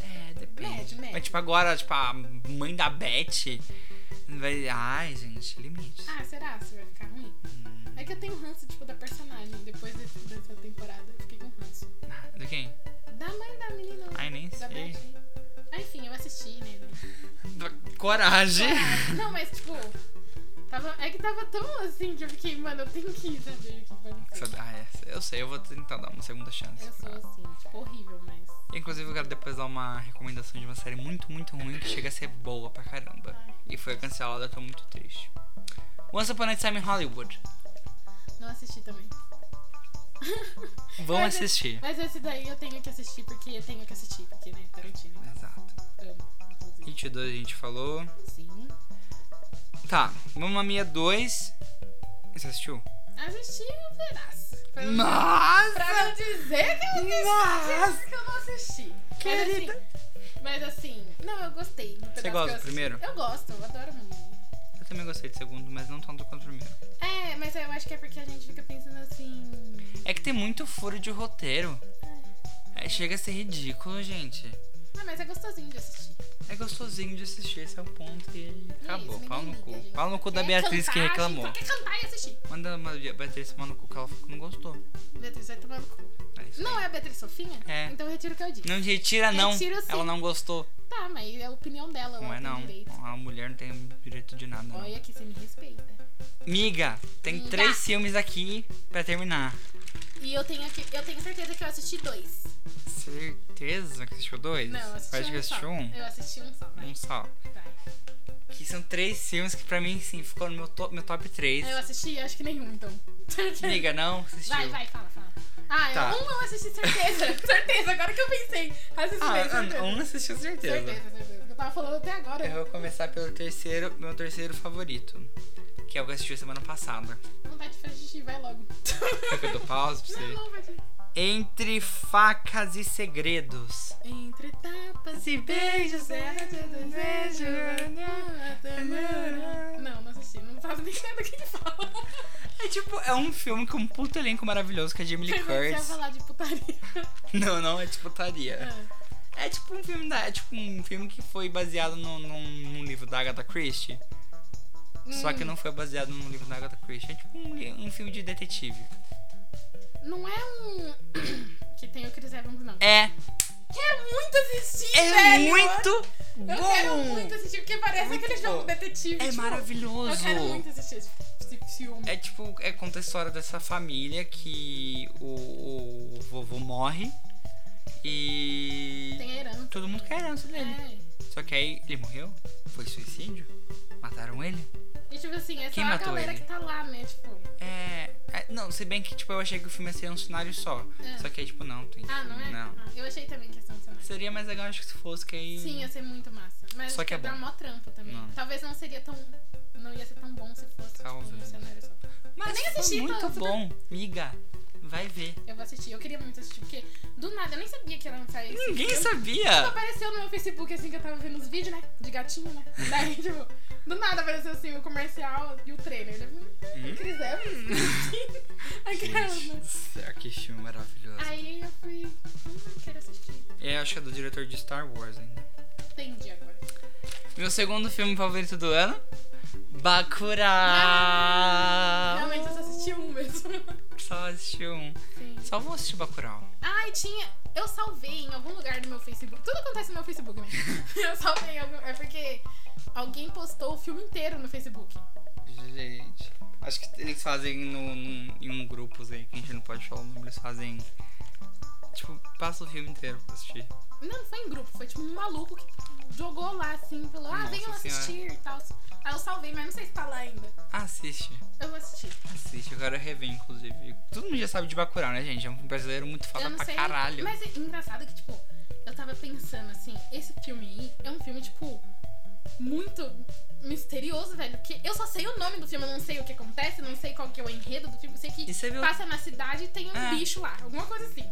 B: não.
A: É, depende.
B: Médio, médio.
A: Mas tipo, agora, tipo, a mãe da Beth. Vai... Ai, gente, limites.
B: Ah, será? Se vai ficar ruim?
A: Hum.
B: É que eu tenho ranço, tipo, da personagem. Depois desse- dessa temporada, eu fiquei com ranço.
A: Ah, Do quem?
B: Da mãe da menina.
A: Ai, nem
B: da
A: sei.
B: Beth. Ah, enfim, eu assisti, né?
A: Coragem.
B: Não, mas tipo. Tava, é que tava tão assim que eu fiquei, mano, eu tenho que saber o que vai acontecer.
A: Ah, é, eu sei, eu vou tentar dar uma segunda chance.
B: Eu sou assim, tipo, horrível, mas.
A: Inclusive, eu quero depois dar uma recomendação de uma série muito, muito ruim que chega a ser boa pra caramba.
B: Ai,
A: E foi cancelada, eu tô muito triste. Once Upon a Time in Hollywood.
B: não assisti também.
A: Vão
B: Mas-
A: assistir.
B: Mas esse daí eu tenho que assistir porque eu tenho que assistir, porque, né, Tarantino. então,
A: Exato.
B: Amo, inclusive.
A: It 2 a gente falou.
B: Sim.
A: Tá, Mamma Mia 2. Você assistiu?
B: Assisti um pedaço. Pra não- Pra
A: Nossa!
B: não dizer que eu
A: Nossa!
B: que eu não assisti.
A: Querida.
B: Mas assim, mas assim, não, eu gostei. do pedaço que
A: gosta
B: eu
A: do
B: assisti.
A: primeiro?
B: Eu gosto, eu adoro muito.
A: Eu também gostei do segundo, mas não tanto quanto o primeiro.
B: É, mas eu acho que é porque a gente fica pensando assim.
A: É que tem muito furo de roteiro. É, chega a ser ridículo, gente.
B: Ah, mas é gostosinho de assistir.
A: É gostosinho de assistir, esse é o ponto e acabou.
B: ninguém
A: Pau no
B: liga,
A: cu.
B: gente.
A: Pau no cu da
B: É
A: Beatriz que
B: cantar,
A: reclamou.
B: A gente só quer cantar e assistir.
A: Manda uma Beatriz tomar no cu que ela falou que não gostou.
B: Beatriz vai tomar no cu.
A: É isso
B: Não
A: aí.
B: é a Beatriz Fofinha?
A: É.
B: Então eu retiro o que eu disse.
A: Não retira, não.
B: Retiro, sim.
A: ela não gostou.
B: Tá, mas é a opinião dela.
A: Não
B: ela
A: é,
B: tem
A: não.
B: direito.
A: A mulher não tem direito de nada. Não.
B: Olha que você me respeita.
A: Miga, tem
B: Miga.
A: três filmes aqui pra terminar.
B: E eu tenho, aqui, eu tenho certeza que eu assisti dois.
A: Certeza que assistiu dois?
B: Não, eu assisti
A: Acho
B: um
A: que assistiu
B: só.
A: um.
B: Eu assisti um só, vai.
A: Um só.
B: vai.
A: Que são três filmes que pra mim, sim, ficou no meu top, meu top 3.
B: Eu assisti, acho que nenhum, então.
A: Miga, não assistiu.
B: Vai, vai, fala, fala. Ah, eu-
A: Tá.
B: um eu assisti, certeza. certeza, agora que eu pensei. Assisti
A: Ah,
B: dois, certeza.
A: ah, um assistiu, certeza.
B: certeza, certeza. Eu tava falando até agora.
A: Eu vou começar pelo terceiro, meu terceiro favorito. Que é o que eu assisti semana passada.
B: Não vai te fazer xixi, vai logo.
A: Quer que eu dou pausa pra
B: Não,
A: você?
B: não vai te...
A: Entre facas e segredos.
B: Entre tapas
A: Se beijos,
B: Serra de desejo. Não, não assisti. Não sabe nem nada que ele fala.
A: É tipo, é um filme com um puto elenco maravilhoso que é Jamie Lee
B: Eu pensei a
A: Curtis.
B: falar de putaria.
A: Não, não, é de putaria.
B: Ah,
A: É tipo um filme da. É tipo um filme que foi baseado no, num, num livro da Agatha Christie. Só
B: Hum.
A: que não foi baseado num livro da Agatha Christie. É tipo um, li- um filme de detetive.
B: Não é um... que tem o Chris Evans, não.
A: É,
B: Quero muito assistir,
A: é
B: velho.
A: muito bom!
B: né? Eu quero muito assistir, porque parece
A: Muito
B: aquele
A: bom.
B: jogo detetive.
A: É
B: tipo, Eu
A: maravilhoso!
B: quero muito assistir esse, esse filme.
A: É tipo, é conta a história dessa família que o, o vovô morre e.
B: É. Tem a herança.
A: Todo mundo quer a herança dele.
B: É.
A: Só que aí ele morreu? Foi suicídio? Mataram ele?
B: E tipo assim, é
A: Quem
B: só a
A: matou
B: galera
A: ele?
B: que tá lá, né? Tipo,
A: É, é, Não, se bem que tipo, eu achei que o filme ia ser um cenário só.
B: É.
A: Só que aí, tipo, não, tem.
B: ah, não é?
A: Não.
B: Ah, eu achei também que ia ser um cenário.
A: Seria mais legal, acho que se fosse, que aí.
B: Sim, ia ser muito massa. Mas
A: Só que é
B: ia dar
A: bom.
B: mó trampo também.
A: Não. Tá
B: Talvez não seria tão. Não ia ser tão bom se fosse tipo, um
A: Talvez.
B: cenário só.
A: Mas
B: Eu nem
A: foi
B: assisti,
A: muito
B: então, tudo-
A: bom. Miga, vai ver.
B: Eu vou assistir. Eu queria muito assistir, porque do nada eu nem sabia que um ia lançar esse.
A: Ninguém
B: filme. Tipo,
A: sabia!
B: Apareceu no meu Facebook, assim, que eu tava vendo os vídeos, né? De gatinho, né? Daí, tipo, do nada apareceu, assim, o comercial e o trailer. Eu falei,
A: Hum?
B: hum, Chris Evans? Aquelas,
A: Gente
B: né?
A: do céu, Ah, que filme maravilhoso.
B: Aí eu fui, hum, quero assistir.
A: Eu acho que é do diretor de Star Wars ainda.
B: Entendi agora.
A: Meu segundo filme favorito do ano? Bacurau! Ah.
B: Realmente, eu só assisti um mesmo.
A: Só assisti um.
B: Sim.
A: Só vou assistir Bacurau.
B: Ai, tinha... Eu salvei em algum lugar do meu Facebook. Tudo acontece no meu Facebook, né? eu salvei em algum... É porque alguém postou o filme inteiro no Facebook.
A: Gente, acho que eles fazem no, num- em um grupos aí, que a gente não pode falar o nome, eles fazem. Tipo, passa o filme inteiro pra assistir.
B: Não, não foi em grupo, foi tipo um maluco que jogou lá assim, falou, ah,
A: Nossa
B: venham
A: Senhora.
B: assistir e tal. Aí eu salvei, mas não sei se tá lá ainda.
A: Assiste,
B: Eu vou assistir.
A: assiste, eu quero rever, inclusive. Todo mundo já sabe de Bacurau, né, gente? É um brasileiro muito foda
B: eu não
A: pra
B: sei.
A: caralho.
B: Mas é engraçado que, tipo, eu tava pensando assim, esse filme aí é um filme, tipo, muito misterioso, velho. Porque eu só sei o nome do filme, eu não sei o que acontece, não sei qual que é o enredo do filme. Eu sei que
A: E você viu,
B: passa na cidade e tem um
A: É.
B: bicho lá, alguma coisa assim.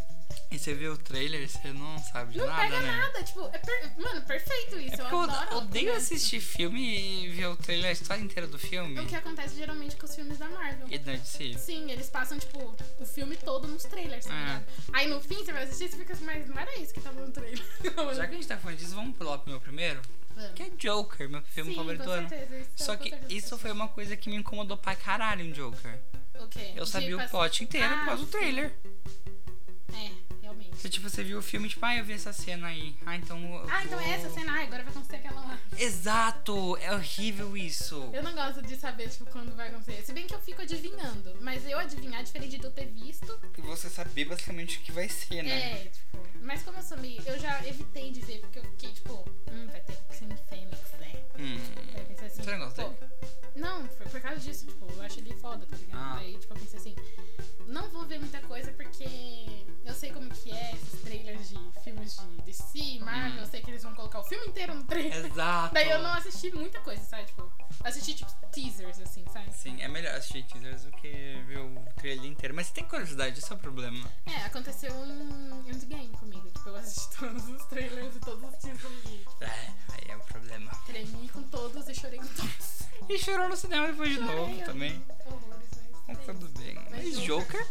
A: e você viu o trailer e você não sabe de
B: Não
A: nada,
B: pega
A: né?
B: nada, tipo, é per- mano, perfeito isso.
A: É porque
B: eu adoro.
A: eu odeio
B: tudo isso.
A: assistir filme e ver o trailer, a história inteira do filme.
B: É O que acontece geralmente com os filmes da Marvel.
A: E não é de si.
B: Sim, eles passam, tipo, o filme todo nos trailers, tá
A: É.
B: ligado? Aí no fim você vai assistir e você fica assim, mas não era isso que tava no trailer.
A: Já que a gente tá falando disso, vamos pular pro meu primeiro? Que é Joker, meu filme
B: Sim,
A: favorito
B: com
A: do ano.
B: certeza. Isso é
A: Só
B: com
A: que
B: certeza.
A: isso foi uma coisa que me incomodou pra caralho em Joker.
B: O quê?
A: Eu
B: De
A: sabia o
B: pass-
A: plot inteiro por
B: Ah,
A: causa do
B: sim.
A: trailer.
B: É, realmente.
A: Você, tipo, você viu o filme, tipo, ah, eu vi essa cena aí. Ah, então. eu
B: Ah, então
A: vou-
B: é essa cena. Ah, agora vai acontecer aquela lá.
A: Exato! É horrível isso.
B: Eu não gosto de saber, tipo, quando vai acontecer. Se bem que eu fico adivinhando. Mas eu adivinhar, é diferente de eu ter visto,
A: E você saber basicamente o que vai ser, né?
B: é, tipo... Mas como eu sou meio... Eu já evitei de ver, porque eu fiquei, tipo... Hum, vai ter que ser um fênix, né?
A: Hum.
B: Aí eu pensei assim,
A: Você não gosta
B: pô, Não, foi por causa disso, tipo, eu acho ele foda, tá ligado?
A: Ah.
B: Aí, tipo, eu pensei assim, não vou ver muita coisa porque eu sei como que é esses trailers de filmes de DC, Marvel,
A: Hum.
B: eu sei que eles vão colocar o filme inteiro no trailer.
A: Exato.
B: Daí eu não assisti muita coisa, sabe? Tipo, assisti, tipo, teasers, assim, sabe?
A: Sim, é melhor assistir teasers do que ver o trailer inteiro. Mas você tem curiosidade, esse é o problema.
B: É, aconteceu em Endgame comigo, tipo, eu assisti todos os trailers e todos os teasers e
A: É, aí é o problema.
B: tremi com todos e chorei com todos.
A: E chorou no cinema depois de
B: Chorei,
A: novo
B: eu-
A: também.
B: Horrores,
A: Mas
B: mas...
A: tudo bem.
B: Mas
A: Mas Joker,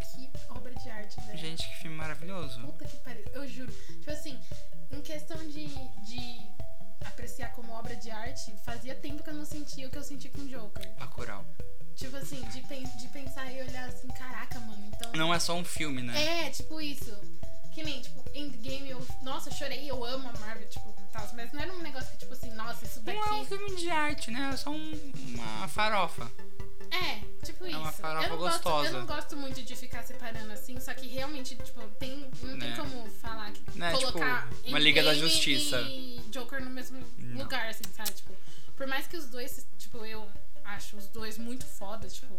B: Que obra de arte, velho.
A: gente, que filme maravilhoso.
B: Puta que pariu, eu juro. Tipo assim, Tipo assim,
A: Não é só um filme, né?
B: então É, tipo isso. Que nem, tipo, Endgame, eu. Nossa, eu chorei, eu amo a Marvel, tipo, tal. Mas não era um negócio que, tipo assim, nossa, isso daqui.
A: Não é um filme de arte, né? É só um- uma farofa.
B: É, tipo
A: É uma
B: isso.
A: farofa
B: eu não
A: gostosa.
B: Gosto, eu não gosto muito de ficar separando assim, só que realmente, tipo, tem, não tem
A: Né.
B: como falar que
A: Né,
B: colocar
A: tipo, uma
B: Endgame
A: Liga da Justiça.
B: e Joker no mesmo
A: Não.
B: lugar, assim, sabe? Tipo, por mais que os dois, tipo, eu acho os dois muito foda, tipo,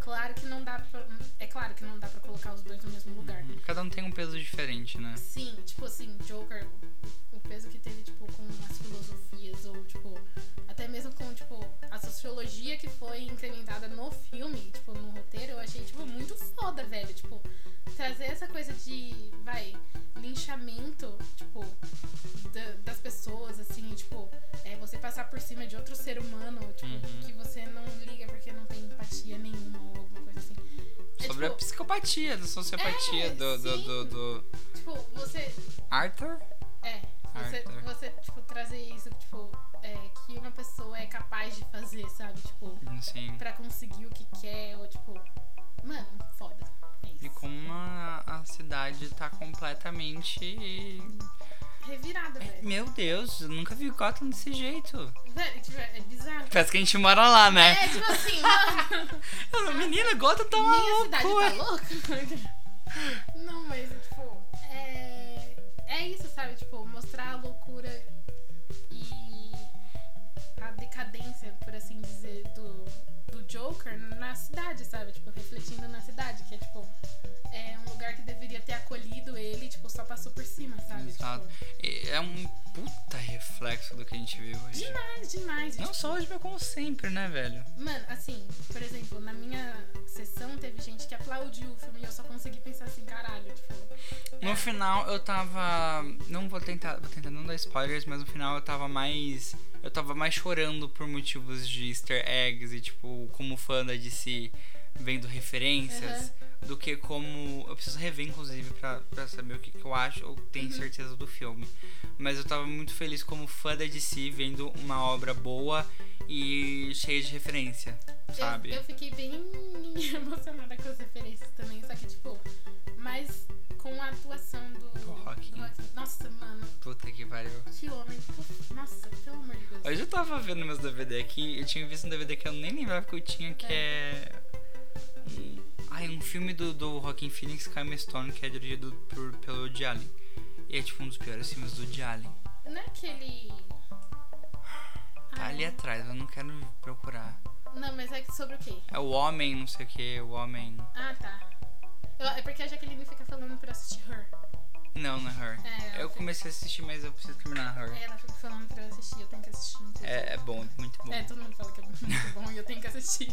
B: claro que não dá pra, é claro que não dá pra colocar os dois no mesmo lugar.
A: Cada um tem um peso diferente, né?
B: Sim, tipo assim, Joker, o peso que teve, tipo, com as filosofias, ou, tipo, até mesmo com, tipo, a sociologia que foi incrementada no filme, tipo, no roteiro, eu achei, tipo, muito foda, velho. Tipo, trazer essa coisa de, vai, linchamento, tipo, da- das pessoas, assim, e, tipo, é, você passar por cima de outro ser humano, tipo,
A: Uhum.
B: que você não liga porque não tem empatia nenhuma ou alguma coisa assim. É,
A: Sobre a
B: tipo,
A: psicopatia, da sociopatia,
B: É,
A: do, do, do,
B: sim.
A: do.
B: tipo, você
A: Arthur?
B: É, você,
A: Arthur.
B: você, tipo, trazer isso, tipo, é, que uma pessoa é capaz de fazer, sabe? Tipo,
A: Sim.
B: pra conseguir o que quer, ou tipo, mano, foda. É
A: E
B: isso.
A: como a, a cidade tá completamente.
B: Revirada, velho.
A: Meu Deus, eu nunca vi Gotham desse jeito.
B: Velho, tipo, é bizarro.
A: Parece que a gente mora lá, né?
B: É, tipo assim, mano,
A: Eu, Menina, Gotham tá uma
B: minha cidade
A: loucura.
B: tá louca? Não, mas, tipo, é. É isso, sabe? Tipo, mostrar a loucura e a decadência, por assim dizer, do, do Joker na cidade, sabe? Tipo, refletindo na cidade, que é tipo. É um lugar que deveria ter acolhido ele, tipo, só passou por cima, sabe?
A: Exato.
B: Tipo,
A: E É um puta reflexo do que a gente viu hoje.
B: demais, demais.
A: Não
B: tipo,
A: só hoje, mas como sempre, né, velho?
B: Mano, assim, por exemplo, na minha sessão teve gente que aplaudiu o filme e eu só consegui pensar assim, caralho, tipo.
A: No final eu tava. Não vou tentar. Vou tentar não dar spoilers, mas no final eu tava mais. Eu tava mais chorando por motivos de easter eggs e tipo, como fã da DC vendo referências. Do que como. Eu preciso rever, inclusive, pra, pra saber o que, que eu acho ou
B: Uhum.
A: tenho certeza do filme. Mas eu tava muito feliz como fã da DC vendo uma obra boa e cheia de referência,
B: Eu-
A: sabe?
B: Eu, fiquei bem emocionada com as referências também, só que, tipo, mas com a atuação do.
A: Do Joaquin.
B: do Nossa, mano,
A: Puta que pariu.
B: que homem. Puf, Nossa, pelo amor de Deus.
A: Hoje eu tava vendo meus DVD aqui, eu tinha visto um DVD que eu nem lembrava que eu tinha, que é. um- Ai, um filme do, do Rockin' Phoenix com a Emma Stone, que é dirigido por, pelo Woody Allen. E é tipo um dos piores filmes do Woody Allen.
B: Não é aquele.
A: Tá
B: Ah,
A: ali é atrás, eu não quero procurar.
B: Não, mas é que sobre o quê?
A: É o Homem, não sei o que, o Homem.
B: Ah, tá. Eu- é porque a Jaqueline fica falando pra eu assistir Her.
A: Não, não é Her.
B: É,
A: Eu
B: ela, fica- é,
A: comecei a assistir, mas eu preciso terminar Her.
B: ela fica falando pra eu assistir, eu tenho que assistir. inclusive.
A: É, é bom, muito bom.
B: É, todo mundo fala que é muito bom e eu tenho que assistir.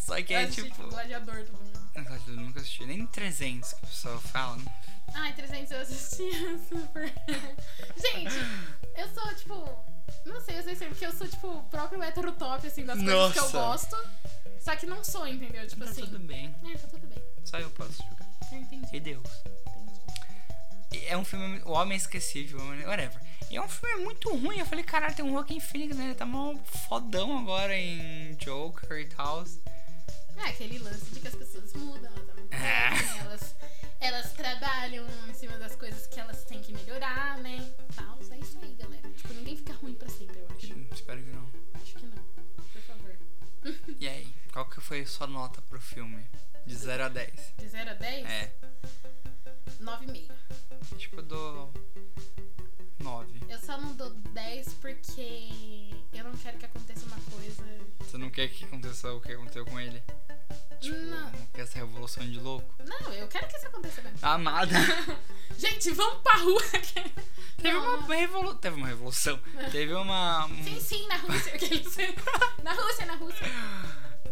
A: Só que
B: eu
A: é
B: assisti,
A: tipo.
B: tipo, Gladiador, todo mundo.
A: Na verdade, Eu nunca assisti, nem 300 que o pessoal fala. né?
B: Ai, 300 eu assistia super. Gente, eu sou tipo. Não sei, eu sei sempre que eu sou tipo o próprio hétero top, assim, das coisas que eu
A: Nossa.
B: gosto. Só que não sou, entendeu? Tipo
A: Tá
B: assim.
A: tudo bem,
B: É, tá tudo bem.
A: só eu posso jogar.
B: Eu entendi,
A: E Deus.
B: entendi.
A: É um filme. O Homem Esquecível, whatever. E é um filme muito ruim. Eu falei, caralho, tem um Joaquin Phoenix, né? Ele tá mó fodão agora em Joker e tal.
B: É aquele lance de que as pessoas mudam, elas,
A: É.
B: amadurecem, elas, elas trabalham em cima das coisas que elas têm que melhorar, né? Tal, é isso aí, galera. Tipo, ninguém fica ruim pra sempre, eu acho.
A: Espero que não.
B: Acho que não. Por favor.
A: E aí, qual que foi a sua nota pro filme? De 0 a 10.
B: De 0 a 10,
A: É,
B: 9,5.
A: tipo, eu dou 9.
B: Eu só não dou 10 porque eu não quero que aconteça uma coisa.
A: Você não quer que aconteça o que aconteceu com ele? Tipo,
B: Não.
A: não quer essa revolução de louco? Ah,
B: Não, eu quero que isso aconteça mesmo.
A: Amada!
B: Gente, vamos pra rua!
A: Teve
B: Não, É.
A: uma, revolu... Teve uma revolução. Teve uma. um-
B: Sim, sim, na Rússia. aqueles- na Rússia, na Rússia.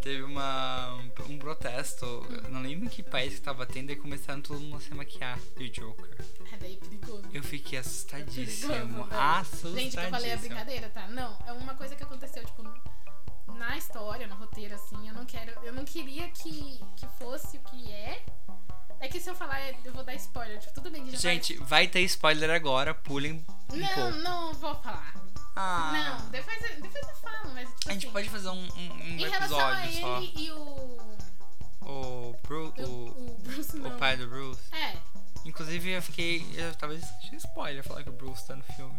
A: Teve uma, um protesto, eu não lembro em que país que tava tendo, e começaram todo mundo a se maquiar de Joker.
B: É daí perigoso.
A: Eu fiquei assustadíssimo.
B: Perigoso, velho.
A: assustadíssimo.
B: Gente, que eu falei a brincadeira, tá? Não, é uma coisa que aconteceu, tipo, na história, no roteiro, assim, eu não quero. Eu não queria que, que fosse o que é. É que se eu falar, eu vou dar spoiler. Tipo, tudo bem que já
A: Gente, vai ter spoiler agora, pulem
B: vai...
A: um
B: Não,
A: pouco.
B: não vou falar.
A: Ah,
B: Não, depois, eu- depois eu falo, mas tipo
A: A gente
B: assim,
A: pode fazer um, um- um
B: Em relação a
A: episódio
B: ele
A: só.
B: e o.
A: O, Bru, o,
B: o Bruce não.
A: o pai do Bruce.
B: É,
A: Inclusive, eu fiquei. Eu, talvez seja spoiler falar que o Bruce tá no filme.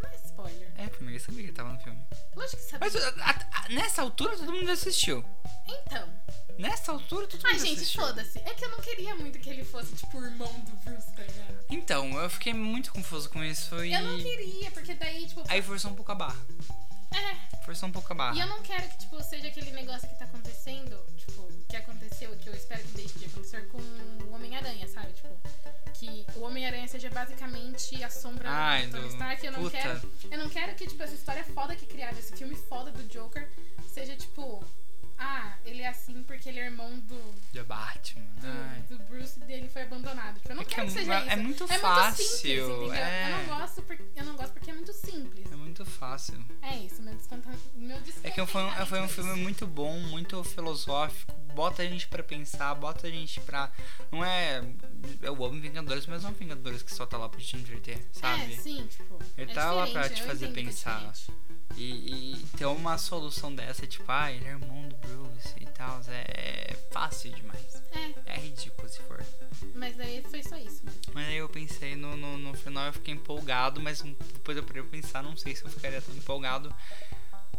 B: não é spoiler.
A: É, porque ninguém sabia que ele tava no filme.
B: Lógico que sabe.
A: Mas a- a- a- nessa altura todo mundo assistiu.
B: Então.
A: Nessa altura todo mundo
B: Ai, gente,
A: assistiu.
B: foda-se. É que eu não queria muito que ele fosse, tipo, o irmão do Bruce, tá ligado?
A: Então, eu fiquei muito confuso com isso e.
B: Eu não queria, porque daí, tipo.
A: Aí forçou um pouco a barra.
B: É.
A: Forçou um pouco a barra.
B: E eu não quero que, tipo, seja aquele negócio que tá acontecendo, tipo, que aconteceu, que eu espero que deixe de acontecer com o Homem-Aranha, sabe? Tipo, que o Homem-Aranha seja basicamente a sombra
A: Ai,
B: do Tony
A: do-
B: Stark. Eu não
A: Puta.
B: quero. Eu não quero que, tipo, essa história foda que criaram, esse filme foda do Joker, seja, tipo. Ah, ele é assim porque ele é irmão do,
A: De Batman. Ai.
B: do, do Bruce dele foi abandonado. Tipo, Hum, eu não
A: É que
B: quero que
A: é
B: seja
A: mu-
B: isso.
A: é muito
B: simples,
A: fácil,
B: entendeu?
A: é.
B: Eu, não gosto por- eu não gosto porque é muito simples.
A: É muito fácil.
B: É isso, meu desconto. Meu
A: É que foi um, foi um
B: descontentamento
A: filme
B: é isso.
A: muito bom, muito filosófico. Bota a gente pra pensar, bota a gente pra. Não é. Eu amo Vingadores, mas não é um Vingadores que só tá lá pra te entreter, sabe?
B: É, sim, tipo.
A: Ele
B: é
A: tá lá pra
B: diferente,
A: te
B: eu
A: fazer
B: entendo que é
A: pensar.
B: diferente.
A: E, e ter uma solução dessa, tipo, ah, ele é irmão do Bruce e tal, é, é fácil demais.
B: É,
A: É ridículo se for.
B: mas daí foi só isso. mesmo.
A: Mas aí eu pensei, no, no, no final eu fiquei empolgado, mas depois eu parei pra pensar, não sei se eu ficaria tão empolgado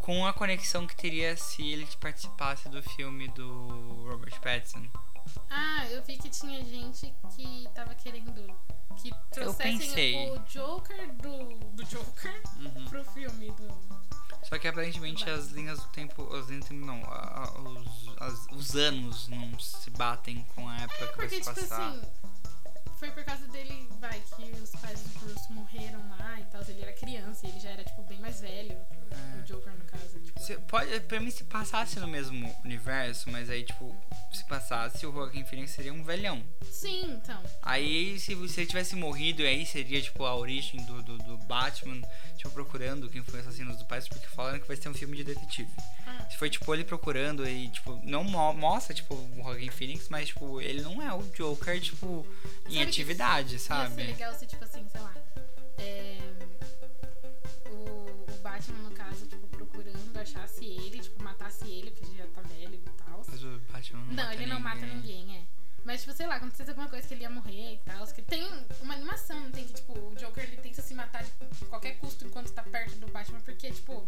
A: com a conexão que teria se ele participasse do filme do Robert Pattinson.
B: Ah, eu vi que tinha gente que tava querendo que trouxessem
A: pensei. Hum.
B: o Joker do, do Joker pro filme do.
A: Só que aparentemente as linhas do tempo, as linhas do tempo não, a- a- os, as- os anos não se batem com a época que vai
B: Porque,
A: se
B: tipo
A: passar.
B: assim, foi por causa dele, vai, que os pais do Bruce morreram lá e tal. Ele era criança e ele já era, tipo, bem mais velho.
A: É.
B: O Joker, no caso. Tipo,
A: Se- pode, pra mim, se passasse no mesmo universo, mas aí, tipo, se passasse, o Joaquin Phoenix seria um velhão.
B: Sim, então.
A: Aí, se você tivesse morrido, aí seria, tipo, a origem do, do, do Batman, tipo, procurando quem foi o assassino dos pais, porque falaram que vai ser um filme de detetive.
B: Ah.
A: Se foi, tipo, ele procurando e, tipo, não mo- mostra, tipo, o Joaquin Phoenix, mas, tipo, ele não é o Joker, tipo, em
B: Sabe que
A: atividade,
B: Ia ser
A: sabe?
B: legal se, tipo assim, sei lá. é, o, o Batman, no caso, tipo, procurando, achasse ele, tipo, matasse ele, porque ele já tá velho e tal.
A: Mas o Batman não
B: Não,
A: mata
B: ele não mata ninguém, é. Mas, tipo, sei lá, acontecesse alguma coisa que ele ia morrer e tal. Que tem uma animação, não tem que, tipo, o Joker ele tenta se matar de qualquer custo enquanto tá perto do Batman, porque, tipo,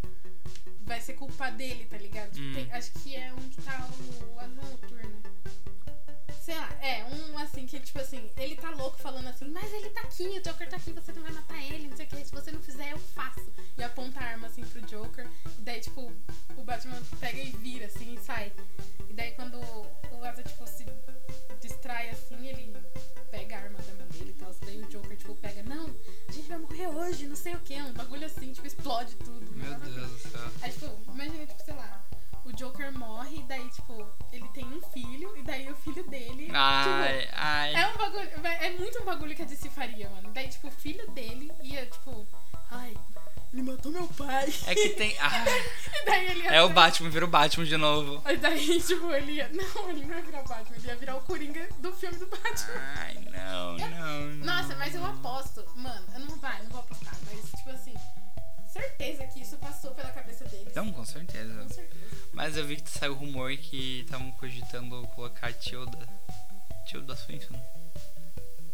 B: vai ser culpa dele, tá ligado? Tipo,
A: Hum.
B: tem- acho que é um que tá o Asa Noturna. Sei lá, é, um assim que, tipo assim, ele tá louco falando assim, mas ele tá aqui, o Joker tá aqui, você não vai matar ele, não sei o que, se você não fizer, eu faço. E aponta a arma assim pro Joker, e daí, tipo, o Batman pega e vira assim e sai. E daí quando o Asa, tipo, se distrai assim, ele pega a arma da mão dele e tal. Daí o Joker, tipo, pega, não, a gente vai morrer hoje, não sei o que, um bagulho assim, tipo, explode tudo.
A: Meu
B: Nada a ver.
A: Deus do céu.
B: Aí, tipo, imagina, tipo, sei lá, o Joker morre e daí, tipo, ele tem um filho, e daí o filho dele.
A: Ai, ai.
B: Tipo, é um bagulho. vai- É muito um bagulho que a DC faria, mano. Daí, tipo, o filho dele ia, tipo, ai, ele matou meu pai.
A: É que tem. Ah,
B: E daí ele ia
A: é o
B: ser-
A: Batman, vira o Batman de novo.
B: Aí daí, tipo, ele ia. Não, ele não ia virar o Batman, ele ia virar o Coringa do filme do Batman.
A: Ai, não, não. não.
B: Nossa, mas eu aposto. Mano, eu não vai, não vou apostar, mas tipo assim, certeza que isso passou pela cabeça deles.
A: Então, com certeza.
B: Com certeza.
A: Mas eu vi que saiu rumor que estavam cogitando colocar a Tilda. Tilda Swinton.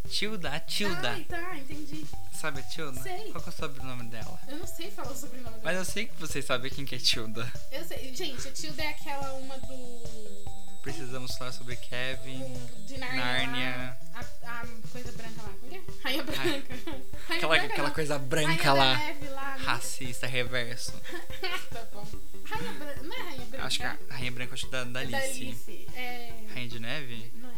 A: Tilda, a Tilda.
B: Ai, tá, entendi.
A: Sabe a Tilda?
B: Sei.
A: Qual que é o sobrenome dela?
B: Eu não sei falar o sobrenome
A: Mas
B: dela.
A: eu sei que vocês sabem quem que é Tilda.
B: Eu sei. Gente, a Tilda é aquela uma do.
A: Precisamos falar sobre Kevin.
B: De Narnia.
A: Nárnia.
B: lá. A, a coisa branca lá. Como que é? Rainha Branca. Rainha
A: Aquela,
B: branca,
A: aquela
B: não.
A: coisa branca
B: Rainha
A: lá.
B: Da neve lá. né?
A: Racista, reverso.
B: tá bom. Rainha Branca. Não é Rainha Branca.
A: Acho que a Rainha Branca acho que da, da
B: é
A: Alice.
B: da Alice. É.
A: Rainha de Neve?
B: Não é.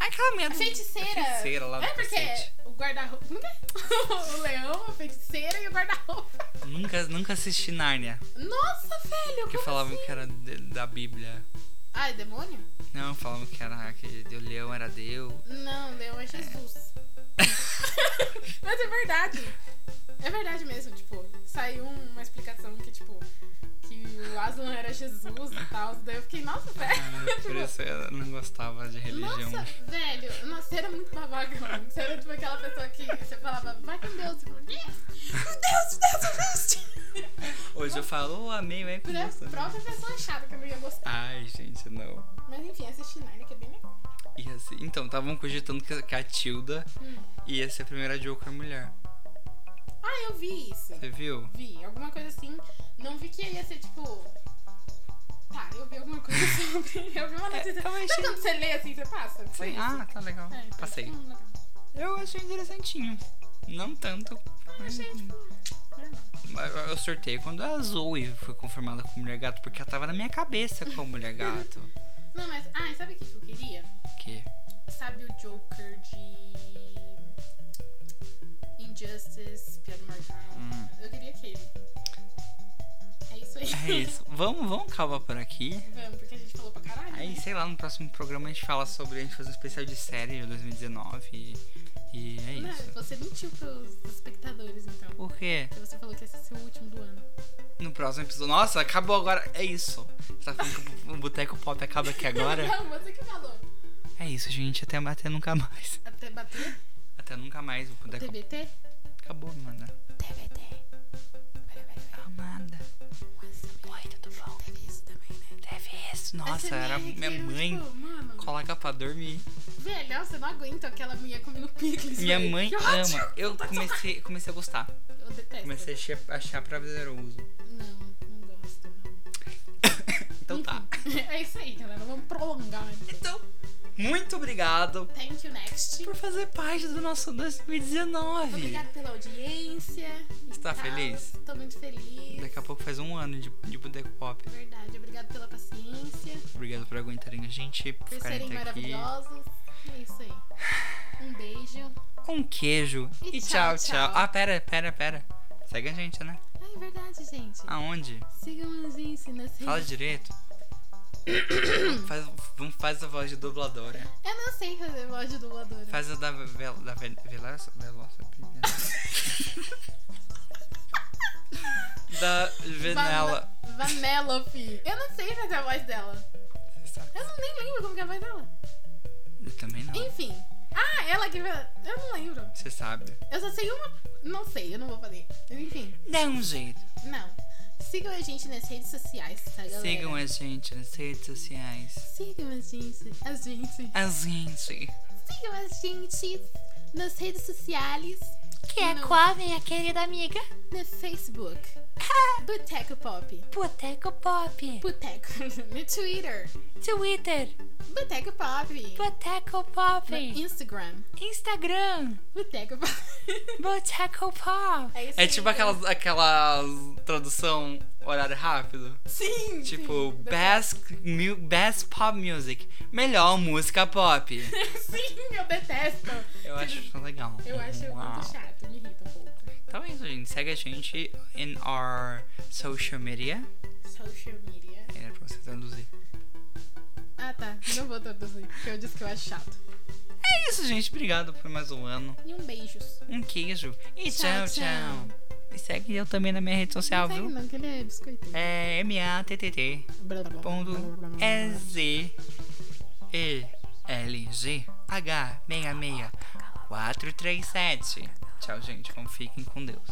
A: Ah, aquela minha
B: A feiticeira.
A: feiticeira lá do
B: é porque
A: cacete.
B: o guarda-roupa. Como que é? O leão, a feiticeira e o guarda-roupa.
A: Nunca, nunca assisti Nárnia.
B: Nossa, velho!
A: Porque
B: como
A: falavam
B: assim?
A: que é- era de- da Bíblia.
B: Ah, é demônio?
A: Não, falavam que era que o leão era Deus.
B: Não, leão é Jesus. Mas é verdade. É verdade mesmo, tipo, saiu uma explicação que, tipo, que o Aslan era Jesus e tal. Daí eu fiquei, nossa, velho. tipo,
A: Ah, Por isso eu não gostava de religião.
B: Nossa, velho, nossa, você era muito babaca, mano. Você era tipo aquela tipo, pessoa que você falava, vai com Deus. E falou, Deus, Deus, Deus, Deus.
A: Hoje depois eu falo, oh, amei, é com
B: Pra
A: isso.
B: própria pessoa achava que eu não ia gostar.
A: Ai, gente, não.
B: Mas enfim, assisti Narnia, que é bem legal.
A: Ia ser- Então, estavam cogitando que que a Tilda
B: Hum.
A: ia ser a primeira Joker mulher.
B: Ah, eu vi isso.
A: Você viu?
B: Vi, alguma coisa assim. Não vi que ia ser tipo. Tá, eu vi alguma coisa sobre. Eu vi uma notícia.
A: É, eu achei-
B: Sabe quando você lê assim, você passa? Foi
A: Sim.
B: isso.
A: Ah, tá legal.
B: É, então,
A: Passei.
B: hum, legal.
A: Eu achei interessantinho. Não tanto. mas-
B: Achei, tipo. normal.
A: mas Eu sorteio quando a Zoe foi confirmada como mulher gato, porque ela tava na minha cabeça como mulher gato.
B: Não, mas. Ah, sabe o que que eu queria?
A: Que?
B: Sabe o Joker de. Injustice, Piano Mortal?
A: Hum.
B: Eu queria aquele. É isso aí.
A: É isso. vamos, vamos acabar por aqui.
B: Vamos, porque a gente falou pra caralho.
A: Aí,
B: né?
A: sei lá, no próximo programa a gente fala sobre a gente fazer um especial de série de 2019 e, e é
B: Não,
A: isso.
B: você mentiu pros pros espectadores, então.
A: O quê?
B: Porque você falou que esse é o último do ano.
A: No próximo episódio. Nossa, acabou agora. É isso. Você tá falando que o Boteco Pop acaba aqui agora?
B: Não, você que falou.
A: É isso, gente. Até, até nunca mais.
B: Até bater
A: Até nunca mais. O
B: o
A: Boteco
B: TBT?
A: acabou, mano.
B: TBT. Vai, vai, vai.
A: Amanda. Oi, tudo bom?
B: Teve isso também, né?
A: Deve isso. é Nossa,
B: Essa
A: era
B: merda que
A: minha
B: eu,
A: mãe.
B: Tipo, mano,
A: Coloca pra dormir.
B: velho, você não aguenta aquela mulher comendo picles.
A: Minha
B: velho.
A: mãe
B: Que ódio!
A: ama. Eu comecei, comecei a gostar.
B: Eu detesto.
A: Comecei a achar- achar prazeroso.
B: Não, não gosto. não.
A: Então tá.
B: Enfim, É isso aí, galera. Vamos prolongar.
A: Então, muito obrigado
B: Thank you, next.
A: por fazer parte do nosso 2019.
B: Obrigada pela audiência. e
A: Está
B: tal.
A: Tá feliz?
B: Tô muito feliz. é
A: Daqui a pouco faz um ano de, de Boteco Pop.
B: Verdade. Obrigada pela paciência.
A: Obrigado por aguentarem a gente, por
B: Por
A: ficarem
B: serem
A: até aqui.
B: maravilhosos. É isso aí. Um beijo.
A: Um queijo
B: E
A: e,
B: tchau,
A: tchau,
B: tchau.
A: tchau. Ah, pera, pera, pera. Segue a gente, né?
B: Ah, é verdade, gente.
A: Aonde?
B: Sigam a gente nas
A: Fala
B: redes.
A: direito. faz, vamos- faz a voz de dubladora.
B: Eu não sei fazer voz de dubladora.
A: Faz a da Vel- da Vel- Veloz- Veloz- Da Venela.
B: Van- Vanellope. Eu não sei fazer a voz dela.
A: Você sabe?
B: Eu não nem lembro como que é a voz dela.
A: Eu também não.
B: Enfim. Ah, ela que... Eu não lembro.
A: Você sabe.
B: Eu só sei uma... Não sei, eu não vou fazer. Enfim,
A: Dá um jeito.
B: não. Sigam a gente nas redes sociais, tá, galera?
A: Sigam a gente nas redes sociais.
B: Sigam a gente. A gente.
A: A gente.
B: Sigam a gente nas redes sociais.
D: Que é
B: Não.
D: qual, minha querida amiga?
B: No Facebook. Boteco Pop.
D: Boteco Pop.
B: Boteco. No Twitter.
D: Twitter.
B: Boteco Pop.
D: Boteco
B: No
D: Pop.
B: Instagram.
D: Instagram.
B: Boteco Pop.
D: Boteco Pop.
B: isso
A: É
B: aí,
A: tipo
B: galera.
A: aquela, aquela tradução horário rápido.
B: Sim!
A: Tipo,
B: sim,
A: best, mu- best pop music. Melhor música pop.
B: detesto. Sim, eu detesto.
A: Eu acho isso legal.
B: Eu acho
A: Uau.
B: muito chato, me irrita um pouco.
A: Então é isso, gente. Segue a gente in our social media.
B: Social media.
A: Era pra você traduzir.
B: Ah, tá. Não vou traduzir, porque eu disse que eu acho chato.
A: É isso, gente. Obrigado por mais um ano.
B: E um beijos.
A: Um queijo. E
B: Tchau,
A: tchau, tchau. E segue eu também na minha rede social,
B: não segue
A: Ah, viu?
B: não, que ele é biscoiteiro.
A: É MATTT.
B: Blá, blá, blá,
A: Ponto
B: blá, blá, blá, blá.
A: EZ E L G H 66 437. Tchau, gente. Então fiquem com Deus.